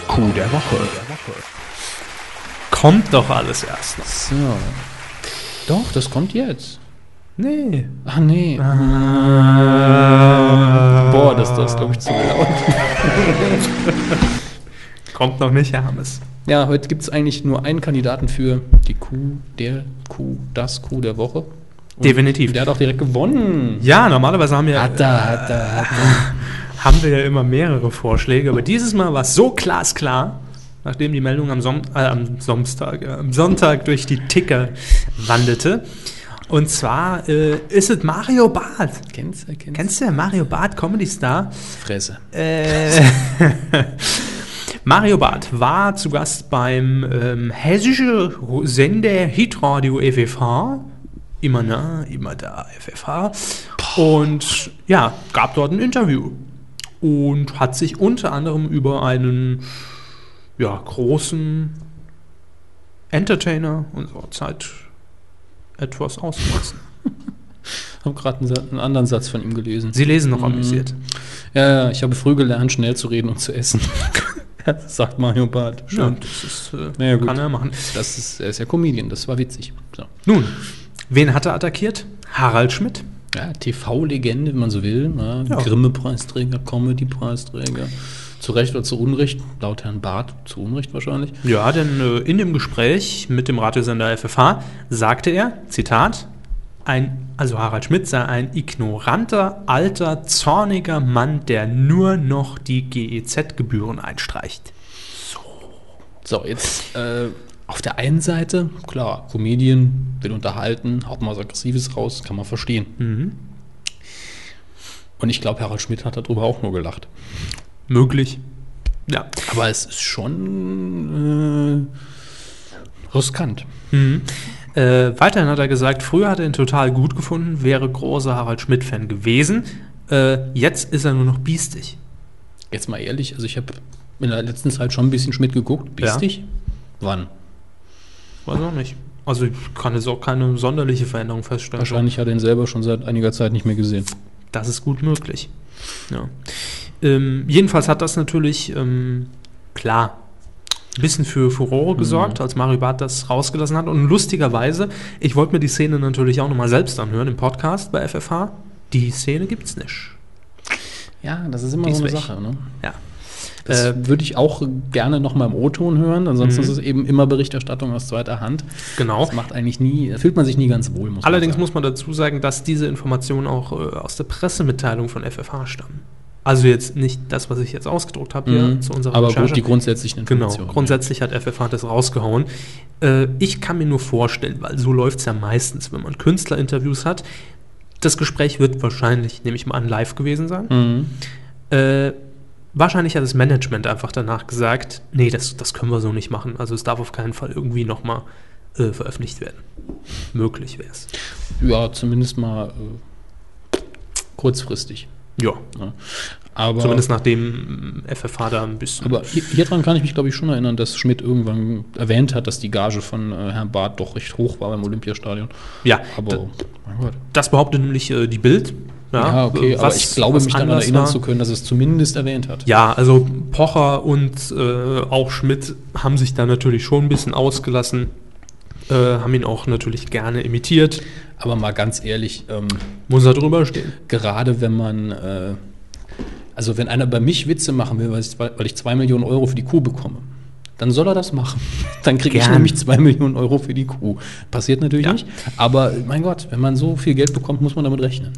Speaker 3: Kuh der Woche.
Speaker 2: Kommt doch alles erst noch.
Speaker 1: So. Doch, das kommt jetzt.
Speaker 2: Nee.
Speaker 1: Ach nee. Boah, das, das glaube ich zu laut.
Speaker 2: Kommt noch nicht, Hermes.
Speaker 1: Ja, heute gibt es eigentlich nur einen Kandidaten für die Kuh, der Kuh, das Kuh der Woche.
Speaker 2: Definitiv.
Speaker 1: Der hat auch direkt gewonnen.
Speaker 2: Ja, normalerweise haben wir,
Speaker 1: er, hat er, hat er.
Speaker 2: haben wir ja immer mehrere Vorschläge, aber dieses Mal war es so glasklar, nachdem die Meldung am, Som äh, am, Samstag, äh, am Sonntag durch die Ticker wanderte. Und zwar äh, ist es Mario Barth.
Speaker 1: Kennst du, kennst
Speaker 2: Kennst du Mario Barth, Comedy Star?
Speaker 1: du? Fresse.
Speaker 2: Äh, <laughs> Mario Barth war zu Gast beim ähm, hessischen Ru- Sender Hitradio FFH. Immer nah, immer da, FFH. Und ja, gab dort ein Interview. Und hat sich unter anderem über einen ja, großen Entertainer unserer Zeit etwas ausgelassen.
Speaker 1: Ich habe gerade einen, Sa- einen anderen Satz von ihm gelesen.
Speaker 2: Sie lesen
Speaker 1: Mhm.
Speaker 2: noch amüsiert.
Speaker 1: Ja, ja, ich habe früh gelernt, schnell zu reden und zu essen. <laughs> Sagt Mario Barth.
Speaker 2: Ja,
Speaker 1: Schön.
Speaker 2: das ist, äh,
Speaker 1: Na ja, gut.
Speaker 2: kann er machen.
Speaker 1: Das ist, er ist ja Comedian, das war witzig. So.
Speaker 2: Nun, wen hat er attackiert? Harald Schmidt.
Speaker 1: Ja, TV-Legende, wenn man so will. Ne?
Speaker 2: Ja.
Speaker 1: Grimme-Preisträger, Comedy-Preisträger. Zu Recht oder zu Unrecht, laut Herrn Barth, zu Unrecht wahrscheinlich.
Speaker 2: Ja, denn äh, in dem Gespräch mit dem Radiosender FFH sagte er, Zitat, ein, also Harald Schmidt sei ein ignoranter, alter, zorniger Mann, der nur noch die GEZ-Gebühren einstreicht.
Speaker 1: So, jetzt äh, auf der einen Seite, klar, Comedian, will unterhalten, haut mal was Aggressives raus, kann man verstehen. Und ich glaube, Harald Schmidt hat darüber auch nur gelacht.
Speaker 2: Möglich. Ja.
Speaker 1: Aber es ist schon äh, riskant.
Speaker 2: Äh, weiterhin hat er gesagt, früher hat er ihn total gut gefunden, wäre großer Harald Schmidt-Fan gewesen. Äh, jetzt ist er nur noch biestig.
Speaker 1: Jetzt mal ehrlich, also ich habe in der letzten Zeit schon ein bisschen Schmidt geguckt. Biestig? Wann?
Speaker 2: Weiß auch nicht. Also ich kann jetzt auch keine sonderliche Veränderung feststellen.
Speaker 1: Wahrscheinlich hat er ihn selber schon seit einiger Zeit nicht mehr gesehen.
Speaker 2: Das ist gut möglich. Ja. Ähm, jedenfalls hat das natürlich, ähm, klar, ein bisschen für
Speaker 1: Mhm.
Speaker 2: Furore gesorgt, als Mario Barth das rausgelassen hat. Und lustigerweise, ich wollte mir die Szene natürlich auch nochmal selbst anhören im Podcast bei FFH. Die Szene gibt's nicht.
Speaker 1: Ja, das ist immer
Speaker 2: Dies
Speaker 1: so eine
Speaker 2: weg.
Speaker 1: Sache. Ne?
Speaker 2: Ja.
Speaker 1: Das
Speaker 2: Äh,
Speaker 1: würde ich auch gerne noch mal im O-Ton hören. Ansonsten ist es eben immer Berichterstattung aus zweiter Hand.
Speaker 2: genau.
Speaker 1: Das macht eigentlich nie, da fühlt man sich nie ganz wohl. Muss
Speaker 2: Allerdings
Speaker 1: man
Speaker 2: muss man dazu sagen, dass diese Informationen auch äh, aus der Pressemitteilung von FFH stammen. Also jetzt nicht das, was ich jetzt ausgedruckt habe hier
Speaker 1: sagen.
Speaker 2: zu
Speaker 1: Mhm.
Speaker 2: unserer
Speaker 1: Aber
Speaker 2: Recherche.
Speaker 1: gut, die grundsätzlichen
Speaker 2: Genau,
Speaker 1: Informationen.
Speaker 2: grundsätzlich hat FFH das rausgehauen. Äh, ich kann mir nur vorstellen, weil so läuft es ja meistens, wenn man Künstlerinterviews hat, das Gespräch wird wahrscheinlich, nehme ich mal an, live gewesen sein.
Speaker 1: Mhm. Hm.
Speaker 2: Äh, wahrscheinlich hat das Management einfach danach gesagt, nee, das, das können wir so nicht machen. Also es darf auf keinen Fall irgendwie nochmal äh, veröffentlicht werden. Möglich wäre es.
Speaker 1: Ja, zumindest mal äh, kurzfristig. ne?
Speaker 2: Ja,
Speaker 1: Aber,
Speaker 2: zumindest nachdem mm, FFH da ein bisschen...
Speaker 1: aber hier, hier dran kann ich mich, glaube ich, schon erinnern, dass Schmidt irgendwann erwähnt hat, dass die Gage von äh, Herrn Barth doch recht hoch war beim Olympiastadion.
Speaker 2: ja,
Speaker 1: Aber,
Speaker 2: da-
Speaker 1: mein Gott.
Speaker 2: das behauptet nämlich äh, die Bild.
Speaker 1: Ja, okay,
Speaker 2: äh,
Speaker 1: aber
Speaker 2: was-
Speaker 1: ich glaube,
Speaker 2: was
Speaker 1: mich daran
Speaker 2: anders
Speaker 1: erinnern
Speaker 2: war.
Speaker 1: zu können, dass es zumindest erwähnt hat.
Speaker 2: Ja, also Pocher und äh, auch Schmidt haben sich da natürlich schon ein bisschen ausgelassen, äh, haben ihn auch natürlich gerne imitiert.
Speaker 1: Aber mal ganz ehrlich, ähm,
Speaker 2: Muss er drüber stehen.
Speaker 1: gerade wenn man, äh, also wenn einer bei mich Witze machen will, weil ich, zwei- weil ich zwei Millionen Euro für die Kuh bekomme, dann soll er das machen. <laughs> Dann kriege ich
Speaker 2: Gern.
Speaker 1: nämlich zwei Millionen Euro für die Kuh. Passiert natürlich
Speaker 2: Ja.
Speaker 1: nicht, aber mein Gott, wenn man so viel Geld bekommt, muss man damit rechnen.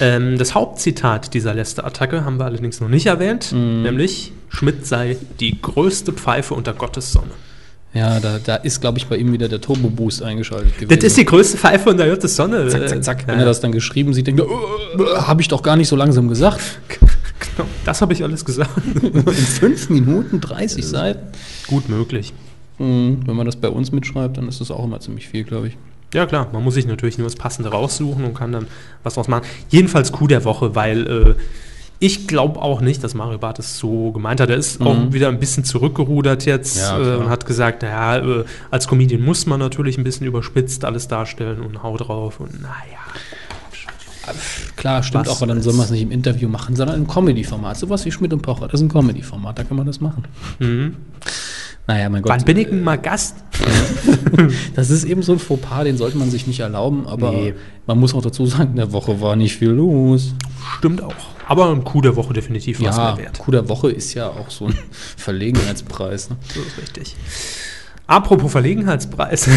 Speaker 2: Ähm, das Hauptzitat dieser Lester-Attacke haben wir allerdings noch nicht erwähnt,
Speaker 1: Mhm.
Speaker 2: nämlich Schmidt sei die größte Pfeife unter Gottes Sonne.
Speaker 1: Ja, da, da ist, glaube ich, bei ihm wieder der Turbo-Boost eingeschaltet gewesen.
Speaker 2: Das ist die größte Pfeife unter Gottes Sonne.
Speaker 1: Zack, zack, zack. Wenn
Speaker 2: Ja,
Speaker 1: er das dann geschrieben sieht, denkt er, "Äh, habe ich doch gar nicht so langsam gesagt.
Speaker 2: <laughs> genau, das habe ich alles
Speaker 1: <laughs>
Speaker 2: gesagt.
Speaker 1: In 5 Minuten 30 Seiten.
Speaker 2: Gut möglich.
Speaker 1: Mhm, Wenn man das bei uns mitschreibt, dann ist das auch immer ziemlich viel, glaube ich.
Speaker 2: Ja klar, man muss sich natürlich nur das Passende raussuchen und kann dann was draus machen. Jedenfalls Coup der Woche, weil äh, ich glaube auch nicht, dass Mario Barth es so gemeint hat. Er ist auch wieder ein bisschen zurückgerudert jetzt
Speaker 1: Mhm. Ja,
Speaker 2: äh,
Speaker 1: klar.
Speaker 2: und hat gesagt, naja, äh, als Comedian muss man natürlich ein bisschen überspitzt alles darstellen und hau drauf und naja.
Speaker 1: Klar, stimmt
Speaker 2: Was
Speaker 1: auch, aber dann soll man es nicht im Interview machen, sondern im Comedy-Format. Sowas wie Schmidt und Pocher, das ist ein Comedy-Format, da kann man das machen. Naja, mein Gott.
Speaker 2: Mhm.
Speaker 1: äh,
Speaker 2: Wann bin ich denn mal Gast?
Speaker 1: Das ist eben so ein Fauxpas, den sollte man sich nicht erlauben, aber
Speaker 2: Nee.
Speaker 1: man muss auch dazu sagen, in der Woche war nicht viel los.
Speaker 2: Stimmt auch. Aber ein Coup der Woche definitiv was
Speaker 1: ja,
Speaker 2: mehr wert.
Speaker 1: Coup der Woche ist ja auch so ein <laughs> Verlegenheitspreis. Ne?
Speaker 2: Das ist richtig. Apropos Verlegenheitspreis.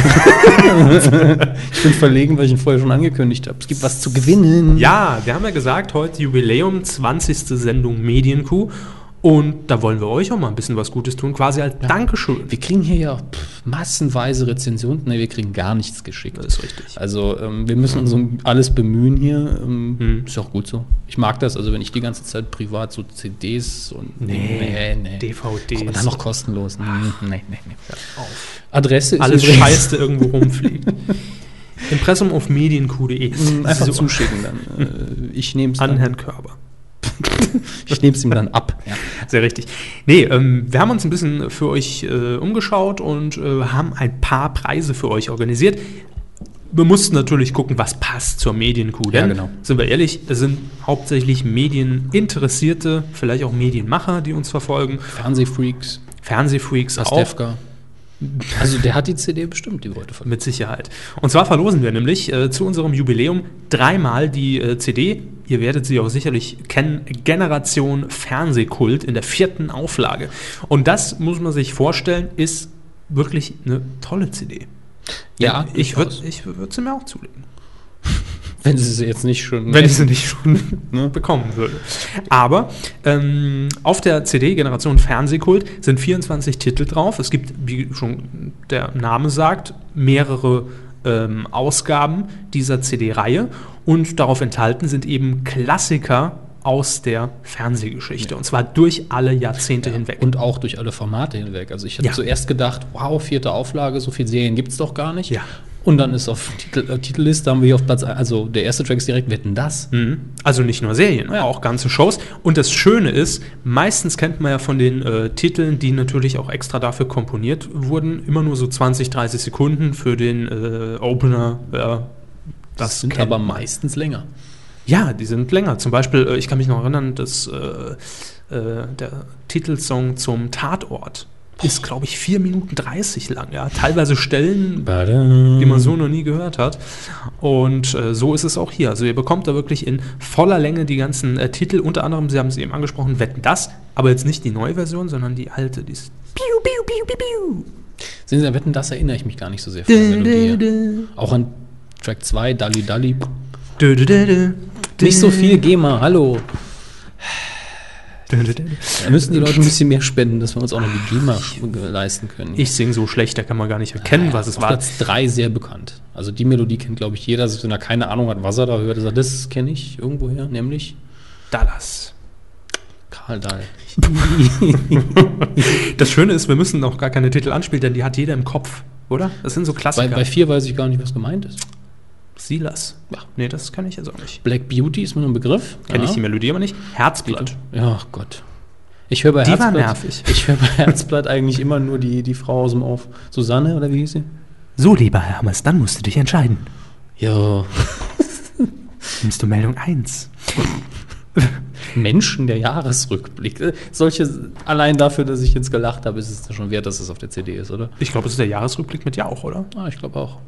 Speaker 1: Ich bin verlegen, weil ich ihn vorher schon angekündigt habe. Es gibt was zu gewinnen.
Speaker 2: Ja, wir haben ja gesagt, heute Jubiläum, 20. Sendung Medienkuh. Und da wollen wir euch auch mal ein bisschen was Gutes tun, quasi als Dankeschön.
Speaker 1: Wir kriegen hier ja pff, massenweise Rezensionen. Ne, wir kriegen gar nichts geschickt.
Speaker 2: Das ist richtig.
Speaker 1: Also ähm, wir müssen uns um alles bemühen hier. Ähm,
Speaker 2: Hm.
Speaker 1: Ist ja auch gut so. Ich mag das, also wenn ich die ganze Zeit privat so CDs und
Speaker 2: Nee, DVDs.
Speaker 1: DVDs und dann noch kostenlos. Nee, nee, nee, nee.
Speaker 2: Ah. Auf.
Speaker 1: Adresse ist
Speaker 2: <laughs> Alles
Speaker 1: übrigens-
Speaker 2: Scheiß, der irgendwo <laughs> rumfliegt. Impressum auf medienkuh.de.
Speaker 1: <laughs> Einfach
Speaker 2: So,
Speaker 1: zuschicken
Speaker 2: <laughs>
Speaker 1: dann. Äh, Ich nehme es
Speaker 2: An
Speaker 1: dann,
Speaker 2: Herrn Körber.
Speaker 1: ich nehm's ihm dann
Speaker 2: <laughs>
Speaker 1: ab. Ja.
Speaker 2: Sehr richtig. Nee, ähm, wir haben uns ein bisschen für euch äh, umgeschaut und äh, haben ein paar Preise für euch organisiert. Wir mussten natürlich gucken, was passt zur Medienkuh. Denn,
Speaker 1: Ja, genau.
Speaker 2: sind wir ehrlich, es sind hauptsächlich Medieninteressierte, vielleicht auch Medienmacher, die uns verfolgen.
Speaker 1: Fernsehfreaks,
Speaker 2: Fernsehfreaks auch
Speaker 1: Astefka. Also der hat die CD bestimmt, die wollte von
Speaker 2: mit Sicherheit. Und zwar verlosen wir nämlich äh, zu unserem Jubiläum dreimal die äh, CD. Ihr werdet sie auch sicherlich kennen. Generation Fernsehkult in der vierten Auflage. Und das muss man sich vorstellen, ist wirklich eine tolle CD.
Speaker 1: Ja,
Speaker 2: ich würde
Speaker 1: durchaus.
Speaker 2: ich würd sie mir auch zulegen.
Speaker 1: Wenn sie sie jetzt nicht schon. <laughs>
Speaker 2: Wenn ich sie nicht schon bekommen würde. Aber ähm, auf der CD Generation Fernsehkult sind 24 Titel drauf. Es gibt, wie schon der Name sagt, mehrere ähm, Ausgaben dieser CD-Reihe. Und darauf enthalten sind eben Klassiker aus der Fernsehgeschichte. Und zwar durch alle Jahrzehnte hinweg.
Speaker 1: Und auch durch alle Formate hinweg. Also ich habe
Speaker 2: Ja.
Speaker 1: zuerst gedacht, wow, vierte Auflage, so viele Serien gibt es doch gar nicht.
Speaker 2: Ja.
Speaker 1: Und dann ist auf Titel, äh, Titelliste, haben wir hier auf Platz, ein- also der erste Track ist direkt, wetten das?
Speaker 2: Mhm. Also nicht nur Serien, auch ganze Shows. Und das Schöne ist, meistens kennt man ja von den äh, Titeln, die natürlich auch extra dafür komponiert wurden, immer nur so 20, 30 Sekunden für den äh, Opener. Äh, das
Speaker 1: sind
Speaker 2: kennt
Speaker 1: aber
Speaker 2: man.
Speaker 1: meistens länger.
Speaker 2: Ja, die sind länger. Zum Beispiel, äh, ich kann mich noch erinnern, dass äh, äh, der Titelsong zum Tatort ist, glaube ich, 4 Minuten 30 lang. Ja? Teilweise Stellen, die man so noch nie gehört hat. Und äh, so ist es auch hier. Also ihr bekommt da wirklich in voller Länge die ganzen äh, Titel. Unter anderem, Sie haben es eben angesprochen, Wetten das, aber jetzt nicht die neue Version, sondern die alte. Die ist
Speaker 1: Sehen Sie, an wetten das erinnere ich mich gar nicht so sehr von der Melodie. her. Auch an Track 2, Dalli Dalli.
Speaker 2: Dö, dö, dö, dö.
Speaker 1: Nicht so viel GEMA, hallo. Da müssen die Leute ein bisschen mehr spenden, dass wir uns auch noch die GEMA leisten können.
Speaker 2: Ich singe so schlecht, da kann man gar nicht erkennen, was es
Speaker 1: Auf
Speaker 2: war.
Speaker 1: Platz 3 sehr bekannt. Also die Melodie kennt, glaube ich, jeder. Also wenn er keine Ahnung hat, was er da hört, sagt, das kenne ich irgendwoher, nämlich
Speaker 2: Dallas.
Speaker 1: Karl Dahl.
Speaker 2: Das Schöne ist, wir müssen auch gar keine Titel anspielen, denn die hat jeder im Kopf, oder? Das sind so
Speaker 1: Bei,
Speaker 2: Klassiker.
Speaker 1: bei vier weiß ich gar nicht, was gemeint ist.
Speaker 2: Silas. Ach, nee, das kann ich jetzt auch nicht.
Speaker 1: Black Beauty ist mir nur ein Begriff.
Speaker 2: Kenne
Speaker 1: ja.
Speaker 2: ich die Melodie aber nicht. Herzblatt.
Speaker 1: Ja, ach Gott. Ich höre bei
Speaker 2: Die war
Speaker 1: Herzblatt.
Speaker 2: nervig.
Speaker 1: <laughs> Ich höre bei Herzblatt eigentlich immer nur die, die Frau aus dem Auf. Susanne oder wie hieß sie?
Speaker 2: So, lieber Hermes, dann musst du dich entscheiden.
Speaker 1: Ja.
Speaker 2: Nimmst du Meldung 1?
Speaker 1: Menschen der Jahresrückblick. Äh, Solche, allein dafür, dass ich jetzt gelacht habe, ist es schon wert, dass es auf der CD ist, oder?
Speaker 2: Ich glaube, es ist der Jahresrückblick mit Ja auch, oder?
Speaker 1: Ah, ich glaube auch.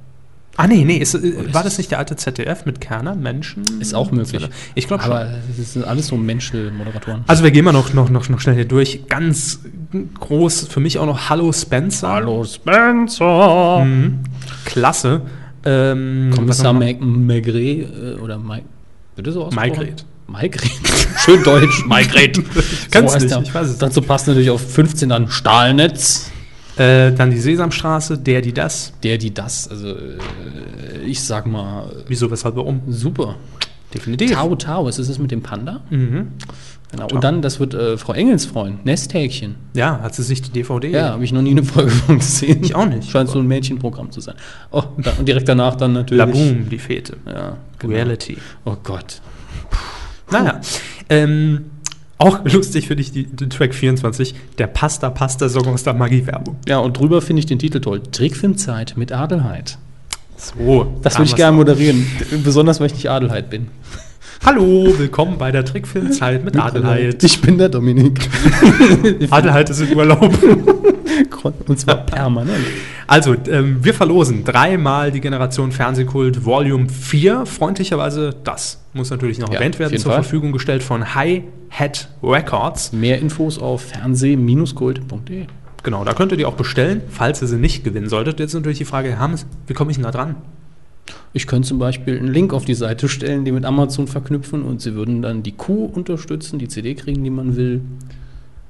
Speaker 2: Ah, nee, nee. Ist, äh,
Speaker 1: Oder
Speaker 2: war
Speaker 1: ist-
Speaker 2: das nicht der alte ZDF mit Kerner? Menschen?
Speaker 1: Ist auch möglich.
Speaker 2: Ich glaube schon.
Speaker 1: Aber es sind alles so Menschel-Moderatoren.
Speaker 2: Also wir gehen mal noch, noch, noch, noch schnell hier durch. Ganz groß für mich auch noch Hallo Spencer.
Speaker 1: Spencer!
Speaker 2: Mhm. Klasse. Ähm, was
Speaker 1: Kommissar
Speaker 2: haben wir
Speaker 1: Mag Magret äh, oder Mike. Bitte so ausgesprochen?
Speaker 2: Maigret.
Speaker 1: Maigret. <laughs> Schön deutsch, <laughs> Maigret.
Speaker 2: kann's
Speaker 1: heißt
Speaker 2: nicht,
Speaker 1: er.
Speaker 2: ich weiß es
Speaker 1: Dazu passt natürlich auf 15 dann Stahlnetz.
Speaker 2: noch? äh, dann die Sesamstraße, der, die, das.
Speaker 1: Der, die, das. Also, äh, ich sag mal,
Speaker 2: Wieso, weshalb, warum?
Speaker 1: super.
Speaker 2: Definitiv.
Speaker 1: Tau, Tau, ist es das mit dem Panda?
Speaker 2: Mhm.
Speaker 1: Genau. Und dann, das wird äh, Frau Engels freuen. Nesthäkchen.
Speaker 2: Ja, hat sie sich die DVD.
Speaker 1: Ja, habe ich noch nie eine Folge <laughs> von gesehen.
Speaker 2: Ich auch nicht.
Speaker 1: Scheint so ein Mädchenprogramm zu sein. Oh, da, und direkt danach dann natürlich.
Speaker 2: Laboom, die Fete.
Speaker 1: Ja, genau.
Speaker 2: Reality.
Speaker 1: Oh Gott.
Speaker 2: Naja. Ähm, auch <laughs> lustig finde ich die, den Track 24, der Pasta Pasta Song aus der Magie-Werbung.
Speaker 1: Ja, und drüber finde ich den Titel toll. Trickfilmzeit mit Adelheid.
Speaker 2: So,
Speaker 1: Das würde ich gerne moderieren. Besonders, weil ich nicht Adelheid bin.
Speaker 2: Hallo, willkommen bei der Trickfilmzeit mit Adelheid.
Speaker 1: Ich bin der Dominik.
Speaker 2: <laughs> Adelheid ist im Urlaub.
Speaker 1: <laughs> Und zwar permanent.
Speaker 2: Also, ähm, wir verlosen dreimal die Generation Fernsehkult Volume 4. Freundlicherweise, das muss natürlich noch
Speaker 1: Ja,
Speaker 2: erwähnt
Speaker 1: auf
Speaker 2: werden,
Speaker 1: jeden
Speaker 2: zur
Speaker 1: Fall.
Speaker 2: Verfügung gestellt von High Hat Records.
Speaker 1: Mehr Infos auf fernseh-kult.de.
Speaker 2: Genau, da könnt ihr die auch bestellen, falls ihr sie nicht gewinnen solltet. Jetzt natürlich die Frage, Herr Hammes, wie komme ich denn da dran?
Speaker 1: Ich könnte zum Beispiel einen Link auf die Seite stellen, die mit Amazon verknüpfen und sie würden dann die Kuh unterstützen, die CD kriegen, die man will,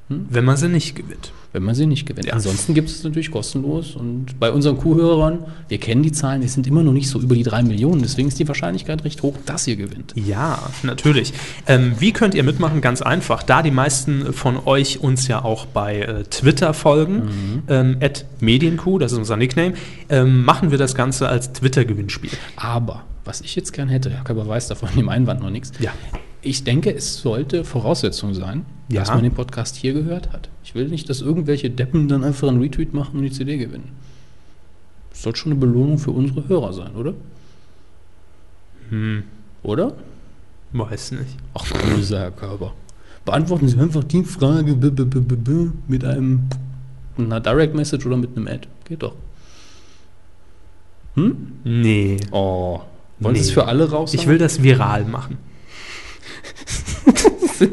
Speaker 2: Wenn man sie nicht gewinnt.
Speaker 1: wenn man sie nicht gewinnt.
Speaker 2: Ja.
Speaker 1: Ansonsten gibt es natürlich kostenlos und bei unseren Kuhhörern, wir kennen die Zahlen, die sind immer noch nicht so über die drei Millionen, deswegen ist die Wahrscheinlichkeit recht hoch, dass ihr gewinnt.
Speaker 2: Ja, natürlich. Ähm, wie könnt ihr mitmachen? Ganz einfach. Da die meisten von euch uns ja auch bei äh, Twitter
Speaker 1: Mhm.
Speaker 2: folgen, ähm, @medienkuh, das ist unser Nickname, ähm, machen wir das Ganze als Twitter-Gewinnspiel.
Speaker 1: Aber, was ich jetzt gern hätte, Herr Körper weiß davon im Einwand noch nichts,
Speaker 2: Ja.
Speaker 1: ich denke, es sollte Voraussetzung sein,
Speaker 2: Ja.
Speaker 1: dass man den Podcast hier gehört hat. Ich will nicht, dass irgendwelche Deppen dann einfach einen Retweet machen und die CD gewinnen. Das sollte schon eine Belohnung für unsere Hörer sein, oder?
Speaker 2: Hm,
Speaker 1: Oder?
Speaker 2: weiß nicht.
Speaker 1: Ach, böser Herr Körber. Beantworten Sie einfach die Frage b -b -b -b -b mit einem mit einer Direct Message oder mit einem Ad. Geht doch. Hm?
Speaker 2: Nee.
Speaker 1: Oh. Wollen Sie es
Speaker 2: Nee.
Speaker 1: für alle raus? <laughs>
Speaker 2: Ich will das viral machen.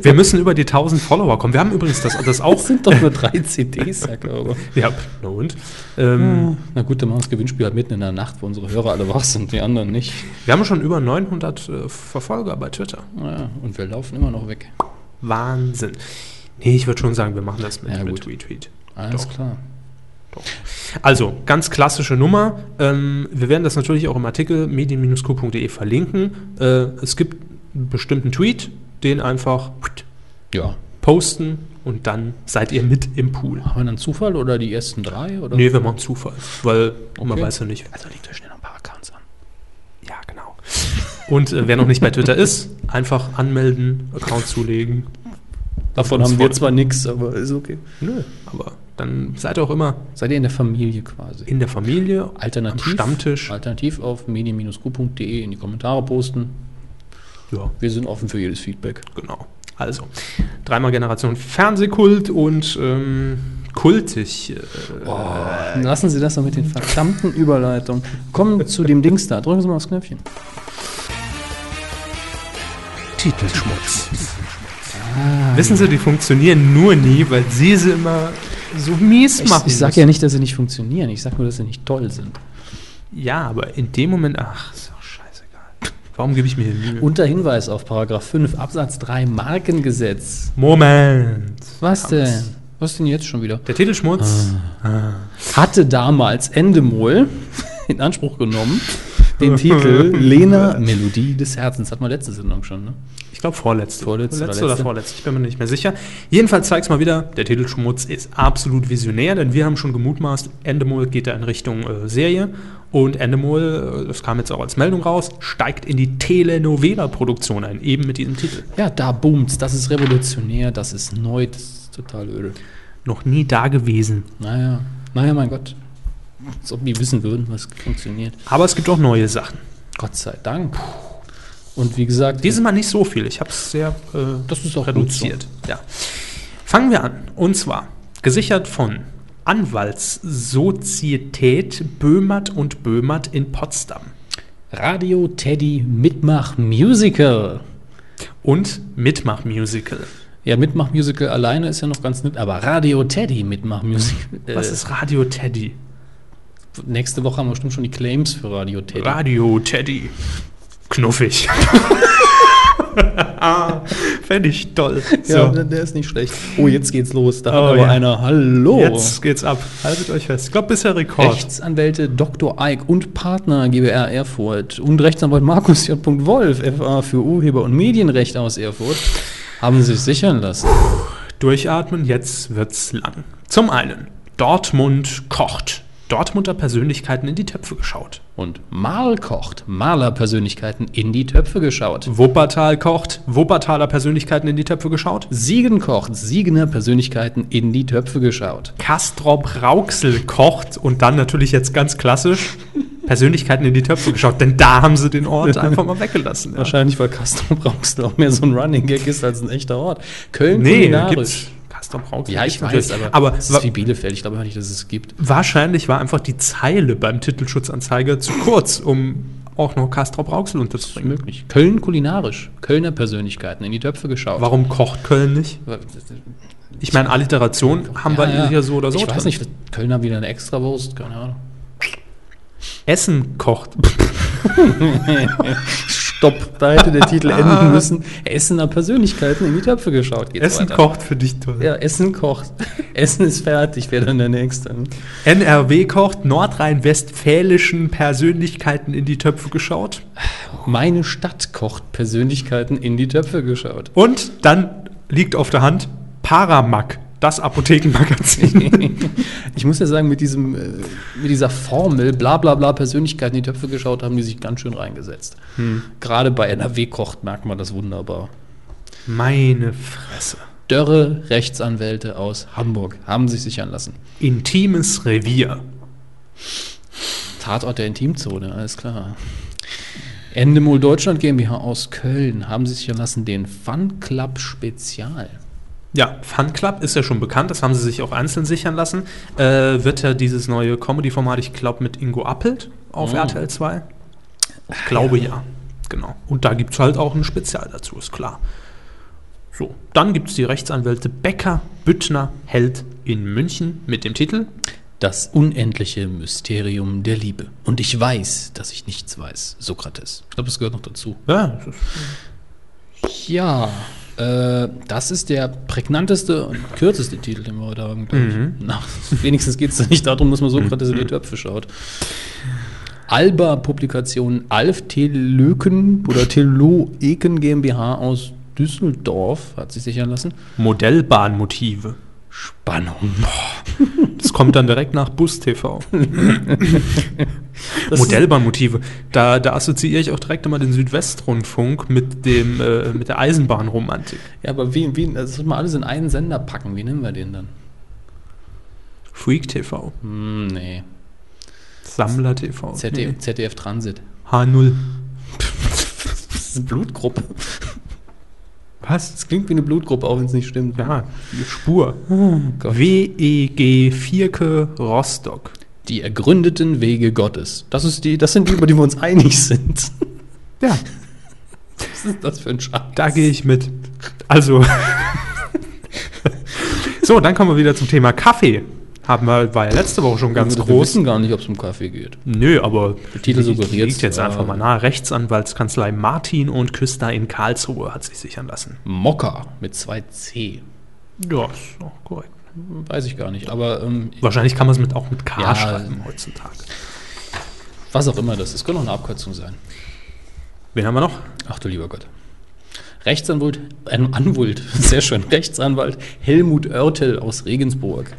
Speaker 2: wir müssen über die 1000 Follower kommen. Wir haben übrigens das, das auch.
Speaker 1: <laughs> das sind doch nur drei CDs, Herr Körber. Hm.
Speaker 2: Ja, na und? Ähm,
Speaker 1: Na gut, dann machen wir das Gewinnspiel halt mitten in der Nacht, wo unsere Hörer alle wach sind, die anderen nicht.
Speaker 2: Wir haben schon über 900 äh, Verfolger bei Twitter.
Speaker 1: Ja, und wir laufen immer noch weg.
Speaker 2: Wahnsinn. Nee, ich würde schon sagen, wir machen das mit,
Speaker 1: Ja,
Speaker 2: mit
Speaker 1: gut.
Speaker 2: Retweet.
Speaker 1: Alles
Speaker 2: Doch.
Speaker 1: klar.
Speaker 2: Also, ganz klassische Nummer. Ähm, wir werden das natürlich auch im Artikel medien-q.de verlinken. Äh, es gibt einen bestimmten Tweet, den einfach
Speaker 1: Ja.
Speaker 2: posten und dann seid ihr mit im Pool.
Speaker 1: Haben wir dann Zufall oder die ersten drei? Oder?
Speaker 2: Nee, wir machen Zufall, weil man
Speaker 1: Okay.
Speaker 2: weiß ja nicht.
Speaker 1: Also legt euch schnell noch ein paar Accounts an.
Speaker 2: Ja, genau. Und äh, wer noch nicht bei Twitter ist, einfach anmelden, Account zulegen.
Speaker 1: Davon haben wir zwar nichts, aber ist okay.
Speaker 2: Nö, aber dann seid ihr auch immer
Speaker 1: Seid ihr in der Familie quasi?
Speaker 2: in der Familie,
Speaker 1: Alternativ,
Speaker 2: am Stammtisch.
Speaker 1: Alternativ auf medien-q.de e in die Kommentare posten.
Speaker 2: Ja,
Speaker 1: Wir sind offen für jedes Feedback.
Speaker 2: genau. Also, dreimal Generation Fernsehkult und ähm, kultig. Äh,
Speaker 1: Äh, Lassen Sie das doch mit den verdammten Überleitungen. <laughs> Kommen zu dem Dings da. Drücken Sie mal aufs Knöpfchen.
Speaker 3: Titelschmutz.
Speaker 2: Wissen Sie, die funktionieren nur nie, weil Sie sie immer so mies
Speaker 1: Ich,
Speaker 2: machen.
Speaker 1: ich sage ja nicht, dass sie nicht funktionieren. Ich sage nur, dass sie nicht toll sind.
Speaker 2: Ja, aber in dem Moment, ach, ist doch scheißegal. Warum gebe ich mir hier Mühe?
Speaker 1: Unter Hinweis auf Paragraph 5 Absatz 3 Markengesetz.
Speaker 2: Moment.
Speaker 1: Was
Speaker 2: Hammer.
Speaker 1: denn? Was denn jetzt schon wieder?
Speaker 2: Der
Speaker 1: Ah.
Speaker 2: Titelschmutz. Ah.
Speaker 1: <laughs> Hatte damals Endemol in Anspruch genommen, den <laughs> Titel Lena Melodie des Herzens. Hat man letzte Sendung schon, ne?
Speaker 2: Ich glaube vorletzte.
Speaker 1: Vorletzte oder
Speaker 2: Letzte oder
Speaker 1: letzte?
Speaker 2: vorletzte, ich bin mir nicht mehr sicher. Jedenfalls zeigt's mal wieder, der Titel Schmutz ist absolut visionär, denn wir haben schon gemutmaßt, Endemol geht da in Richtung äh, Serie und Endemol, äh, das kam jetzt auch als Meldung raus, steigt in die Telenovela-Produktion ein, eben mit diesem Titel.
Speaker 1: Ja, da boomt's. Das ist revolutionär, das ist neu, das ist total öde.
Speaker 2: Noch nie da gewesen.
Speaker 1: Naja, naja, mein Gott. Als ob die wissen würden, was funktioniert.
Speaker 2: Aber es gibt auch neue Sachen.
Speaker 1: Gott sei Dank. Und wie gesagt,
Speaker 2: Dieses Mal nicht so viel. Ich habe es sehr äh,
Speaker 1: Das ist auch gut
Speaker 2: reduziert. Ja. Fangen wir an. Und zwar gesichert von Anwaltssozietät Böhmert und Böhmert in Potsdam
Speaker 1: Radio Teddy Mitmach Musical.
Speaker 2: und Mitmachmusical.
Speaker 1: Ja, Mitmach Musical alleine ist ja noch ganz nett, aber Radio Teddy Mitmach Musical. äh,
Speaker 2: Was ist Radio Teddy?
Speaker 1: Nächste Woche haben wir bestimmt schon die Claims für Radio Teddy.
Speaker 2: Radio Teddy.
Speaker 1: <laughs>
Speaker 2: Knuffig. Fände ich toll.
Speaker 4: Ja,
Speaker 2: So.
Speaker 1: ne-
Speaker 4: der, der ist nicht schlecht. Oh, jetzt geht's los. Da
Speaker 2: Oh,
Speaker 4: hat aber
Speaker 2: ja.
Speaker 4: einer. Hallo.
Speaker 2: Jetzt geht's ab. Haltet euch fest. Ich glaube, bisher Rekord.
Speaker 1: Rechtsanwälte Dr. Eick und Partner GBR Erfurt und Rechtsanwalt Markus J. Wolf, FA für Urheber- und Medienrecht aus Erfurt, haben sich sichern lassen.
Speaker 2: Durchatmen, jetzt wird's lang. Zum einen, Dortmund kocht. Dortmunder Persönlichkeiten in die Töpfe geschaut.
Speaker 1: Und Mal kocht, Malerpersönlichkeiten in die Töpfe geschaut.
Speaker 2: Wuppertal kocht. Wuppertaler Persönlichkeiten in die Töpfe geschaut.
Speaker 1: Siegen kocht, Siegener Persönlichkeiten in die Töpfe geschaut.
Speaker 2: Kastrop Rauxel kocht und dann natürlich jetzt ganz
Speaker 1: <laughs>
Speaker 2: klassisch Persönlichkeiten in die Töpfe geschaut, denn da haben sie den Ort einfach mal weggelassen. Ja.
Speaker 1: Wahrscheinlich, weil Castrop Rauxel auch mehr so ein Running Gag ist als ein echter Ort. Köln
Speaker 2: Nee,
Speaker 1: kulinarisch.
Speaker 2: gibt's. Kastrop Rauxel.
Speaker 1: Ja, ich
Speaker 2: gibt's
Speaker 1: weiß,
Speaker 2: natürlich.
Speaker 1: aber,
Speaker 2: aber
Speaker 1: es ist
Speaker 2: wa
Speaker 1: wie Bielefeld. Ich glaube nicht, dass es gibt.
Speaker 2: wahrscheinlich war einfach die Zeile beim Titelschutzanzeiger zu kurz, um auch noch Kastrop Rauxel unterzubringen.
Speaker 1: Möglich. Köln kulinarisch. Kölner Persönlichkeiten in die Töpfe geschaut.
Speaker 2: Warum kocht Köln nicht? Ich meine, Alliteration haben wir hier so oder so.
Speaker 1: Ich weiß
Speaker 2: drin.
Speaker 1: nicht, Köln haben wieder eine Extrawurst, keine Ahnung.
Speaker 2: Essen
Speaker 1: <laughs>
Speaker 2: kocht.
Speaker 1: Stopp, da hätte der Titel enden müssen. Essener Persönlichkeiten in die Töpfe geschaut. Geht's
Speaker 2: Essen
Speaker 1: weiter.
Speaker 2: kocht für dich toll.
Speaker 1: Ja, Essen kocht. <laughs> Essen ist fertig, wäre dann der Nächste.
Speaker 2: NRW kocht nordrhein-westfälischen Persönlichkeiten in die Töpfe geschaut.
Speaker 1: Meine Stadt kocht Persönlichkeiten in die Töpfe <laughs> geschaut.
Speaker 2: Und dann liegt auf der Hand Paramac, das Apothekenmagazin.
Speaker 1: <laughs> Ich muss ja sagen, mit, diesem, äh, mit dieser Formel, bla bla bla, Persönlichkeiten in die Töpfe geschaut, haben die sich ganz schön reingesetzt. Gerade bei NRW kocht, merkt man das wunderbar.
Speaker 2: Meine Fresse.
Speaker 1: Dörre Rechtsanwälte aus Hamburg haben sich sichern lassen.
Speaker 2: Intimes Revier.
Speaker 1: Tatort der Intimzone, alles klar. Endemol Deutschland GmbH aus Köln haben sich sichern lassen den Fun Club Spezial.
Speaker 2: Ja, Fun Club ist ja schon bekannt, das haben sie sich auch einzeln sichern lassen. Äh, wird ja dieses neue Comedy-Format, ich glaube, mit Ingo Appelt auf
Speaker 1: Oh.
Speaker 2: RTL 2. Ich glaube ja. Genau. Und da gibt es halt auch ein Spezial dazu, ist klar. So, dann gibt es die Rechtsanwälte Becker, Büttner, Held in München mit dem Titel
Speaker 1: Das unendliche Mysterium der Liebe. Und ich weiß, dass ich nichts weiß. Sokrates. Ich glaube, das gehört noch dazu.
Speaker 2: ja, äh, das ist
Speaker 1: Ja, äh, das ist der prägnanteste und kürzeste Titel, den wir heute haben. glaub ich. Na, <laughs> wenigstens geht es da nicht darum, dass man Sokrates in die Töpfe schaut. Alba-Publikation Alf Telöken oder Teloeken GmbH aus Düsseldorf hat sich sichern lassen.
Speaker 2: Modellbahnmotive.
Speaker 1: Spannung.
Speaker 2: Das kommt dann direkt nach Bus TV. Modellbahnmotive. Da, da assoziiere ich auch direkt immer den Südwestrundfunk mit, dem, äh, mit der Eisenbahnromantik.
Speaker 1: Ja, aber wie, wie, das muss man alles in einen Sender packen. Wie nennen wir den dann?
Speaker 2: Freak TV.
Speaker 1: Hm, nee.
Speaker 2: Sammler TV.
Speaker 1: ZDF, ZDF Transit.
Speaker 2: H0.
Speaker 1: Das ist eine Blutgruppe.
Speaker 2: Was?
Speaker 1: Das klingt wie eine Blutgruppe, auch wenn es nicht stimmt.
Speaker 2: Ja, die Spur.
Speaker 1: Gott.
Speaker 2: WEG Vierke Rostock.
Speaker 1: Die ergründeten Wege Gottes. Das, ist die, das sind die, über die wir uns einig <laughs> sind.
Speaker 2: Ja,
Speaker 1: Was ist das für ein Scheiß?
Speaker 2: da gehe ich mit. Also. <laughs> so, dann kommen wir wieder zum Thema Kaffee. Haben wir, war ja letzte Woche schon ganz
Speaker 1: wir
Speaker 2: groß.
Speaker 1: wissen gar nicht, ob es um Kaffee geht.
Speaker 2: Nö, aber
Speaker 1: Der Titel suggeriert's,
Speaker 2: liegt jetzt
Speaker 1: ja.
Speaker 2: einfach mal nahe. Rechtsanwaltskanzlei Martin und Küster in Karlsruhe hat sich sichern lassen.
Speaker 1: Mokka mit 2C.
Speaker 2: Ja, ist auch korrekt.
Speaker 1: Weiß ich gar nicht, aber ähm,
Speaker 2: Wahrscheinlich kann man es mit, auch mit K
Speaker 1: Ja.
Speaker 2: schreiben heutzutage.
Speaker 1: Was auch immer das ist. Könnte auch eine Abkürzung sein.
Speaker 2: Wen haben wir noch?
Speaker 1: Ach du lieber Gott. Rechtsanwalt, äh, Anwalt, <laughs> sehr schön, Rechtsanwalt Helmut Oertel aus Regensburg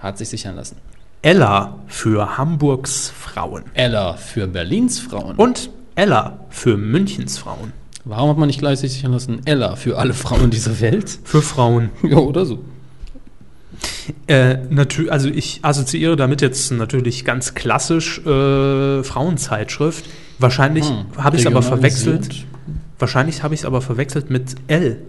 Speaker 1: hat sich sichern lassen.
Speaker 2: Ella für Hamburgs Frauen.
Speaker 1: Ella für Berlins Frauen.
Speaker 2: Und Ella für Münchens Frauen.
Speaker 1: Warum hat man nicht gleich sich sichern lassen? Ella für alle Frauen dieser Welt? <laughs>
Speaker 2: Für Frauen.
Speaker 1: Ja, oder so.
Speaker 2: Äh, natü- also ich assoziiere damit jetzt natürlich ganz klassisch äh, Frauenzeitschrift. Wahrscheinlich habe ich es Hm,
Speaker 1: Regionalisiert.
Speaker 2: aber verwechselt. Wahrscheinlich habe ich es aber verwechselt mit L.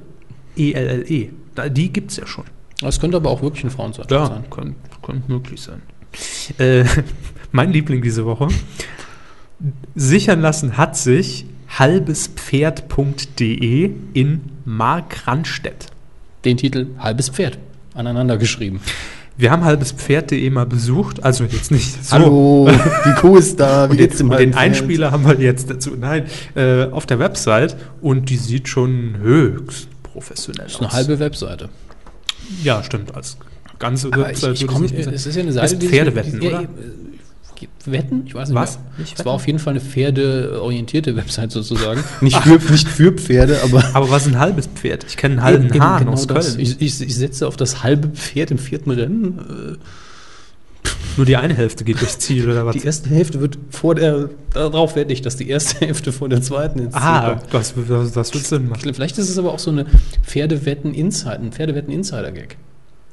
Speaker 2: E-L-L-E. Da- Die gibt es ja schon.
Speaker 1: Das könnte aber auch wirklich ein Frauenzeitschrift
Speaker 2: Ja,
Speaker 1: sein.
Speaker 2: kann, kann möglich sein. Äh, <laughs> mein Liebling diese Woche. Sichern lassen hat sich halbespferd.de E in Markranstädt.
Speaker 1: Den Titel Halbes Pferd aneinander geschrieben.
Speaker 2: Wir haben halbespferd.de mal besucht, also jetzt nicht so.
Speaker 4: Hallo, die Kuh ist da, wie
Speaker 2: <laughs> Und den,
Speaker 4: geht's dem
Speaker 2: und
Speaker 4: halben
Speaker 2: den
Speaker 4: Feld?
Speaker 2: Einspieler haben wir jetzt dazu. Nein, äh, auf der Website und die sieht schon höchst professionell
Speaker 1: Das
Speaker 2: aus.
Speaker 1: ist eine halbe Webseite.
Speaker 2: ja, stimmt. Als ganze
Speaker 1: Aber ich, ich
Speaker 2: würde
Speaker 1: komm,
Speaker 2: es nicht
Speaker 1: äh,
Speaker 2: sein.
Speaker 1: es ist ja eine
Speaker 2: Das
Speaker 1: Seite, die sich-
Speaker 2: Pferdewetten,
Speaker 1: die- ja,
Speaker 2: oder?
Speaker 1: äh, ge- Wetten? Ich weiß nicht
Speaker 2: Was?
Speaker 1: mehr.
Speaker 2: Nicht
Speaker 1: Es war
Speaker 2: Wetten?
Speaker 1: auf jeden Fall eine pferdeorientierte <laughs> Website
Speaker 2: <laughs>
Speaker 1: sozusagen.
Speaker 4: Nicht für, nicht für Pferde, aber
Speaker 2: Aber was ist ein halbes Pferd? Ich kenne einen <laughs> halben
Speaker 1: Eben- eben
Speaker 2: Hahn
Speaker 1: genau
Speaker 2: aus
Speaker 1: das.
Speaker 2: Köln.
Speaker 1: Ich, ich, ich setze auf das halbe Pferd im vierten Rennen.
Speaker 2: Nur die eine Hälfte geht durchs Ziel oder was?
Speaker 1: Die erste Hälfte wird vor der, darauf wette ich, dass die erste <laughs> Hälfte vor der zweiten ins Ziel
Speaker 2: ah,
Speaker 1: kommt.
Speaker 2: das, das, das wird Sinn machen.
Speaker 1: Vielleicht ist es aber auch so eine Pferdewetten-Insider, ein Pferdewetten-Insider-Gag.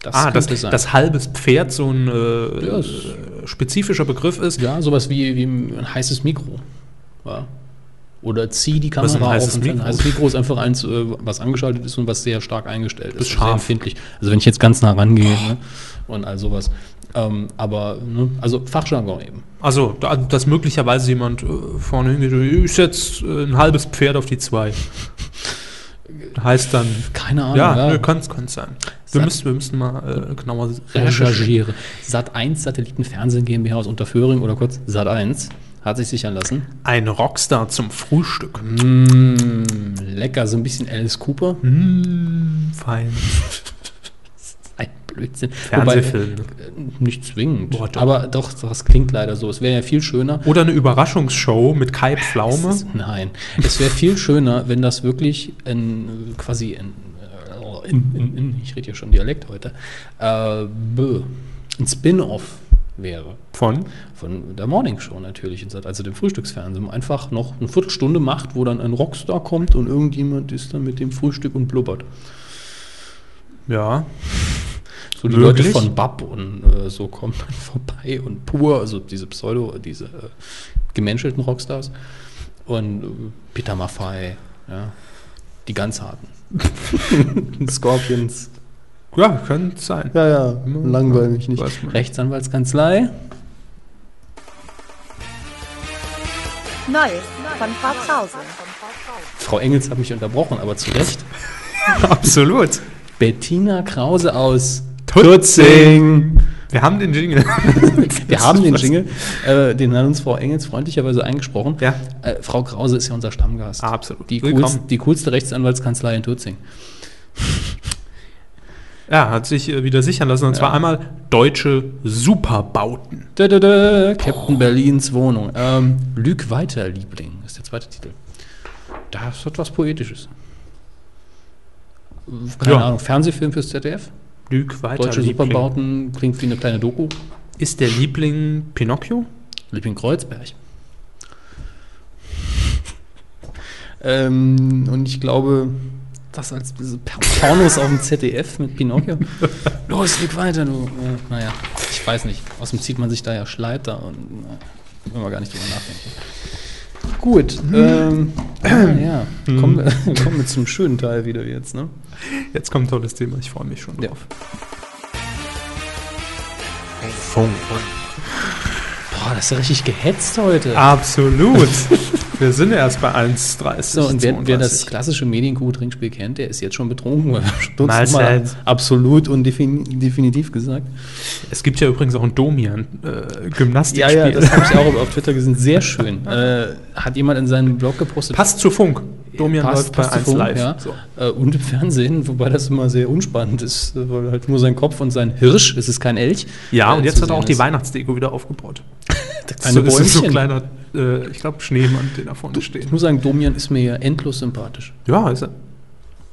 Speaker 1: Das
Speaker 2: ah, dass
Speaker 1: könnte sein.
Speaker 2: das halbes Pferd so ein äh,
Speaker 1: Ja, es-
Speaker 2: äh, spezifischer Begriff ist.
Speaker 1: ja, sowas wie, wie ein heißes Mikro. Ja. Oder zieh die Kamera
Speaker 2: Was ist ein heißes
Speaker 1: auf. und-
Speaker 2: Mikro?
Speaker 1: Ein heißes Mikro ist einfach eins, äh, was angeschaltet ist und was sehr stark eingestellt
Speaker 2: Bist
Speaker 1: ist. Sehr
Speaker 2: scharf.
Speaker 1: empfindlich. Also wenn ich jetzt ganz nah rangehe ne, und all sowas. Ähm, aber, ne, also Fachjargon eben.
Speaker 2: Also, da, dass möglicherweise jemand äh, vorne hingeht, ich setze äh, ein halbes Pferd auf die zwei. heißt dann,
Speaker 1: Keine Ahnung.
Speaker 2: ja, nö, kann es sein. Wir
Speaker 1: Sat-
Speaker 2: müssen, wir müssen mal äh, genauer recherchieren.
Speaker 1: recherchiere. Sat1 Satellitenfernsehen GmbH aus Unterföhring oder kurz Sat1 hat sich sichern lassen.
Speaker 2: Ein Rockstar zum Frühstück.
Speaker 1: Mm, lecker, so ein bisschen Alice Cooper.
Speaker 2: Mm, fein.
Speaker 1: Ein Blödsinn.
Speaker 2: Fernsehfilm.
Speaker 1: Wobei, äh, nicht zwingend.
Speaker 2: Boah, doch.
Speaker 1: Aber doch, das klingt leider so. Es wäre ja viel schöner.
Speaker 2: Oder eine Überraschungsshow mit Kai
Speaker 1: Es
Speaker 2: Pflaume.
Speaker 1: ist- Nein. Es wäre viel schöner, wenn das wirklich ein, äh, quasi ein, äh, in, in, in, ich rede ja schon Dialekt heute, äh, b- ein Spin-off wäre.
Speaker 2: Von?
Speaker 1: von der Morning Show natürlich, in Sat- also dem Frühstücksfernsehen, einfach noch eine Viertelstunde macht, wo dann ein Rockstar kommt und irgendjemand ist dann mit dem Frühstück und blubbert.
Speaker 2: Ja.
Speaker 1: So die
Speaker 2: Möglich?
Speaker 1: Leute von Bab und äh, so kommen dann <laughs> vorbei und pur, also diese Pseudo, diese äh, gemenschelten Rockstars und äh, Peter Maffei, ja, die ganz
Speaker 2: <laughs>
Speaker 1: harten.
Speaker 4: Scorpions.
Speaker 2: Ja, könnte sein.
Speaker 4: Ja, ja, langweil mich nicht.
Speaker 2: Weiß man.
Speaker 1: Rechtsanwaltskanzlei,
Speaker 5: Neues von Frau Krause.
Speaker 1: Frau Engels hat mich unterbrochen, aber zu Recht.
Speaker 2: Absolut.
Speaker 1: Bettina Krause aus
Speaker 2: Tutzing. Wir haben den Jingle.
Speaker 1: Wir haben den Jingle, äh, den hat uns Frau Engels freundlicherweise eingesprochen.
Speaker 2: Ja.
Speaker 1: Äh, Frau Krause ist ja unser Stammgast.
Speaker 2: Ah, absolut.
Speaker 1: Die,
Speaker 2: Willkommen.
Speaker 1: coolst, die coolste Rechtsanwaltskanzlei in Tutzing.
Speaker 2: Ja, hat sich äh, wieder sichern lassen. Und zwar einmal deutsche Superbauten.
Speaker 1: Da, da, da, Captain Berlins Wohnung. Ähm, Lüg weiter, Liebling, ist der zweite Titel. Das hat was Poetisches. Äh, Keine
Speaker 2: Ja.
Speaker 1: Ahnung, Fernsehfilm fürs ZDF?
Speaker 2: Lüg weiter.
Speaker 1: Deutsche
Speaker 2: Liebling.
Speaker 1: Superbauten, klingt wie eine kleine Doku.
Speaker 2: Ist der Liebling Pinocchio?
Speaker 1: Liebling Kreuzberg.
Speaker 4: Ähm, und ich glaube,
Speaker 1: Das als diese Por- Pornos auf dem ZDF mit Pinocchio. Los, leg weiter, du. Äh, naja, ich weiß nicht. Außerdem zieht man sich da ja Schleiter und äh, will man gar nicht drüber nachdenken.
Speaker 4: gut, ähm,
Speaker 1: Ah, ja,
Speaker 4: kommen,
Speaker 1: <laughs>
Speaker 4: wir, kommen wir zum schönen Teil wieder jetzt, ne?
Speaker 2: Jetzt kommt ein tolles Thema. Ich freue mich schon
Speaker 4: Ja.
Speaker 2: drauf.
Speaker 3: Funk.
Speaker 1: boah, das ist ja richtig gehetzt heute.
Speaker 2: Absolut. Wir sind ja erst bei 1,30.
Speaker 1: so, und wer, wer das
Speaker 2: 32.
Speaker 1: klassische Medienkuh-Trinkspiel kennt, der ist jetzt schon betrunken, weil wir schon dutzendmal-
Speaker 2: Mahlzeit.
Speaker 4: Absolut und defin definitiv gesagt.
Speaker 2: Es gibt ja übrigens auch ein äh, Domian-Gymnastikspiel.
Speaker 4: Ja, ja, das habe
Speaker 1: <laughs>
Speaker 4: ich auch auf Twitter
Speaker 1: Twitter gesehen, sehr schön. äh, hat jemand in seinem Blog gepostet.
Speaker 2: <laughs> passt zu Funk. Domian
Speaker 1: Passt-
Speaker 2: läuft
Speaker 1: passt
Speaker 2: bei
Speaker 1: zu
Speaker 2: 1
Speaker 1: Funk,
Speaker 2: live.
Speaker 1: Ja.
Speaker 2: So.
Speaker 1: Äh, Und im Fernsehen, wobei das immer sehr unspannend ist, äh, weil halt nur sein Kopf und sein Hirsch, es ist kein Elch.
Speaker 2: ja
Speaker 1: äh,
Speaker 2: und
Speaker 1: zu
Speaker 2: jetzt hat er
Speaker 1: sehen
Speaker 2: auch die
Speaker 1: ist.
Speaker 2: Weihnachtsdeko wieder aufgebaut. <laughs>
Speaker 1: Kleine
Speaker 2: ist
Speaker 1: Bäumchen.
Speaker 2: kleiner äh, ich glaube, Schneemann, den da vorne steht.
Speaker 1: Ich muss sagen, Domian ist mir ja endlos sympathisch.
Speaker 2: Ja, ist er.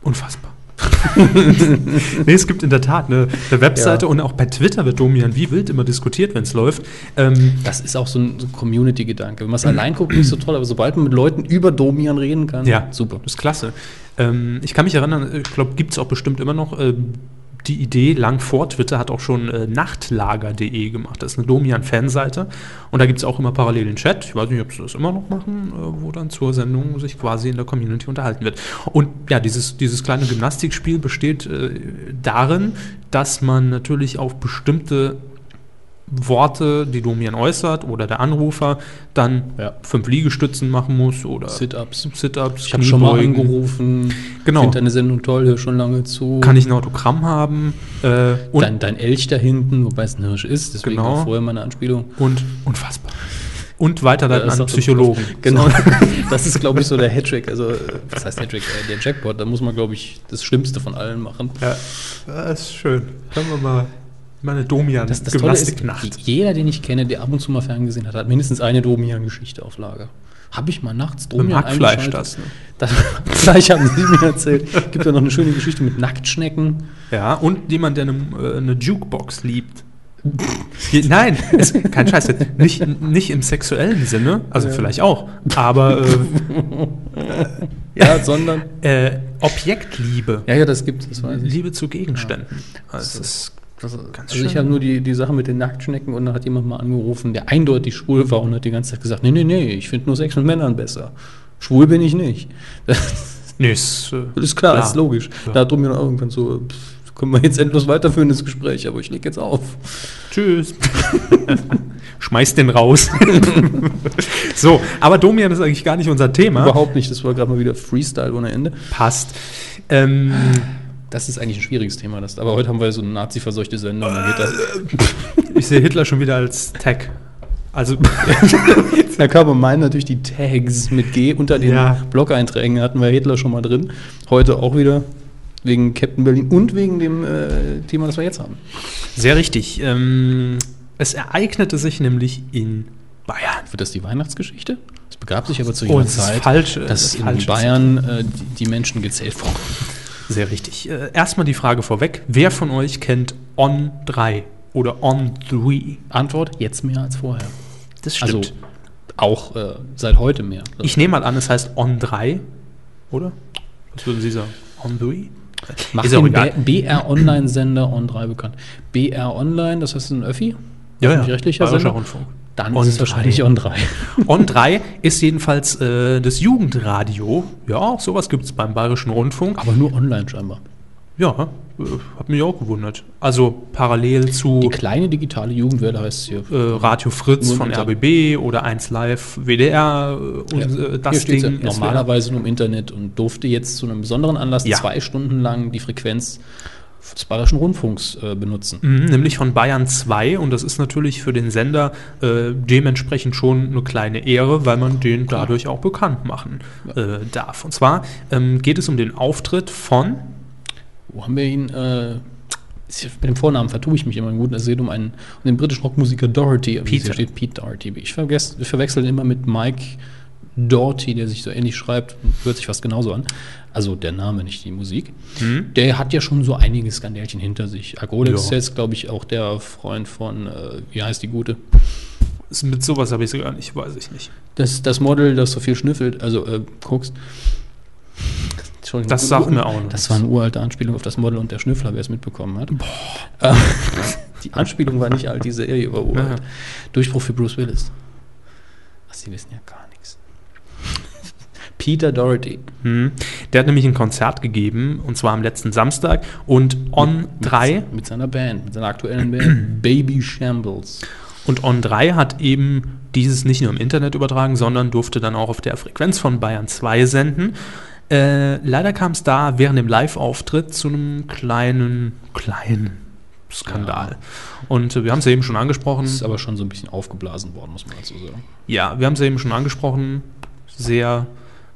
Speaker 2: Unfassbar. <laughs> nee, es gibt in der Tat eine, eine Webseite und auch bei Twitter wird Domian wie wild immer diskutiert, wenn es läuft. Ähm,
Speaker 1: Das ist auch so ein, so ein Community-Gedanke. Wenn man es allein guckt, nicht so toll, aber sobald man mit Leuten über Domian reden kann,
Speaker 2: Ja,
Speaker 1: super.
Speaker 2: Das ist klasse. Ähm, ich kann mich erinnern, ich glaube, gibt es auch bestimmt immer noch. ähm, die Idee lang vor Twitter hat auch schon äh, nachtlager.de gemacht. Das ist eine Domian-Fanseite. Und da gibt es auch immer parallel den Chat. Ich weiß nicht, ob sie das immer noch machen, äh, wo dann zur Sendung sich quasi in der Community unterhalten wird. Und ja, dieses, dieses kleine Gymnastikspiel besteht äh, darin, dass man natürlich auf bestimmte Worte, die Domian äußert oder der Anrufer, dann
Speaker 1: Ja.
Speaker 2: fünf Liegestützen machen muss oder
Speaker 1: Sit-ups.
Speaker 2: Sit-ups,
Speaker 1: Ich habe schon mal
Speaker 2: Kniebeugen.
Speaker 1: angerufen,
Speaker 2: Genau.
Speaker 1: finde deine Sendung toll, höre schon lange zu.
Speaker 2: Kann ich ein Autogramm haben? Äh, und,
Speaker 1: dein, dein Elch da hinten, wobei es ein Hirsch ist, deswegen
Speaker 2: Genau.
Speaker 1: auch vorher meine Anspielung.
Speaker 2: und unfassbar. Und weiterleiten
Speaker 1: Ja, das
Speaker 2: an
Speaker 1: sagt-
Speaker 2: Psychologen.
Speaker 1: <laughs> Genau. Das ist, glaube ich, so der Hattrick. Also, äh, was heißt Hattrick? Äh, Der Jackpot. Da muss man, glaube ich, das Schlimmste von allen machen.
Speaker 2: Ja, das ist schön. Können wir mal meine Domian
Speaker 1: Das, das Tolle ist,
Speaker 2: Gymnastiknacht.
Speaker 1: jeder, den ich kenne, der ab und zu mal ferngesehen hat, hat mindestens eine Domian-Geschichte auf Lager. Habe ich mal nachts Domian
Speaker 2: Hackfleisch
Speaker 1: eingeschaltet?
Speaker 2: das,
Speaker 1: <laughs>
Speaker 2: ne?
Speaker 1: das. Fleisch haben sie mir erzählt. Gibt ja noch eine schöne Geschichte mit Nacktschnecken.
Speaker 2: Ja, und jemand, der eine, äh, eine Jukebox liebt. Je-
Speaker 1: <laughs>
Speaker 2: Nein, es, kein Scheiß. jetzt. Nicht, nicht im sexuellen Sinne, also vielleicht auch, aber
Speaker 1: Ja, sondern.
Speaker 2: äh, äh, Objektliebe.
Speaker 1: Ja, ja, das gibt es, weiß ich.
Speaker 2: Liebe zu Gegenständen. Also, es ist
Speaker 1: Also,
Speaker 2: Ganz
Speaker 1: also ich
Speaker 2: schön.
Speaker 1: habe nur die, die Sache mit den Nacktschnecken und dann hat jemand mal angerufen, der eindeutig schwul war und hat die ganze Zeit gesagt, nee, nee, nee, ich finde nur Sex mit Männern besser. Schwul bin ich nicht. <laughs> Das
Speaker 2: Nee, ist, äh,
Speaker 1: ist klar, ist logisch.
Speaker 2: Klar.
Speaker 1: Da hat Domian auch irgendwann so, pff, können wir jetzt endlos weiterführen, das Gespräch, aber ich leg jetzt auf. <laughs>
Speaker 2: Tschüss. Schmeiß den raus. <laughs> so, aber Domian ist eigentlich gar nicht unser Thema.
Speaker 1: Überhaupt nicht, das war gerade mal wieder Freestyle ohne Ende.
Speaker 2: Passt. Ähm,
Speaker 1: Das ist eigentlich ein schwieriges Thema, das, aber heute haben wir so eine nazi-verseuchte Sendung. dann geht das.
Speaker 2: ich sehe Hitler schon wieder als Tag.
Speaker 1: <laughs>
Speaker 2: Also,
Speaker 1: Da kamen meinen natürlich die Tags mit G unter den
Speaker 2: Ja.
Speaker 1: Blog-Einträgen, hatten wir Hitler schon mal drin. Heute auch wieder wegen Captain Berlin und wegen dem äh, Thema, das wir jetzt haben.
Speaker 2: sehr richtig. Ähm, es ereignete sich nämlich in Bayern.
Speaker 1: Wird das die Weihnachtsgeschichte? Es begab sich aber zu
Speaker 2: Oh,
Speaker 1: jener
Speaker 2: das ist
Speaker 1: Zeit,
Speaker 2: falsch, äh, das
Speaker 1: dass
Speaker 2: ist
Speaker 1: in
Speaker 2: falsch.
Speaker 1: Bayern äh, die, die Menschen gezählt wurden.
Speaker 2: Sehr richtig. Äh, erstmal die Frage vorweg. Wer von euch kennt On 3 oder On 3?
Speaker 1: Antwort, jetzt mehr als vorher.
Speaker 2: Das
Speaker 1: Also auch äh, seit heute mehr.
Speaker 2: ich nehme mal an, es heißt On 3, oder? Was würden Sie sagen? On 3?
Speaker 1: Mach
Speaker 2: Ist
Speaker 1: den
Speaker 2: auch egal.
Speaker 1: B- BR Online-Sender On3 bekannt. BR Online, das heißt ein Öffi? Öffentlich-rechtlicher
Speaker 2: Bayerischer
Speaker 1: Sender?
Speaker 2: Rundfunk.
Speaker 1: Dann
Speaker 2: On
Speaker 1: ist es wahrscheinlich
Speaker 2: <laughs>
Speaker 1: On3.
Speaker 2: On 3 ist jedenfalls äh, das Jugendradio. Ja, auch sowas gibt es beim Bayerischen Rundfunk.
Speaker 1: Aber nur online scheinbar.
Speaker 2: Ja, äh, hat mich auch gewundert. Also parallel
Speaker 1: Die
Speaker 2: zu
Speaker 1: kleine digitale Jugendwelle heißt hier.
Speaker 2: äh, Radio Fritz
Speaker 1: Nur
Speaker 2: von
Speaker 1: mit der-
Speaker 2: RBB oder 1 Live WDR äh, und äh, das
Speaker 1: steht's
Speaker 2: Ding.
Speaker 1: ja
Speaker 2: SWR.
Speaker 1: normalerweise nur im Internet und durfte jetzt zu einem besonderen Anlass
Speaker 2: Ja.
Speaker 1: zwei Stunden lang die Frequenz des Bayerischen Rundfunks äh, benutzen.
Speaker 2: Mhm, nämlich von Bayern 2 und das ist natürlich für den Sender äh, dementsprechend schon eine kleine Ehre, weil man den dadurch auch bekannt machen äh, darf. Und zwar ähm, geht es um den Auftritt von
Speaker 1: Wo haben wir ihn? Äh, ist- mit dem Vornamen vertue ich mich immer im Guten. Es geht um einen um den britischen Rockmusiker Doherty. aber wie es hier
Speaker 2: Peter.
Speaker 1: steht Pete Doherty. Ich vergesse, ich verwechsel ihn immer mit Mike Doherty, der sich so ähnlich schreibt. Hört sich fast genauso an. Also der Name, nicht die Musik.
Speaker 2: hm,
Speaker 1: Der hat ja schon so einige Skandälchen hinter sich. Agolex ist
Speaker 2: Ja.
Speaker 1: jetzt, glaube ich, auch der Freund von, äh, wie heißt die Gute?
Speaker 2: Ist- Mit sowas habe ich sogar nicht, weiß ich nicht.
Speaker 1: Das, das Model, das so viel schnüffelt, also äh, guckst. Entschuldigung.
Speaker 2: Das
Speaker 1: Ur-
Speaker 2: sagt
Speaker 1: ur-
Speaker 2: mir auch nichts.
Speaker 1: Das war eine uralte Anspielung auf das Model und der Schnüffler, wer es mitbekommen hat. Boah. <laughs> die Anspielung war nicht alt, die Serie war uralt.
Speaker 2: Ja.
Speaker 1: Durchbruch für Bruce Willis. Ach, Sie wissen ja gar nichts. Peter Doherty.
Speaker 2: Hm. Der hat nämlich ein Konzert gegeben, und zwar am letzten Samstag. Und On 3
Speaker 1: Mit seiner Band, mit seiner aktuellen
Speaker 2: <clears throat>
Speaker 1: Band, Baby Shambles.
Speaker 2: und On 3 hat eben dieses nicht nur im Internet übertragen, sondern durfte dann auch auf der Frequenz von Bayern 2 senden. Äh, leider kam es da während dem Live-Auftritt zu einem kleinen, kleinen Skandal. Und äh, wir haben es ja eben schon angesprochen.
Speaker 1: Ist aber schon so ein bisschen aufgeblasen worden, muss man dazu sagen.
Speaker 2: Ja, wir haben es ja eben schon angesprochen. Sehr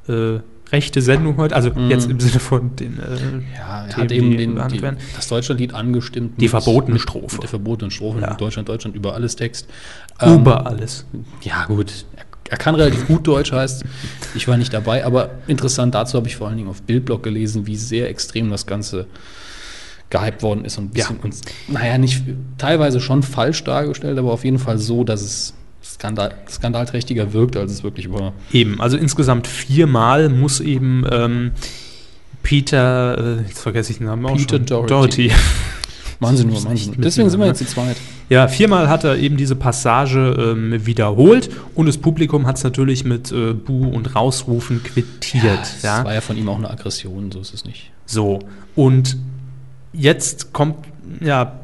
Speaker 2: äh, rechte Sendung heute. Also jetzt im Sinne von den. Äh,
Speaker 1: Mhm. Ja, er
Speaker 2: Themen,
Speaker 1: hat
Speaker 2: die
Speaker 1: eben den,
Speaker 2: behandelt
Speaker 1: die,
Speaker 2: werden.
Speaker 1: das Deutschlandlied angestimmt.
Speaker 2: Die verbotene
Speaker 1: mit,
Speaker 2: Strophe.
Speaker 1: Mit der verbotenen Strophe.
Speaker 2: Ja.
Speaker 1: Ähm, Deutschland, Deutschland, über alles Text.
Speaker 2: über alles.
Speaker 1: Ja, gut. er kann relativ gut Deutsch, heißt, ich war nicht dabei, aber interessant dazu habe ich vor allen Dingen auf Bildblog gelesen, wie sehr extrem das Ganze gehypt worden ist und ein bisschen uns, naja, nicht teilweise schon falsch dargestellt, aber auf jeden Fall so, dass es skandal, skandalträchtiger wirkt, als es wirklich war.
Speaker 2: Eben, also insgesamt viermal muss eben ähm, Peter, äh, jetzt vergesse ich den Namen auch
Speaker 1: Peter
Speaker 2: schon.
Speaker 1: Doherty.
Speaker 2: Doherty. <laughs>
Speaker 1: Machen sie nur,
Speaker 2: Das ist
Speaker 1: machen
Speaker 2: echt
Speaker 1: sie. nur. Deswegen sind wir
Speaker 2: miteinander.
Speaker 1: jetzt zu zweit.
Speaker 2: Ja, viermal hat er eben diese Passage ähm, wiederholt und das Publikum hat es natürlich mit äh, Buh und Rausrufen quittiert.
Speaker 1: Das
Speaker 2: Ja,
Speaker 1: war ja von ihm auch eine Aggression, so ist es nicht.
Speaker 2: So, und jetzt kommt ja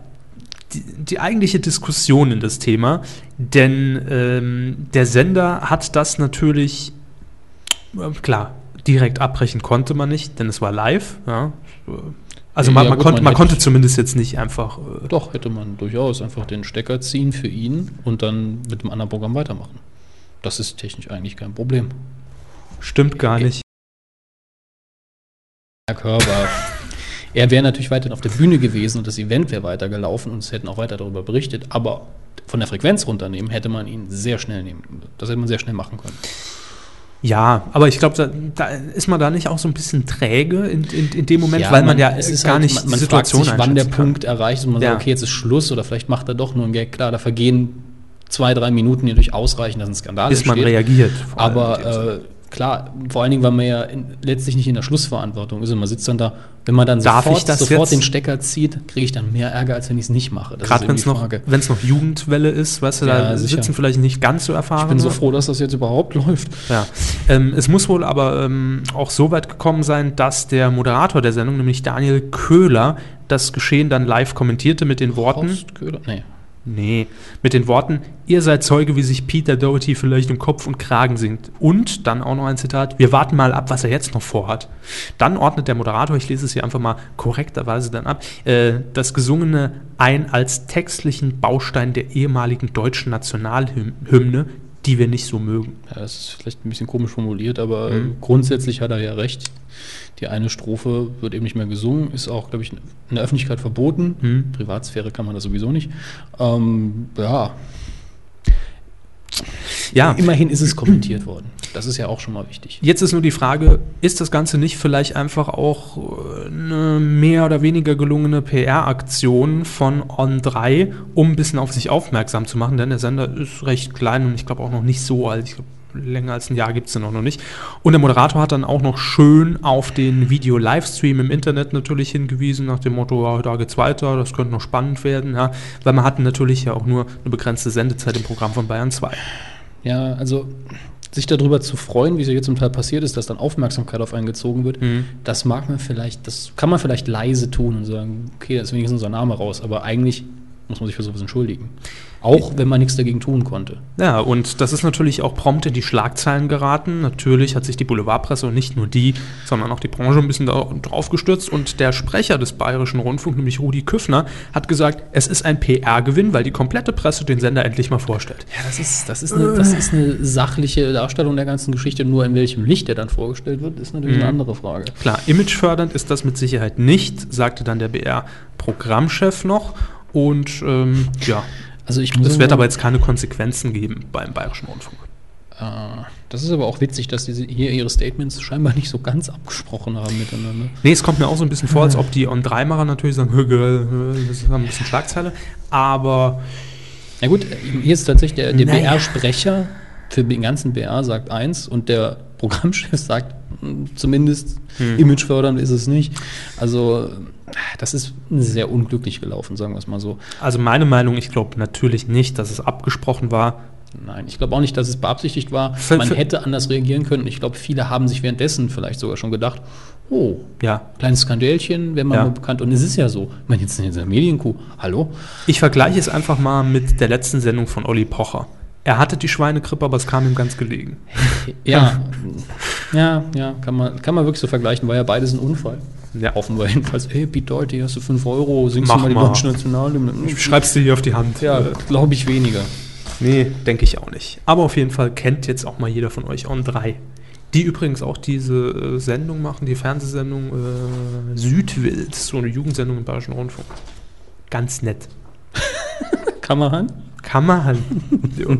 Speaker 2: die, die eigentliche Diskussion in das Thema, denn ähm, der Sender hat das natürlich, äh, klar, direkt abbrechen konnte man nicht, denn es war live. Ja. Also
Speaker 1: Ja,
Speaker 2: man,
Speaker 1: ja,
Speaker 2: man,
Speaker 1: gut,
Speaker 2: konnte,
Speaker 1: man
Speaker 2: man
Speaker 1: hätte-
Speaker 2: konnte zumindest jetzt nicht einfach äh,
Speaker 1: Doch, hätte man durchaus einfach den Stecker ziehen für ihn und dann mit dem anderen Programm weitermachen. Das ist technisch eigentlich kein Problem.
Speaker 2: Stimmt gar
Speaker 1: Äh,
Speaker 2: nicht. <laughs>
Speaker 1: Körper. er wäre natürlich weiterhin auf der Bühne gewesen und das Event wäre weitergelaufen und es hätten auch weiter darüber berichtet, aber von der Frequenz runternehmen hätte man ihn sehr schnell nehmen. Das hätte man sehr schnell machen können.
Speaker 2: Ja, aber ich glaube, da, da ist man da nicht auch so ein bisschen träge in, in, in dem Moment,
Speaker 1: Ja,
Speaker 2: weil man, ja
Speaker 1: es ist
Speaker 2: gar
Speaker 1: halt-
Speaker 2: nicht
Speaker 1: man, man Situation fragt sich, wann der
Speaker 2: einschätzen kann.
Speaker 1: Punkt erreicht ist und man
Speaker 2: Ja.
Speaker 1: sagt, okay, jetzt ist Schluss oder vielleicht macht er doch nur einen Gag. Klar, da vergehen zwei, drei Minuten, die durch ausreichen, dass ein Skandal
Speaker 2: bis man
Speaker 1: entsteht.
Speaker 2: reagiert. vor allem in dem Sinne.
Speaker 1: Aber äh, klar, vor allen Dingen, weil man ja in, letztlich nicht in der Schlussverantwortung ist und man sitzt dann da, wenn man dann
Speaker 2: Darf
Speaker 1: sofort,
Speaker 2: ich das
Speaker 1: sofort
Speaker 2: jetzt?
Speaker 1: den Stecker zieht, kriege ich dann mehr Ärger, als wenn ich es nicht mache. Das
Speaker 2: Gerade
Speaker 1: eben
Speaker 2: wenn es
Speaker 1: die
Speaker 2: noch,
Speaker 1: Frage.
Speaker 2: wenn's noch Jugendwelle ist, weißt du, da
Speaker 1: Ja, sicher.
Speaker 2: sitzen vielleicht nicht ganz so erfahren.
Speaker 1: Ich bin so froh, dass das jetzt überhaupt läuft.
Speaker 2: Ja. Ähm, es muss wohl aber ähm, auch so weit gekommen sein, dass der Moderator der Sendung, nämlich Daniel Köhler, das Geschehen dann live kommentierte mit den Worten.
Speaker 1: Horst Köhler? Nee.
Speaker 2: Nee, mit den Worten, ihr seid Zeuge, wie sich Peter Doherty vielleicht um Kopf und Kragen singt. Und dann auch noch ein Zitat, wir warten mal ab, was er jetzt noch vorhat. Dann ordnet der Moderator, ich lese es hier einfach mal korrekterweise dann ab, äh, das Gesungene ein als textlichen Baustein der ehemaligen deutschen Nationalhymne, die wir nicht so mögen.
Speaker 1: Ja, das ist vielleicht ein bisschen komisch formuliert, aber äh,
Speaker 2: Mhm.
Speaker 1: grundsätzlich hat er ja recht. Die eine Strophe wird eben nicht mehr gesungen, ist auch, glaube ich, in der Öffentlichkeit verboten.
Speaker 2: Mhm.
Speaker 1: Privatsphäre kann man das sowieso nicht. Ähm, ja,
Speaker 2: Ja,
Speaker 1: immerhin ist es kommentiert worden. Das ist ja auch schon mal wichtig.
Speaker 2: Jetzt ist nur die Frage, ist das Ganze nicht vielleicht einfach auch äh, eine mehr oder weniger gelungene PR-Aktion von On3, um ein bisschen auf sich aufmerksam zu machen? Denn der Sender ist recht klein und ich glaube auch noch nicht so alt. Ich glaube, länger als ein Jahr gibt es den auch noch nicht. Und der Moderator hat dann auch noch schön auf den Video-Livestream im Internet natürlich hingewiesen, nach dem Motto, ja, da geht's weiter, das könnte noch spannend werden. Ja, weil man hatte natürlich ja auch nur eine begrenzte Sendezeit im Programm von Bayern 2.
Speaker 1: Ja, also sich darüber zu freuen, wie es ja jetzt zum Teil passiert ist, dass dann Aufmerksamkeit auf einen gezogen wird,
Speaker 2: Mhm.
Speaker 1: das mag man vielleicht, das kann man vielleicht leise tun und sagen, okay, da ist wenigstens unser Name raus, aber eigentlich muss man sich für sowas entschuldigen. Auch wenn man nichts dagegen tun konnte.
Speaker 2: Ja, und das ist natürlich auch prompt in die Schlagzeilen geraten. Natürlich hat sich die Boulevardpresse und nicht nur die, sondern auch die Branche ein bisschen da- draufgestürzt. Und der Sprecher des Bayerischen Rundfunks, nämlich Rudi Küffner, hat gesagt, es ist ein PR-Gewinn, weil die komplette Presse den Sender endlich mal vorstellt.
Speaker 1: Ja, das ist, das, ist eine, das ist eine sachliche Darstellung der ganzen Geschichte, nur in welchem Licht der dann vorgestellt wird, ist natürlich eine andere Frage.
Speaker 2: Klar, imagefördernd ist das mit Sicherheit nicht, sagte dann der BR-Programmchef noch. Und ähm, ja,
Speaker 1: Also ich muss
Speaker 2: es wird
Speaker 1: sagen,
Speaker 2: aber jetzt keine Konsequenzen geben beim Bayerischen Rundfunk.
Speaker 1: äh, das ist aber auch witzig, dass die hier ihre Statements scheinbar nicht so ganz abgesprochen haben miteinander.
Speaker 2: Nee, es kommt mir auch so ein bisschen vor, als ob die On-3-Macher natürlich sagen, hö, geil, hö, das ist ein bisschen Schlagzeile. Aber
Speaker 1: Na gut, hier ist tatsächlich der, der
Speaker 2: Naja.
Speaker 1: BR-Sprecher für den ganzen BR sagt eins und der Programmchef sagt mm, zumindest
Speaker 2: Hm.
Speaker 1: imagefördernd ist es nicht. Also das ist sehr unglücklich gelaufen, sagen wir es mal so.
Speaker 2: Also meine Meinung, ich glaube natürlich nicht, dass es abgesprochen war.
Speaker 1: Nein, ich glaube auch nicht, dass es beabsichtigt war.
Speaker 2: Für-
Speaker 1: Man
Speaker 2: für-
Speaker 1: hätte anders reagieren können. Ich glaube, viele haben sich währenddessen vielleicht sogar schon gedacht, oh,
Speaker 2: Ja.
Speaker 1: kleines Skandälchen, wäre man
Speaker 2: Ja.
Speaker 1: mal bekannt. Und es ist ja so. Ich meine, jetzt in dieser Medienkuh, hallo?
Speaker 2: Ich vergleiche es einfach mal mit der letzten Sendung von Olli Pocher. Er hatte die Schweinegrippe, aber es kam ihm ganz gelegen. Ah.
Speaker 1: Ja, <laughs> ja, ja, kann man, kann man wirklich so vergleichen, war ja beides ein Unfall.
Speaker 2: Ja.
Speaker 1: Hoffen wir jedenfalls, hey, Pete Doherty, hast du 5 Euro, singst
Speaker 2: Mach
Speaker 1: du mal die
Speaker 2: mal.
Speaker 1: deutsche Nationalhymne?
Speaker 2: Ich schreib's dir hier auf die Hand.
Speaker 1: Ja, glaube ich
Speaker 2: <laughs>
Speaker 1: weniger.
Speaker 2: Nee, denke ich auch nicht. Aber auf jeden Fall kennt jetzt auch mal jeder von euch On3. Die übrigens auch diese äh, Sendung machen, die Fernsehsendung äh, Südwild, so eine Jugendsendung im Bayerischen Rundfunk. Ganz nett.
Speaker 1: halt?
Speaker 2: <laughs>
Speaker 1: Kammerhahn?
Speaker 2: Kann man. Jo.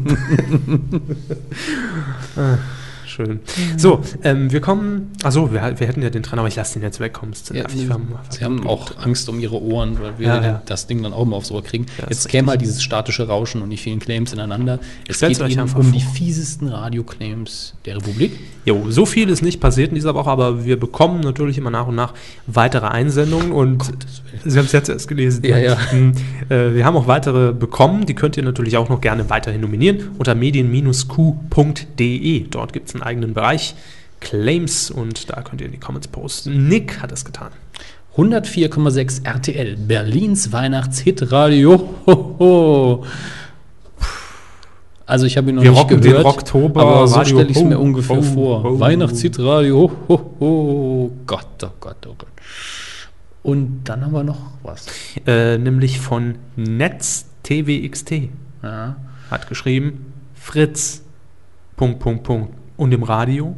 Speaker 2: Ah, Schön. So, ähm, wir kommen. Achso, wir, wir hätten ja den Trainer, aber ich lasse den jetzt wegkommen.
Speaker 1: Ja, sie haben auch Angst um ihre Ohren, weil wir
Speaker 2: Ja,
Speaker 1: den-
Speaker 2: ja.
Speaker 1: das Ding dann auch mal aufs Ohr kriegen.
Speaker 2: Ja,
Speaker 1: Jetzt
Speaker 2: ist
Speaker 1: käme halt dieses statische Rauschen und die vielen Claims ineinander. Es
Speaker 2: Stellt's
Speaker 1: geht
Speaker 2: euch
Speaker 1: ihnen
Speaker 2: einfach
Speaker 1: um
Speaker 2: vor.
Speaker 1: die fiesesten Radio-Claims der Republik.
Speaker 2: Jo, so viel ist nicht passiert in dieser Woche, aber wir bekommen natürlich immer nach und nach weitere Einsendungen und Sie haben es jetzt erst gelesen.
Speaker 1: Um Ja, ja.
Speaker 2: Hm, Äh, wir haben auch weitere bekommen, die könnt ihr natürlich auch noch gerne weiterhin nominieren unter medien-q.de. Dort gibt es einen eigenen Bereich Claims und da könnt ihr in die Comments posten. Nick hat es getan.
Speaker 1: 104,6 RTL, Berlins Weihnachtshitradio. Ho, ho. Also ich habe ihn noch
Speaker 2: Wir
Speaker 1: nicht
Speaker 2: rocken den
Speaker 1: gehört,
Speaker 2: Rocktober,
Speaker 1: aber so
Speaker 2: Radio.
Speaker 1: stelle ich es mir
Speaker 2: Ho,
Speaker 1: ungefähr
Speaker 2: ho,
Speaker 1: vor.
Speaker 2: ho.
Speaker 1: Weihnachtshitradio. Ho, ho. Gott, oh Gott, oh Gott. Und dann haben wir noch was.
Speaker 2: Äh, nämlich von NetzTWXT
Speaker 1: Ja.
Speaker 2: hat geschrieben, Fritz, Punkt, Punkt, Punkt. Und im Radio?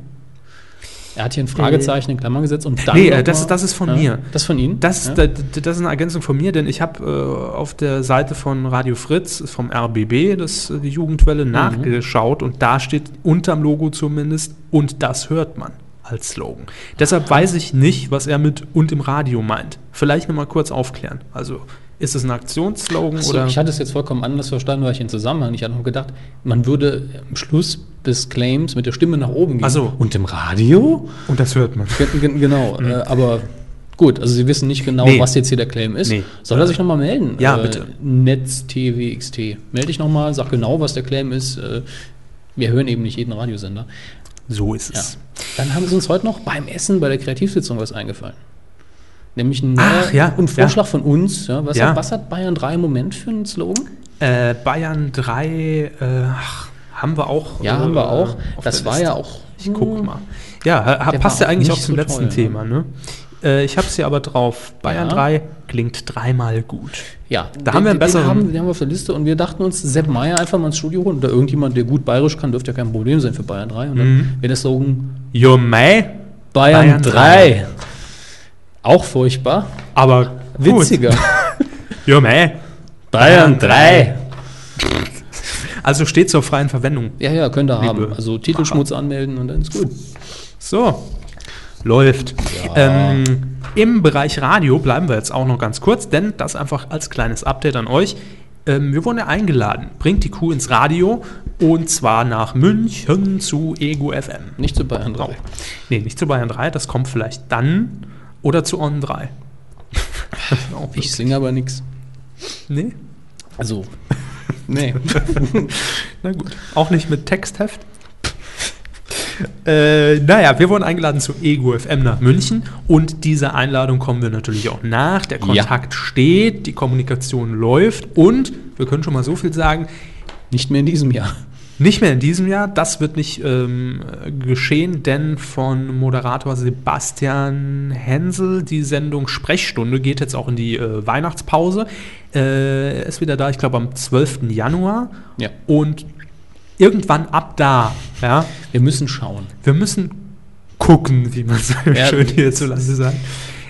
Speaker 1: Er hat hier ein Fragezeichen in Klammern gesetzt und dann
Speaker 2: Äh. Nee,
Speaker 1: noch
Speaker 2: äh, das
Speaker 1: mal-
Speaker 2: ist- das ist von
Speaker 1: ja,
Speaker 2: mir.
Speaker 1: Das von Ihnen?
Speaker 2: Das,
Speaker 1: ja?
Speaker 2: da, da- das ist eine Ergänzung von mir, denn ich habe äh, auf der Seite von Radio Fritz, ist vom RBB, das, äh, die Jugendwelle, nachgeschaut und da steht unterm Logo zumindest und das hört man als Slogan. Deshalb weiß ich nicht, was er mit und im Radio meint. Vielleicht nochmal kurz aufklären. Also ist es ein Aktionsslogan
Speaker 1: Achso,
Speaker 2: oder?
Speaker 1: ich hatte es jetzt vollkommen anders verstanden, weil ich den Zusammenhang nicht hatte und gedacht, man würde am Schluss des Claims mit der Stimme nach oben gehen.
Speaker 2: Ach so.
Speaker 1: Und im Radio?
Speaker 2: und das hört man.
Speaker 1: Gen- gen- Genau, äh, aber gut, also Sie wissen nicht genau,
Speaker 2: Hm. Nee.
Speaker 1: was jetzt hier der Claim ist.
Speaker 2: Nee.
Speaker 1: Soll er sich nochmal melden? Äh,
Speaker 2: Ja, bitte.
Speaker 1: Netz TWXT. Melde dich nochmal, sag genau, was der Claim ist. Äh, Wir hören eben nicht jeden Radiosender.
Speaker 2: So ist
Speaker 1: Ja.
Speaker 2: es.
Speaker 1: Dann haben sie uns heute noch beim Essen bei der Kreativsitzung was eingefallen. Nämlich ein,
Speaker 2: Ach,
Speaker 1: neuer-
Speaker 2: ja,
Speaker 1: ein Vorschlag
Speaker 2: ja.
Speaker 1: von uns. Ja, was,
Speaker 2: Ja.
Speaker 1: Hat, was hat Bayern 3 im Moment für einen Slogan?
Speaker 2: Äh, Bayern 3, äh, ach, haben wir auch.
Speaker 1: Ja,
Speaker 2: äh,
Speaker 1: haben wir auch.
Speaker 2: auf
Speaker 1: Das
Speaker 2: der
Speaker 1: war
Speaker 2: Liste.
Speaker 1: ja auch. Hm.
Speaker 2: Ich guck mal. Ja, ha- ha-
Speaker 1: Der
Speaker 2: passt
Speaker 1: war
Speaker 2: ja eigentlich
Speaker 1: nicht
Speaker 2: auch zum
Speaker 1: so
Speaker 2: letzten
Speaker 1: toll,
Speaker 2: Thema, ne? Äh, ich hab's hier aber drauf. Bayern
Speaker 1: Ja.
Speaker 2: 3 klingt dreimal gut.
Speaker 1: Ja,
Speaker 2: Da haben wir einen besseren.
Speaker 1: Den haben, den haben wir auf der Liste und wir dachten uns, Sepp Meier einfach mal ins Studio holen oder irgendjemand, der gut bayerisch kann, dürfte ja kein Problem sein für Bayern 3. Und dann wäre der Slogan
Speaker 2: Jo, mei,
Speaker 1: Bayern,
Speaker 2: Mhm. Bayern
Speaker 1: 3. Auch furchtbar.
Speaker 2: aber
Speaker 1: Witziger.
Speaker 2: <laughs> Gut. Jo, mei.
Speaker 1: Bayern 3.
Speaker 2: Also steht zur freien Verwendung.
Speaker 1: Ja, ja, könnt ihr haben.
Speaker 2: Liebe
Speaker 1: Also Titelschmutz anmelden und dann ist gut.
Speaker 2: So, läuft. Ähm, Im Bereich Radio bleiben wir jetzt auch noch ganz kurz, denn das einfach als kleines Update an euch. Ähm, wir wurden ja eingeladen. Bringt die Kuh ins Radio und zwar nach München zu Ego FM.
Speaker 1: Nicht zu Bayern 3.
Speaker 2: Oh. Nee, nicht zu Bayern 3, das kommt vielleicht dann oder zu On 3. Auch
Speaker 1: Ich singe aber nichts.
Speaker 2: nee,
Speaker 1: Also,
Speaker 2: <laughs>
Speaker 1: nee.
Speaker 2: na gut. Auch nicht mit Textheft. Äh, naja, wir wurden eingeladen zu Ego FM nach München und dieser Einladung kommen wir natürlich auch nach. Der Kontakt steht, die Kommunikation läuft und wir können schon mal so viel sagen,
Speaker 1: Nicht mehr in diesem Jahr.
Speaker 2: Nicht mehr in diesem Jahr, das wird nicht ähm, geschehen, denn von Moderator Sebastian Hensel die Sendung Sprechstunde geht jetzt auch in die äh, Weihnachtspause. Äh, ist wieder da, ich glaube am 12. Januar.
Speaker 1: Ja.
Speaker 2: Und irgendwann ab da, ja,
Speaker 1: Wir müssen schauen.
Speaker 2: wir müssen gucken, wie man so
Speaker 1: Ja,
Speaker 2: schön hierzulande sagt.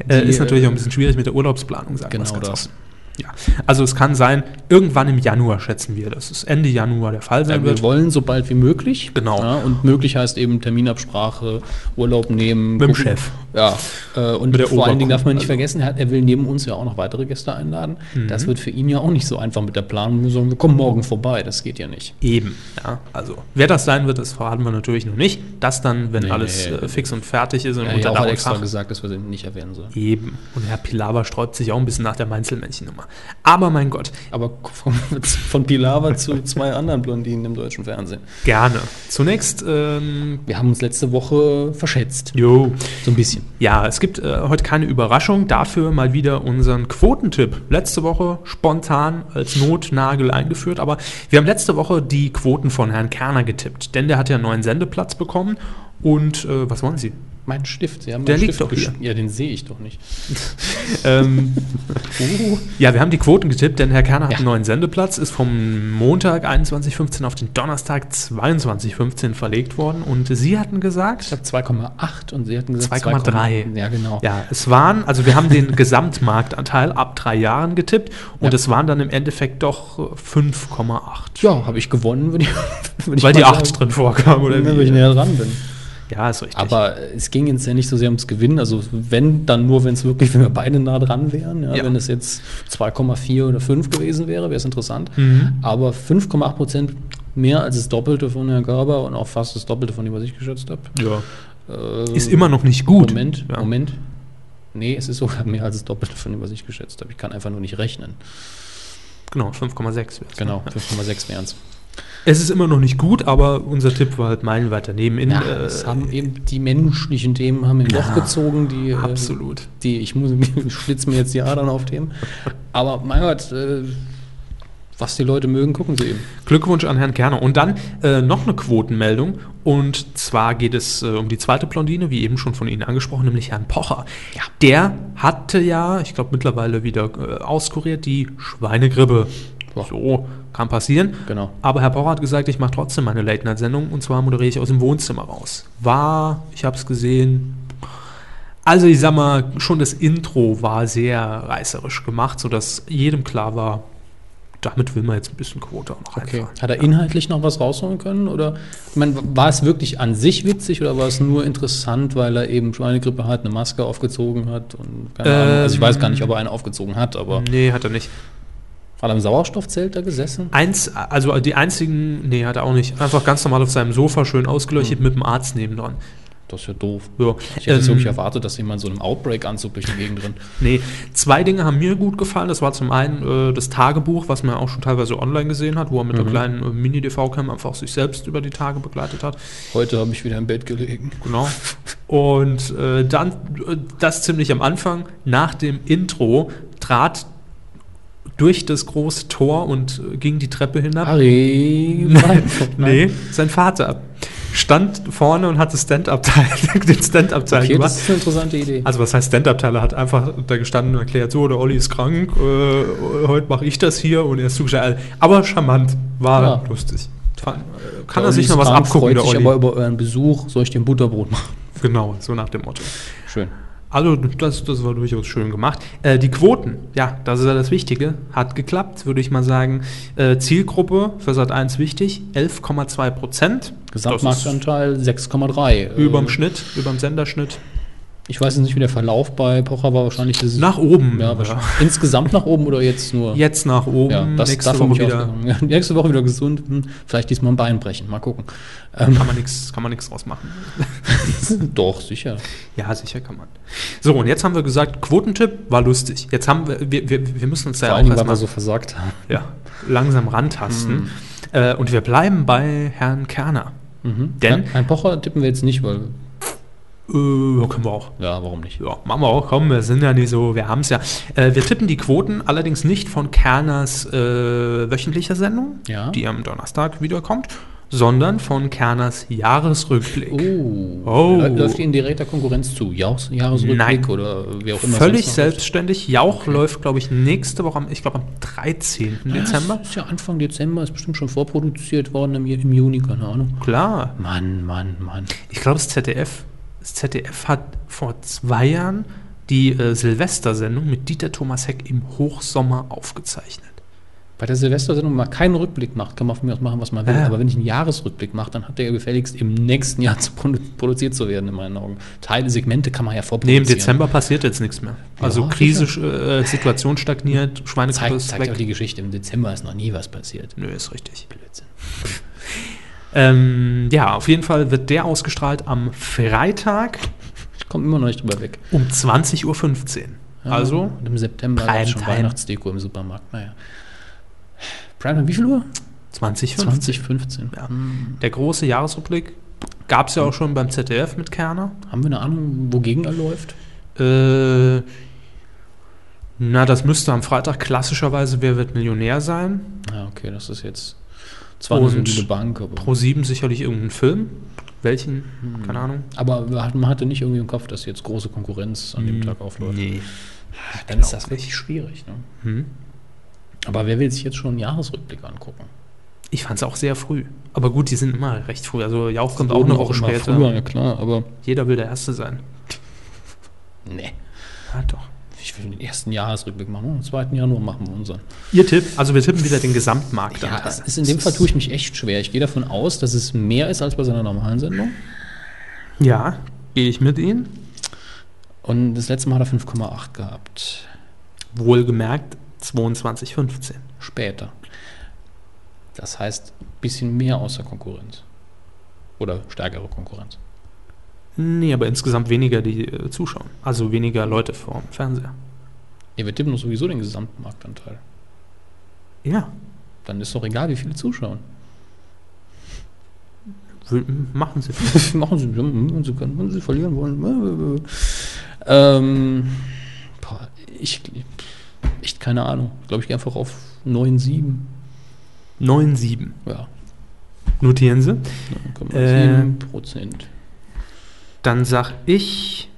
Speaker 2: Äh,
Speaker 1: die,
Speaker 2: ist natürlich
Speaker 1: äh,
Speaker 2: auch ein bisschen schwierig mit der Urlaubsplanung, sagen wir's
Speaker 1: Genau
Speaker 2: ganz
Speaker 1: das.
Speaker 2: offen. Ja. Also es kann sein, irgendwann im Januar schätzen wir, dass es Ende Januar der Fall sein
Speaker 1: Ja, Äh,
Speaker 2: wird.
Speaker 1: wir wollen so bald wie möglich.
Speaker 2: Genau.
Speaker 1: Ja, und möglich heißt eben Terminabsprache, Urlaub nehmen.
Speaker 2: Mit dem
Speaker 1: gucken.
Speaker 2: Chef.
Speaker 1: Ja. Äh, und
Speaker 2: Mit der
Speaker 1: vor allen Dingen darf man nicht
Speaker 2: Oberkuh-
Speaker 1: vergessen, er, hat- er will neben uns ja auch noch weitere Gäste einladen.
Speaker 2: Mhm.
Speaker 1: Das wird für ihn ja auch nicht so einfach mit der Planung. Wir sagen, wir kommen morgen vorbei. Das geht ja nicht.
Speaker 2: Eben, ja. Also, wer das sein wird, das verraten wir natürlich noch nicht. Das dann, wenn
Speaker 1: Nee,
Speaker 2: alles
Speaker 1: nee,
Speaker 2: äh, fix und fertig ist und
Speaker 1: Er hat
Speaker 2: unter
Speaker 1: ja auch
Speaker 2: Dach
Speaker 1: hat
Speaker 2: und
Speaker 1: extra
Speaker 2: Fach.
Speaker 1: gesagt, dass wir den nicht erwähnen sollen.
Speaker 2: Eben. Und Herr Pilawa sträubt sich auch ein bisschen nach der Mainzelmännchen-Nummer. Aber mein Gott,
Speaker 1: Aber von, von Pilawa zu zwei anderen Blondinen im deutschen Fernsehen.
Speaker 2: gerne. Zunächst, ähm,
Speaker 1: Wir haben uns letzte Woche verschätzt.
Speaker 2: jo.
Speaker 1: So ein bisschen.
Speaker 2: Ja, es gibt äh, heute keine Überraschung. Dafür mal wieder unseren Quotentipp. Letzte Woche spontan als Notnagel eingeführt, aber wir haben letzte Woche die Quoten von Herrn Kerner getippt, denn der hat ja einen neuen Sendeplatz bekommen. Und äh, was wollen Sie?
Speaker 1: Mein Stift, Sie haben
Speaker 2: Der
Speaker 1: meinen
Speaker 2: liegt
Speaker 1: Stift
Speaker 2: doch hier.
Speaker 1: gesch- Ja, den sehe ich doch nicht.
Speaker 2: ähm, Ja, wir haben die Quoten getippt, denn Herr Kerner hat
Speaker 1: Ja.
Speaker 2: einen neuen Sendeplatz, ist vom Montag 21.15 auf den Donnerstag 22.15 verlegt worden und Sie hatten gesagt,
Speaker 1: Ich habe 2,8 und Sie hatten gesagt
Speaker 2: 2,3.
Speaker 1: Ja, genau.
Speaker 2: Ja, es waren, also wir haben den Gesamtmarktanteil ab drei Jahren getippt und
Speaker 1: Ja.
Speaker 2: es waren dann im Endeffekt doch äh, 5,8.
Speaker 1: Ja, habe ich gewonnen, würde ich, <laughs> würd ich
Speaker 2: Weil
Speaker 1: mal
Speaker 2: die 8
Speaker 1: sagen.
Speaker 2: drin vorkam, oder
Speaker 1: Wenn ich
Speaker 2: wie?
Speaker 1: näher dran bin.
Speaker 2: Ja, ist richtig.
Speaker 1: Aber es ging jetzt ja nicht so sehr ums Gewinnen. Also wenn, dann nur, wenn es wirklich, wenn wir beide nah dran wären. Ja,
Speaker 2: Ja.
Speaker 1: Wenn es jetzt 2,4 oder 5 gewesen wäre, wäre es interessant.
Speaker 2: Mhm.
Speaker 1: Aber 5,8 Prozent mehr als das Doppelte von Herrn Gerber und auch fast das Doppelte von dem, was ich geschätzt habe.
Speaker 2: ja.
Speaker 1: Ähm,
Speaker 2: Ist immer noch nicht gut.
Speaker 1: Moment,
Speaker 2: ja.
Speaker 1: Moment. Nee, es ist sogar mehr als das Doppelte von dem, was ich geschätzt habe. Ich kann einfach nur nicht rechnen.
Speaker 2: Genau, 5,6 wär's.
Speaker 1: Genau, 5,6 wären es.
Speaker 2: Es ist immer noch nicht gut, aber unser Tipp war halt meilenweit daneben. In,
Speaker 1: Ja,
Speaker 2: äh,
Speaker 1: es haben eben die menschlichen Themen haben ihn
Speaker 2: Ja,
Speaker 1: doch gezogen, die äh,
Speaker 2: absolut.
Speaker 1: die ich muss <laughs> ich schlitz mir jetzt die Adern auf Themen. Aber mein Gott, äh, was die Leute mögen, gucken sie eben.
Speaker 2: Glückwunsch an Herrn Kerner. Und dann äh, noch eine Quotenmeldung. Und zwar geht es äh, um die zweite Blondine, wie eben schon von Ihnen angesprochen, nämlich Herrn Pocher. Der hatte ja, ich glaube mittlerweile wieder äh, auskuriert, die Schweinegrippe.
Speaker 1: Ja.
Speaker 2: So kann passieren.
Speaker 1: Genau.
Speaker 2: Aber Herr Pocher hat gesagt, ich mache trotzdem meine Late-Night-Sendung und zwar moderiere ich aus dem Wohnzimmer raus. War, ich habe es gesehen. Also ich sag mal, schon das Intro war sehr reißerisch gemacht, sodass jedem klar war, damit will man jetzt ein bisschen Quote auch noch einfahren.
Speaker 1: Hat er inhaltlich noch was rausholen können? Oder ich meine, war es wirklich an sich witzig oder war es nur interessant, weil er eben Schweinegrippe hat, eine Maske aufgezogen hat und keine Ahnung. Also ich weiß gar nicht, ob er eine aufgezogen hat, aber
Speaker 2: Nee, hat er nicht.
Speaker 1: hat er im Sauerstoffzelt da gesessen?
Speaker 2: Eins, also die einzigen, nee, hat er auch nicht. Einfach ganz normal auf seinem Sofa schön ausgeleuchtet mit dem Arzt nebendran.
Speaker 1: Das ist ja doof.
Speaker 2: So.
Speaker 1: Hm. Ich hätte es
Speaker 2: Ähm,
Speaker 1: wirklich erwartet, dass jemand so einem Outbreak-Anzug durch die Gegend rennt.
Speaker 2: Nee, zwei Dinge haben mir gut gefallen. Das war zum einen äh, das Tagebuch, was man auch schon teilweise online gesehen hat, wo er mit
Speaker 1: Mhm.
Speaker 2: einer kleinen äh, Mini-DV-Cam einfach sich selbst über die Tage begleitet hat.
Speaker 1: Heute habe ich wieder im Bett gelegen.
Speaker 2: Genau. Und äh, dann, äh, das ziemlich am Anfang, nach dem Intro, trat durch das große Tor und äh, ging die Treppe hinab.
Speaker 1: Harry,
Speaker 2: Nein, <laughs> nee, sein Vater stand vorne und hatte Stand-Up-Teil, <laughs> den Stand-Up-Teil
Speaker 1: Okay, das
Speaker 2: gemacht.
Speaker 1: ist eine interessante Idee.
Speaker 2: Also was heißt Stand-Up-Teil? Er hat einfach da gestanden und erklärt, so, der Olli ist krank, äh, heute mache ich das hier und er ist zugestellt. Aber charmant, war
Speaker 1: Ja.
Speaker 2: lustig. Fand- äh, Kann
Speaker 1: Der
Speaker 2: er sich
Speaker 1: Olli
Speaker 2: noch was
Speaker 1: Stram
Speaker 2: abgucken,
Speaker 1: freut
Speaker 2: der
Speaker 1: sich
Speaker 2: Olli?
Speaker 1: aber über euren Besuch. Soll ich dir ein Butterbrot machen?
Speaker 2: Genau, so nach dem Motto.
Speaker 1: Schön.
Speaker 2: Also das, das war durchaus schön gemacht. Äh, die Quoten, ja, das ist ja das Wichtige, hat geklappt, würde ich mal sagen. Äh, Zielgruppe für Sat1 wichtig, 11,2 Prozent.
Speaker 1: Gesamtmarktanteil 6,3.
Speaker 2: Überm
Speaker 1: Äh,
Speaker 2: Schnitt, überm Senderschnitt.
Speaker 1: Ich weiß jetzt nicht, wie der Verlauf bei Pocher war. Wahrscheinlich dieses
Speaker 2: Nach oben.
Speaker 1: ja, wahrscheinlich. insgesamt nach oben oder jetzt nur?
Speaker 2: Jetzt nach oben,
Speaker 1: Ja, das
Speaker 2: nächste
Speaker 1: davon
Speaker 2: Woche
Speaker 1: bin ich
Speaker 2: wieder.
Speaker 1: ausgegangen. <laughs> Ja, nächste Woche wieder gesund. Hm, vielleicht diesmal ein Bein brechen. Mal gucken. Ähm, <laughs>
Speaker 2: Kann man nichts, kann man nichts draus machen.
Speaker 1: doch, sicher.
Speaker 2: Ja, sicher kann man. So, und jetzt haben wir gesagt, Quotentipp war lustig. Jetzt haben wir, wir, wir, wir müssen uns
Speaker 1: Vor
Speaker 2: da ja
Speaker 1: allen
Speaker 2: auch
Speaker 1: Dingen, weil wir
Speaker 2: erstmal
Speaker 1: so Mhm. versagt haben.
Speaker 2: ja, langsam rantasten. Äh, und wir bleiben bei Herrn Kerner. Denn,
Speaker 1: Mhm. Ein Pocher tippen wir jetzt nicht, weil.
Speaker 2: äh, können wir auch.
Speaker 1: Ja, warum nicht?
Speaker 2: Ja, machen wir auch, komm, wir sind ja nicht so, wir haben es ja. Äh, wir tippen die Quoten allerdings nicht von Kerners äh, wöchentlicher Sendung,
Speaker 1: Ja.
Speaker 2: die am Donnerstag wiederkommt, sondern von Kerners Jahresrückblick.
Speaker 1: Oh.
Speaker 2: Oh.
Speaker 1: Lä- Läuft ihr in direkter Konkurrenz zu? Jahres Jahresrückblick
Speaker 2: Nein.
Speaker 1: oder wer auch immer.
Speaker 2: Völlig
Speaker 1: sonst noch läuft?
Speaker 2: selbstständig. Jauch läuft, glaube ich, nächste Woche, am, ich glaube, am 13. Dezember.
Speaker 1: Das ist ja Anfang Dezember, ist bestimmt schon vorproduziert worden im, im Juni, keine Ahnung.
Speaker 2: Klar.
Speaker 1: Mann, Mann, Mann.
Speaker 2: Ich glaube, das ZDF, das ZDF hat vor zwei Jahren die äh, Silvestersendung mit Dieter Thomas Heck im Hochsommer aufgezeichnet.
Speaker 1: Bei der Silvestersendung, wenn man keinen Rückblick macht, kann man von mir aus machen, was man will.
Speaker 2: Ja.
Speaker 1: Aber wenn ich einen Jahresrückblick mache, dann hat der ja gefälligst im nächsten Jahr <laughs> zu produ produziert zu werden, in meinen Augen. Teile, Segmente kann man ja
Speaker 2: Nee,
Speaker 1: vorproduzieren.
Speaker 2: im Dezember passiert jetzt nichts mehr. Also
Speaker 1: Ja,
Speaker 2: Krise, äh, Situation stagniert, Schweinegrippe
Speaker 1: Zeigt,
Speaker 2: ist
Speaker 1: zeigt auch die
Speaker 2: weg.
Speaker 1: Geschichte. Im Dezember ist noch nie was passiert.
Speaker 2: Nö, ist richtig.
Speaker 1: Blödsinn.
Speaker 2: Ähm, ja, auf jeden Fall wird der ausgestrahlt am Freitag
Speaker 1: Ich komme immer noch nicht drüber weg.
Speaker 2: um 20.15 Uhr. Also,
Speaker 1: Und im September gab's schon
Speaker 2: Primetime.
Speaker 1: Weihnachtsdeko im Supermarkt. Naja. Primetime, wie viel Uhr? Hm.
Speaker 2: 20.15
Speaker 1: 2015.
Speaker 2: Ja. Der große Jahresrückblick gab es ja auch schon beim ZDF mit Kerner.
Speaker 1: Haben wir eine Ahnung, wogegen er läuft?
Speaker 2: Äh, na, das müsste am Freitag klassischerweise Wer wird Millionär sein.
Speaker 1: Ja, okay, das ist jetzt zwar nur so
Speaker 2: Und
Speaker 1: eine Bank, aber
Speaker 2: Pro 7 sicherlich irgendein Film. welchen,
Speaker 1: Hm.
Speaker 2: keine Ahnung.
Speaker 1: Aber man hatte nicht irgendwie im Kopf, dass jetzt große Konkurrenz an dem Tag aufläuft.
Speaker 2: Hm. Nee.
Speaker 1: Dann ist das wirklich schwierig. Ne?
Speaker 2: Hm?
Speaker 1: Aber wer will sich jetzt schon einen Jahresrückblick angucken?
Speaker 2: Ich fand es auch sehr früh. Aber gut, die sind immer recht früh. Also Jauch kommt auch eine Woche
Speaker 1: Immer
Speaker 2: später.
Speaker 1: Früher, ja klar, aber
Speaker 2: Jeder will der Erste sein.
Speaker 1: nee.
Speaker 2: Ja, doch.
Speaker 1: Ich will den ersten Jahresrückblick machen. Und Am 2. Januar machen wir unseren.
Speaker 2: Ihr Tipp, also wir tippen wieder den Gesamtmarkt
Speaker 1: Ja, es ist in dem Fall tue ich mich echt schwer. Ich gehe davon aus, dass es mehr ist als bei seiner normalen Sendung.
Speaker 2: Ja, gehe ich mit Ihnen.
Speaker 1: Und das letzte Mal hat er 5,8 gehabt.
Speaker 2: Wohlgemerkt 22,15.
Speaker 1: Später. Das heißt, ein bisschen mehr außer Konkurrenz. Oder stärkere Konkurrenz.
Speaker 2: Nee, aber insgesamt weniger, die äh, zuschauen. Also weniger Leute vorm Fernseher.
Speaker 1: Ja, wir tippen doch sowieso den gesamten Marktanteil.
Speaker 2: Ja,
Speaker 1: Dann ist doch egal, wie viele zuschauen. <laughs>
Speaker 2: wür- machen sie.
Speaker 1: machen Sie, wenn Sie können, wenn Sie verlieren wollen. äh, Ähm, boah, ich, echt keine Ahnung. Ich glaube, ich gehe einfach auf 9,7.
Speaker 2: 9,7.
Speaker 1: Ja,
Speaker 2: Notieren Sie.
Speaker 1: 9,7 Prozent.
Speaker 2: Dann sag ich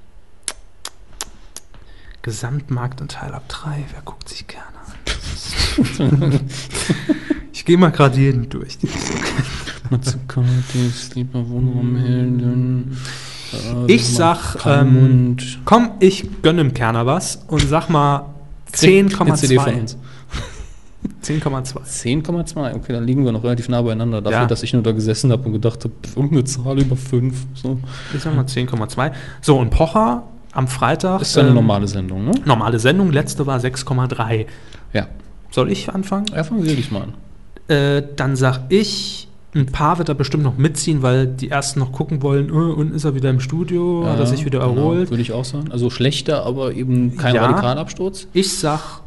Speaker 2: Gesamtmarktanteil ab 3. Wer guckt sich gerne an?
Speaker 1: <laughs>
Speaker 2: ich gehe mal gerade jeden durch. Äh,
Speaker 1: äh,
Speaker 2: Ich sag, ähm,
Speaker 1: Kalmund.
Speaker 2: komm, ich gönne dem Kerner was und sag mal
Speaker 1: Eine CD von
Speaker 2: 10,2.
Speaker 1: uns.
Speaker 2: 10,2.
Speaker 1: 10,2, okay, dann liegen wir noch relativ nah beieinander. Dafür,
Speaker 2: Ja.
Speaker 1: dass ich nur da gesessen habe und gedacht habe, pf, irgendeine Zahl über 5. So.
Speaker 2: Ich sag mal 10,2. So, und Pocher am Freitag.
Speaker 1: Ist ja eine
Speaker 2: ähm,
Speaker 1: normale Sendung, ne?
Speaker 2: normale Sendung. Letzte war 6,3.
Speaker 1: Ja.
Speaker 2: Soll ich anfangen?
Speaker 1: Ja, fangen Sie diesmal an.
Speaker 2: Äh, dann sag ich, ein paar wird da bestimmt noch mitziehen, weil die ersten noch gucken wollen, äh, und ist er wieder im Studio, hat er sich wieder
Speaker 1: genau,
Speaker 2: erholt.
Speaker 1: Würde ich auch sagen. Also schlechter, aber eben kein
Speaker 2: Ja.
Speaker 1: Radikalabsturz.
Speaker 2: Ich sag.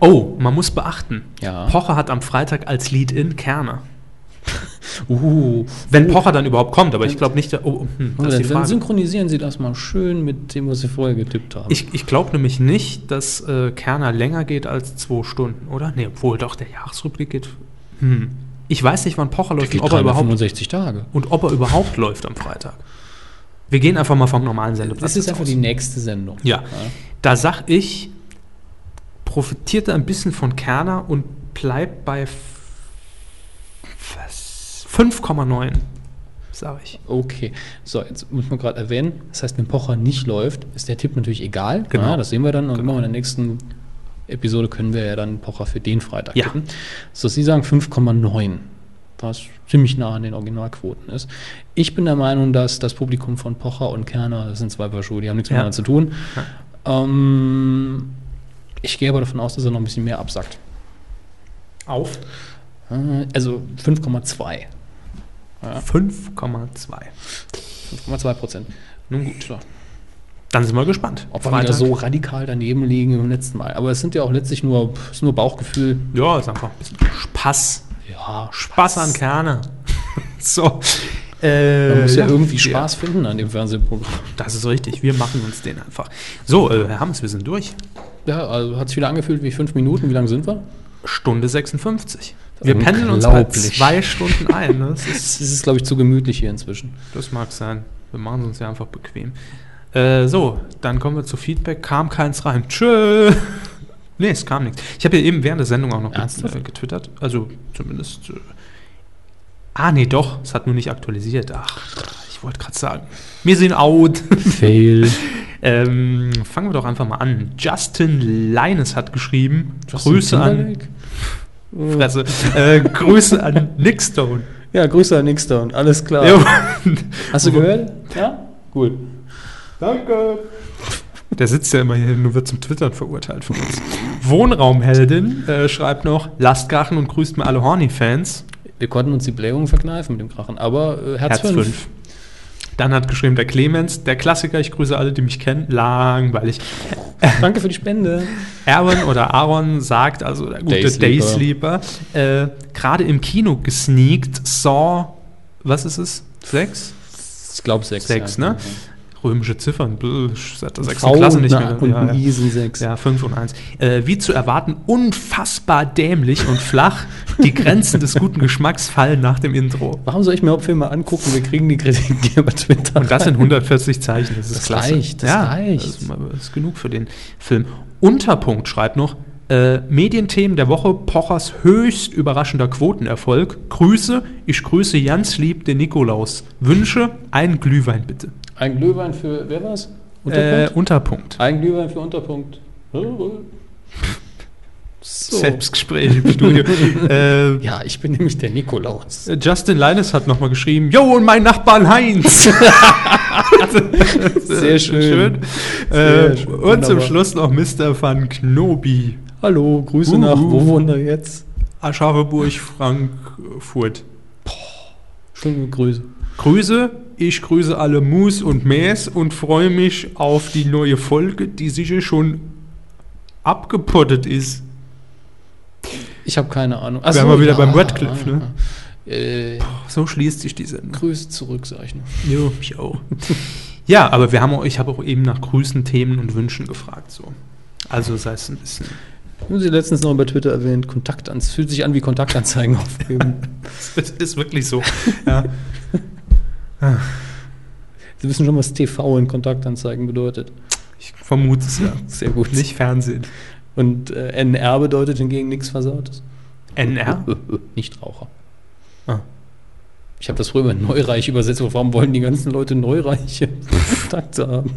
Speaker 2: Oh, man muss beachten.
Speaker 1: Ja.
Speaker 2: Pocher hat am Freitag als
Speaker 1: <laughs>
Speaker 2: Lead-In Kerner.
Speaker 1: Uh,
Speaker 2: Wenn Pocher dann überhaupt kommt, aber ich glaube nicht. der- Oh, hm, das ist
Speaker 1: dann,
Speaker 2: die
Speaker 1: dann
Speaker 2: Frage.
Speaker 1: synchronisieren Sie das mal schön mit dem, was Sie vorher getippt haben.
Speaker 2: Ich, ich glaube nämlich nicht, dass äh, Kerner länger geht als zwei Stunden, oder? Nee, obwohl doch, der Jahresrückblick geht. Hm. Ich weiß nicht, wann Pocher läuft und ob, er überhaupt,
Speaker 1: 365 Tage.
Speaker 2: und ob er überhaupt läuft am Freitag. Wir gehen einfach mal vom normalen Sendeplatz.
Speaker 1: Das ist
Speaker 2: jetzt
Speaker 1: einfach
Speaker 2: aus.
Speaker 1: die nächste Sendung.
Speaker 2: Ja. Da sag ich, profitiert er ein bisschen von Kerner und bleibt bei f- was? 5,9, sage ich.
Speaker 1: Okay, so, jetzt muss man gerade erwähnen, das heißt, wenn Pocher nicht läuft, ist der Tipp natürlich egal.
Speaker 2: Genau.
Speaker 1: Ja, das sehen wir dann. Und
Speaker 2: Genau.
Speaker 1: immer in der nächsten Episode können wir ja dann Pocher für den Freitag
Speaker 2: Ja.
Speaker 1: tippen. So, Sie sagen 5,9, was ziemlich nah an den Originalquoten ist. Ich bin der Meinung, dass das Publikum von Pocher und Kerner, das sind zwei Paar Schuhe, die haben nichts
Speaker 2: Ja.
Speaker 1: miteinander zu tun. Ähm, ich gehe aber davon aus, dass er noch ein bisschen mehr absackt.
Speaker 2: Auf
Speaker 1: Äh, Also 5,2.
Speaker 2: 5,2.
Speaker 1: 5,2 Prozent. Nun gut, klar.
Speaker 2: Dann sind wir gespannt.
Speaker 1: Ob wir wieder so radikal daneben liegen wie beim letzten Mal. Aber es sind ja auch letztlich nur, pff, ist nur Bauchgefühl.
Speaker 2: Ja, ist einfach ein bisschen Spaß.
Speaker 1: Ja,
Speaker 2: Spaß an Kerner. <laughs> so. Äh,
Speaker 1: Man muss ja irgendwie
Speaker 2: wir-
Speaker 1: Spaß finden an dem Fernsehprogramm.
Speaker 2: Das ist richtig. Wir machen uns den einfach. So, äh, Herr Hammes, wir sind durch.
Speaker 1: Ja, also hat sich wieder angefühlt wie fünf Minuten. Wie lang sind wir?
Speaker 2: Stunde 56. Wir pendeln uns bei
Speaker 1: Unglaublich.
Speaker 2: zwei Stunden ein. ne? Das ist
Speaker 1: Es ist, glaube ich, zu gemütlich hier inzwischen.
Speaker 2: Das mag sein. Wir machen es uns ja einfach bequem. Äh, so, dann kommen wir zu Feedback. Kam keins rein. Tschö. Nee, es kam nichts. Ich habe ja eben während der Sendung auch noch
Speaker 1: Ernsthaft?
Speaker 2: get- äh, getwittert. Also zumindest. Äh, ah, nee, doch. Es hat nur nicht aktualisiert. Ach, ich wollte gerade sagen. Wir sind out.
Speaker 1: <laughs>
Speaker 2: <laughs>
Speaker 1: Fail.
Speaker 2: ähm, fangen wir doch einfach mal an. Justin Leines hat geschrieben. Grüße <laughs> an. Fresse. Äh, Grüße an Nickstone.
Speaker 4: Ja, Grüße an Nixter und alles
Speaker 1: Ah.
Speaker 4: klar.
Speaker 2: Jo. <laughs>
Speaker 1: Hast du gehört? Ja? Cool.
Speaker 2: Der sitzt ja immer hier, nur wird zum Twittern verurteilt von uns. Wohnraumheldin äh, schreibt noch, lasst krachen und grüßt mir alle Horny-Fans.
Speaker 1: Wir konnten uns die Blähungen verkneifen mit dem Krachen, aber äh, Herz,
Speaker 2: Herz
Speaker 1: fünf.
Speaker 2: 5. Dann hat geschrieben der Clemens, der Klassiker, ich grüße alle, die mich kennen, langweilig.
Speaker 1: Danke für die Spende.
Speaker 2: Erwin <laughs> oder Aaron sagt, also der gute
Speaker 1: Daysleeper.
Speaker 2: Daysleeper, äh, gerade im Kino gesneakt, Saw, was ist es? Sechs?
Speaker 1: Ich glaube sechs.
Speaker 2: Sechs,
Speaker 1: ja.
Speaker 2: ne? römische Ziffern, bläh, seit der sechsten
Speaker 1: V
Speaker 2: Klasse
Speaker 1: und
Speaker 2: nicht
Speaker 1: eine-
Speaker 2: mehr.
Speaker 1: Und
Speaker 2: ja,
Speaker 1: ein
Speaker 2: ja.
Speaker 1: Riesen 6.
Speaker 2: Ja, 5 und 1. Äh, wie zu erwarten, unfassbar dämlich und flach. Die Grenzen des guten Geschmacks fallen nach dem Intro.
Speaker 1: Warum soll ich mir Hauptfilme angucken? Wir kriegen die Kritiken <laughs> hier bei Twitter.
Speaker 2: Und das sind 140 Zeichen. Das ist
Speaker 1: Das
Speaker 2: klasse.
Speaker 1: reicht, das
Speaker 2: ja,
Speaker 1: reicht.
Speaker 2: Das ist, das ist genug für den Film. Unterpunkt schreibt noch, äh, Medienthemen der Woche, Pochers höchst überraschender Quotenerfolg. Grüße, ich grüße Jans lieb den Nikolaus. Wünsche einen Glühwein bitte.
Speaker 1: Ein Glühwein für, wer war's?
Speaker 2: Äh,
Speaker 1: Unterpunkt?
Speaker 2: Unterpunkt.
Speaker 1: ein Glühwein für Unterpunkt. So.
Speaker 2: Selbstgespräch im Studio.
Speaker 1: <laughs>
Speaker 2: äh,
Speaker 1: Ja, ich bin nämlich der Nikolaus.
Speaker 2: Justin Linus hat nochmal geschrieben, Jo und mein Nachbar <laughs> Heinz.
Speaker 1: Sehr schön. Sehr
Speaker 2: Äh,
Speaker 1: schön,
Speaker 2: und zum
Speaker 1: wunderbar.
Speaker 2: Schluss noch Mr. Van Knobi.
Speaker 1: Hallo, Grüße
Speaker 2: Uhu.
Speaker 1: nach, wo wohnt er jetzt?
Speaker 2: Aschaffenburg, Frankfurt.
Speaker 1: Schöne Grüße.
Speaker 2: Grüße, ich grüße alle Mus und Mäs und freue mich auf die neue Folge, die sicher schon abgepottet ist.
Speaker 1: Ich habe keine Ahnung.
Speaker 2: Wären wir wieder beim Radcliffe, ne?
Speaker 1: Äh,
Speaker 2: So schließt sich die Sendung.
Speaker 1: Grüße zurück, sag ich nur.
Speaker 2: Jo, <laughs> ich auch. ja, aber wir haben auch, ich habe auch eben nach Grüßen, Themen und Wünschen gefragt. So. Also sei es ein bisschen.
Speaker 1: Haben Sie letztens noch bei Twitter erwähnt, Kontakt ans, fühlt sich an wie Kontaktanzeigen
Speaker 2: <laughs>
Speaker 1: aufgeben.
Speaker 2: Es ist wirklich so. ja.
Speaker 1: Sie wissen schon, was TV in Kontaktanzeigen bedeutet.
Speaker 2: Ich vermute es ja.
Speaker 1: Sehr gut.
Speaker 2: Nicht Fernsehen.
Speaker 1: Und äh, NR bedeutet hingegen nichts Versautes. <laughs>
Speaker 2: NR?
Speaker 1: Nichtraucher.
Speaker 2: Ah.
Speaker 1: Ich habe das früher immer Neureich übersetzt. aber Warum wollen die ganzen Leute Neureiche <laughs> Kontakte haben?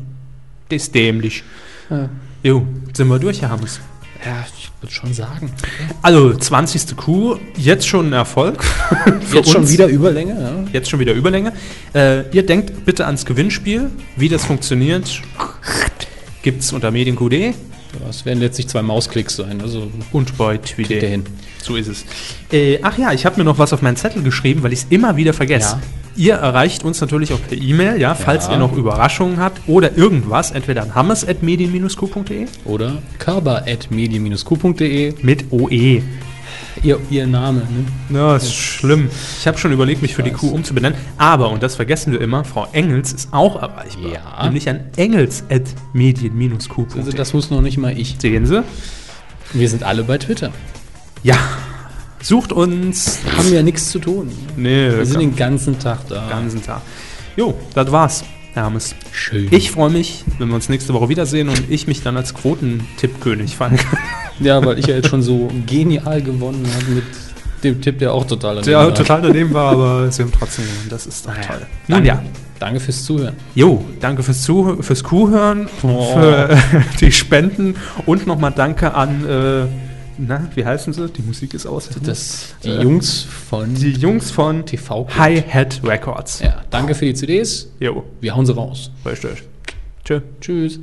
Speaker 2: Das ist dämlich.
Speaker 1: Ja.
Speaker 2: Jo, sind wir durch, Herr Hammes.
Speaker 1: Ja, ich würde schon sagen.
Speaker 2: Also, 20. Kuh, jetzt schon ein Erfolg. <laughs> Für
Speaker 1: Jetzt schon
Speaker 2: uns.
Speaker 1: wieder Überlänge? Ja?
Speaker 2: Jetzt schon wieder Überlänge. Äh, ihr denkt bitte ans Gewinnspiel. Wie das funktioniert, gibt's unter Medienqd
Speaker 1: Ja, es werden letztlich zwei Mausklicks sein. Also
Speaker 2: und bei
Speaker 1: geht der
Speaker 2: Twitter.
Speaker 1: hin.
Speaker 2: So ist es. Äh, ach ja, ich habe mir noch was auf meinen Zettel geschrieben, weil ich es immer wieder vergesse.
Speaker 1: Ja.
Speaker 2: Ihr erreicht uns natürlich auch per E-Mail, ja, falls
Speaker 1: Ja.
Speaker 2: ihr noch Überraschungen habt oder irgendwas, entweder an hammes.medien-q.de
Speaker 1: Oder körper.medien-q.de.
Speaker 2: mit OE.
Speaker 1: Ihr, ihr Name, ne?
Speaker 2: Na, ist schlimm. Ich habe schon überlegt, mich für die Kuh umzubenennen. Aber, und das vergessen wir immer, Frau Engels ist auch erreichbar.
Speaker 1: Ja.
Speaker 2: Nämlich an engels.medien-q.de.
Speaker 1: Also das wusste noch nicht mal ich.
Speaker 2: Sehen Sie?
Speaker 1: Wir sind alle bei Twitter.
Speaker 2: Ja. Sucht uns.
Speaker 1: Haben ja nichts zu tun.
Speaker 2: Nee,
Speaker 1: Wir sind den ganzen Tag da.
Speaker 2: den ganzen Tag. Jo, das war's, Herr Hammes.
Speaker 1: schön.
Speaker 2: Ich freue mich, wenn wir uns nächste Woche wiedersehen und ich mich dann als Quotentippkönig fand.
Speaker 1: Ja, weil ich ja jetzt schon so genial gewonnen habe mit dem Tipp, der auch total daneben war.
Speaker 2: daneben war, aber sie haben trotzdem gewonnen. Das ist doch toll. Nun
Speaker 1: Danke.
Speaker 2: ja.
Speaker 1: Danke fürs Zuhören.
Speaker 2: Jo, danke fürs Zuhören, fürs Kuhhören,
Speaker 1: Oh.
Speaker 2: für <laughs> die Spenden und nochmal danke an, äh, na, wie heißen sie? Die Musik ist aus.
Speaker 1: Das, die
Speaker 2: Äh,
Speaker 1: Jungs von
Speaker 2: die Jungs von
Speaker 1: TV. -Kult.
Speaker 2: Hi-Hat Records.
Speaker 1: Ja, danke für die CDs.
Speaker 2: Jo,
Speaker 1: Wir hauen sie raus.
Speaker 2: richtig. Tschö.
Speaker 1: Tschüss.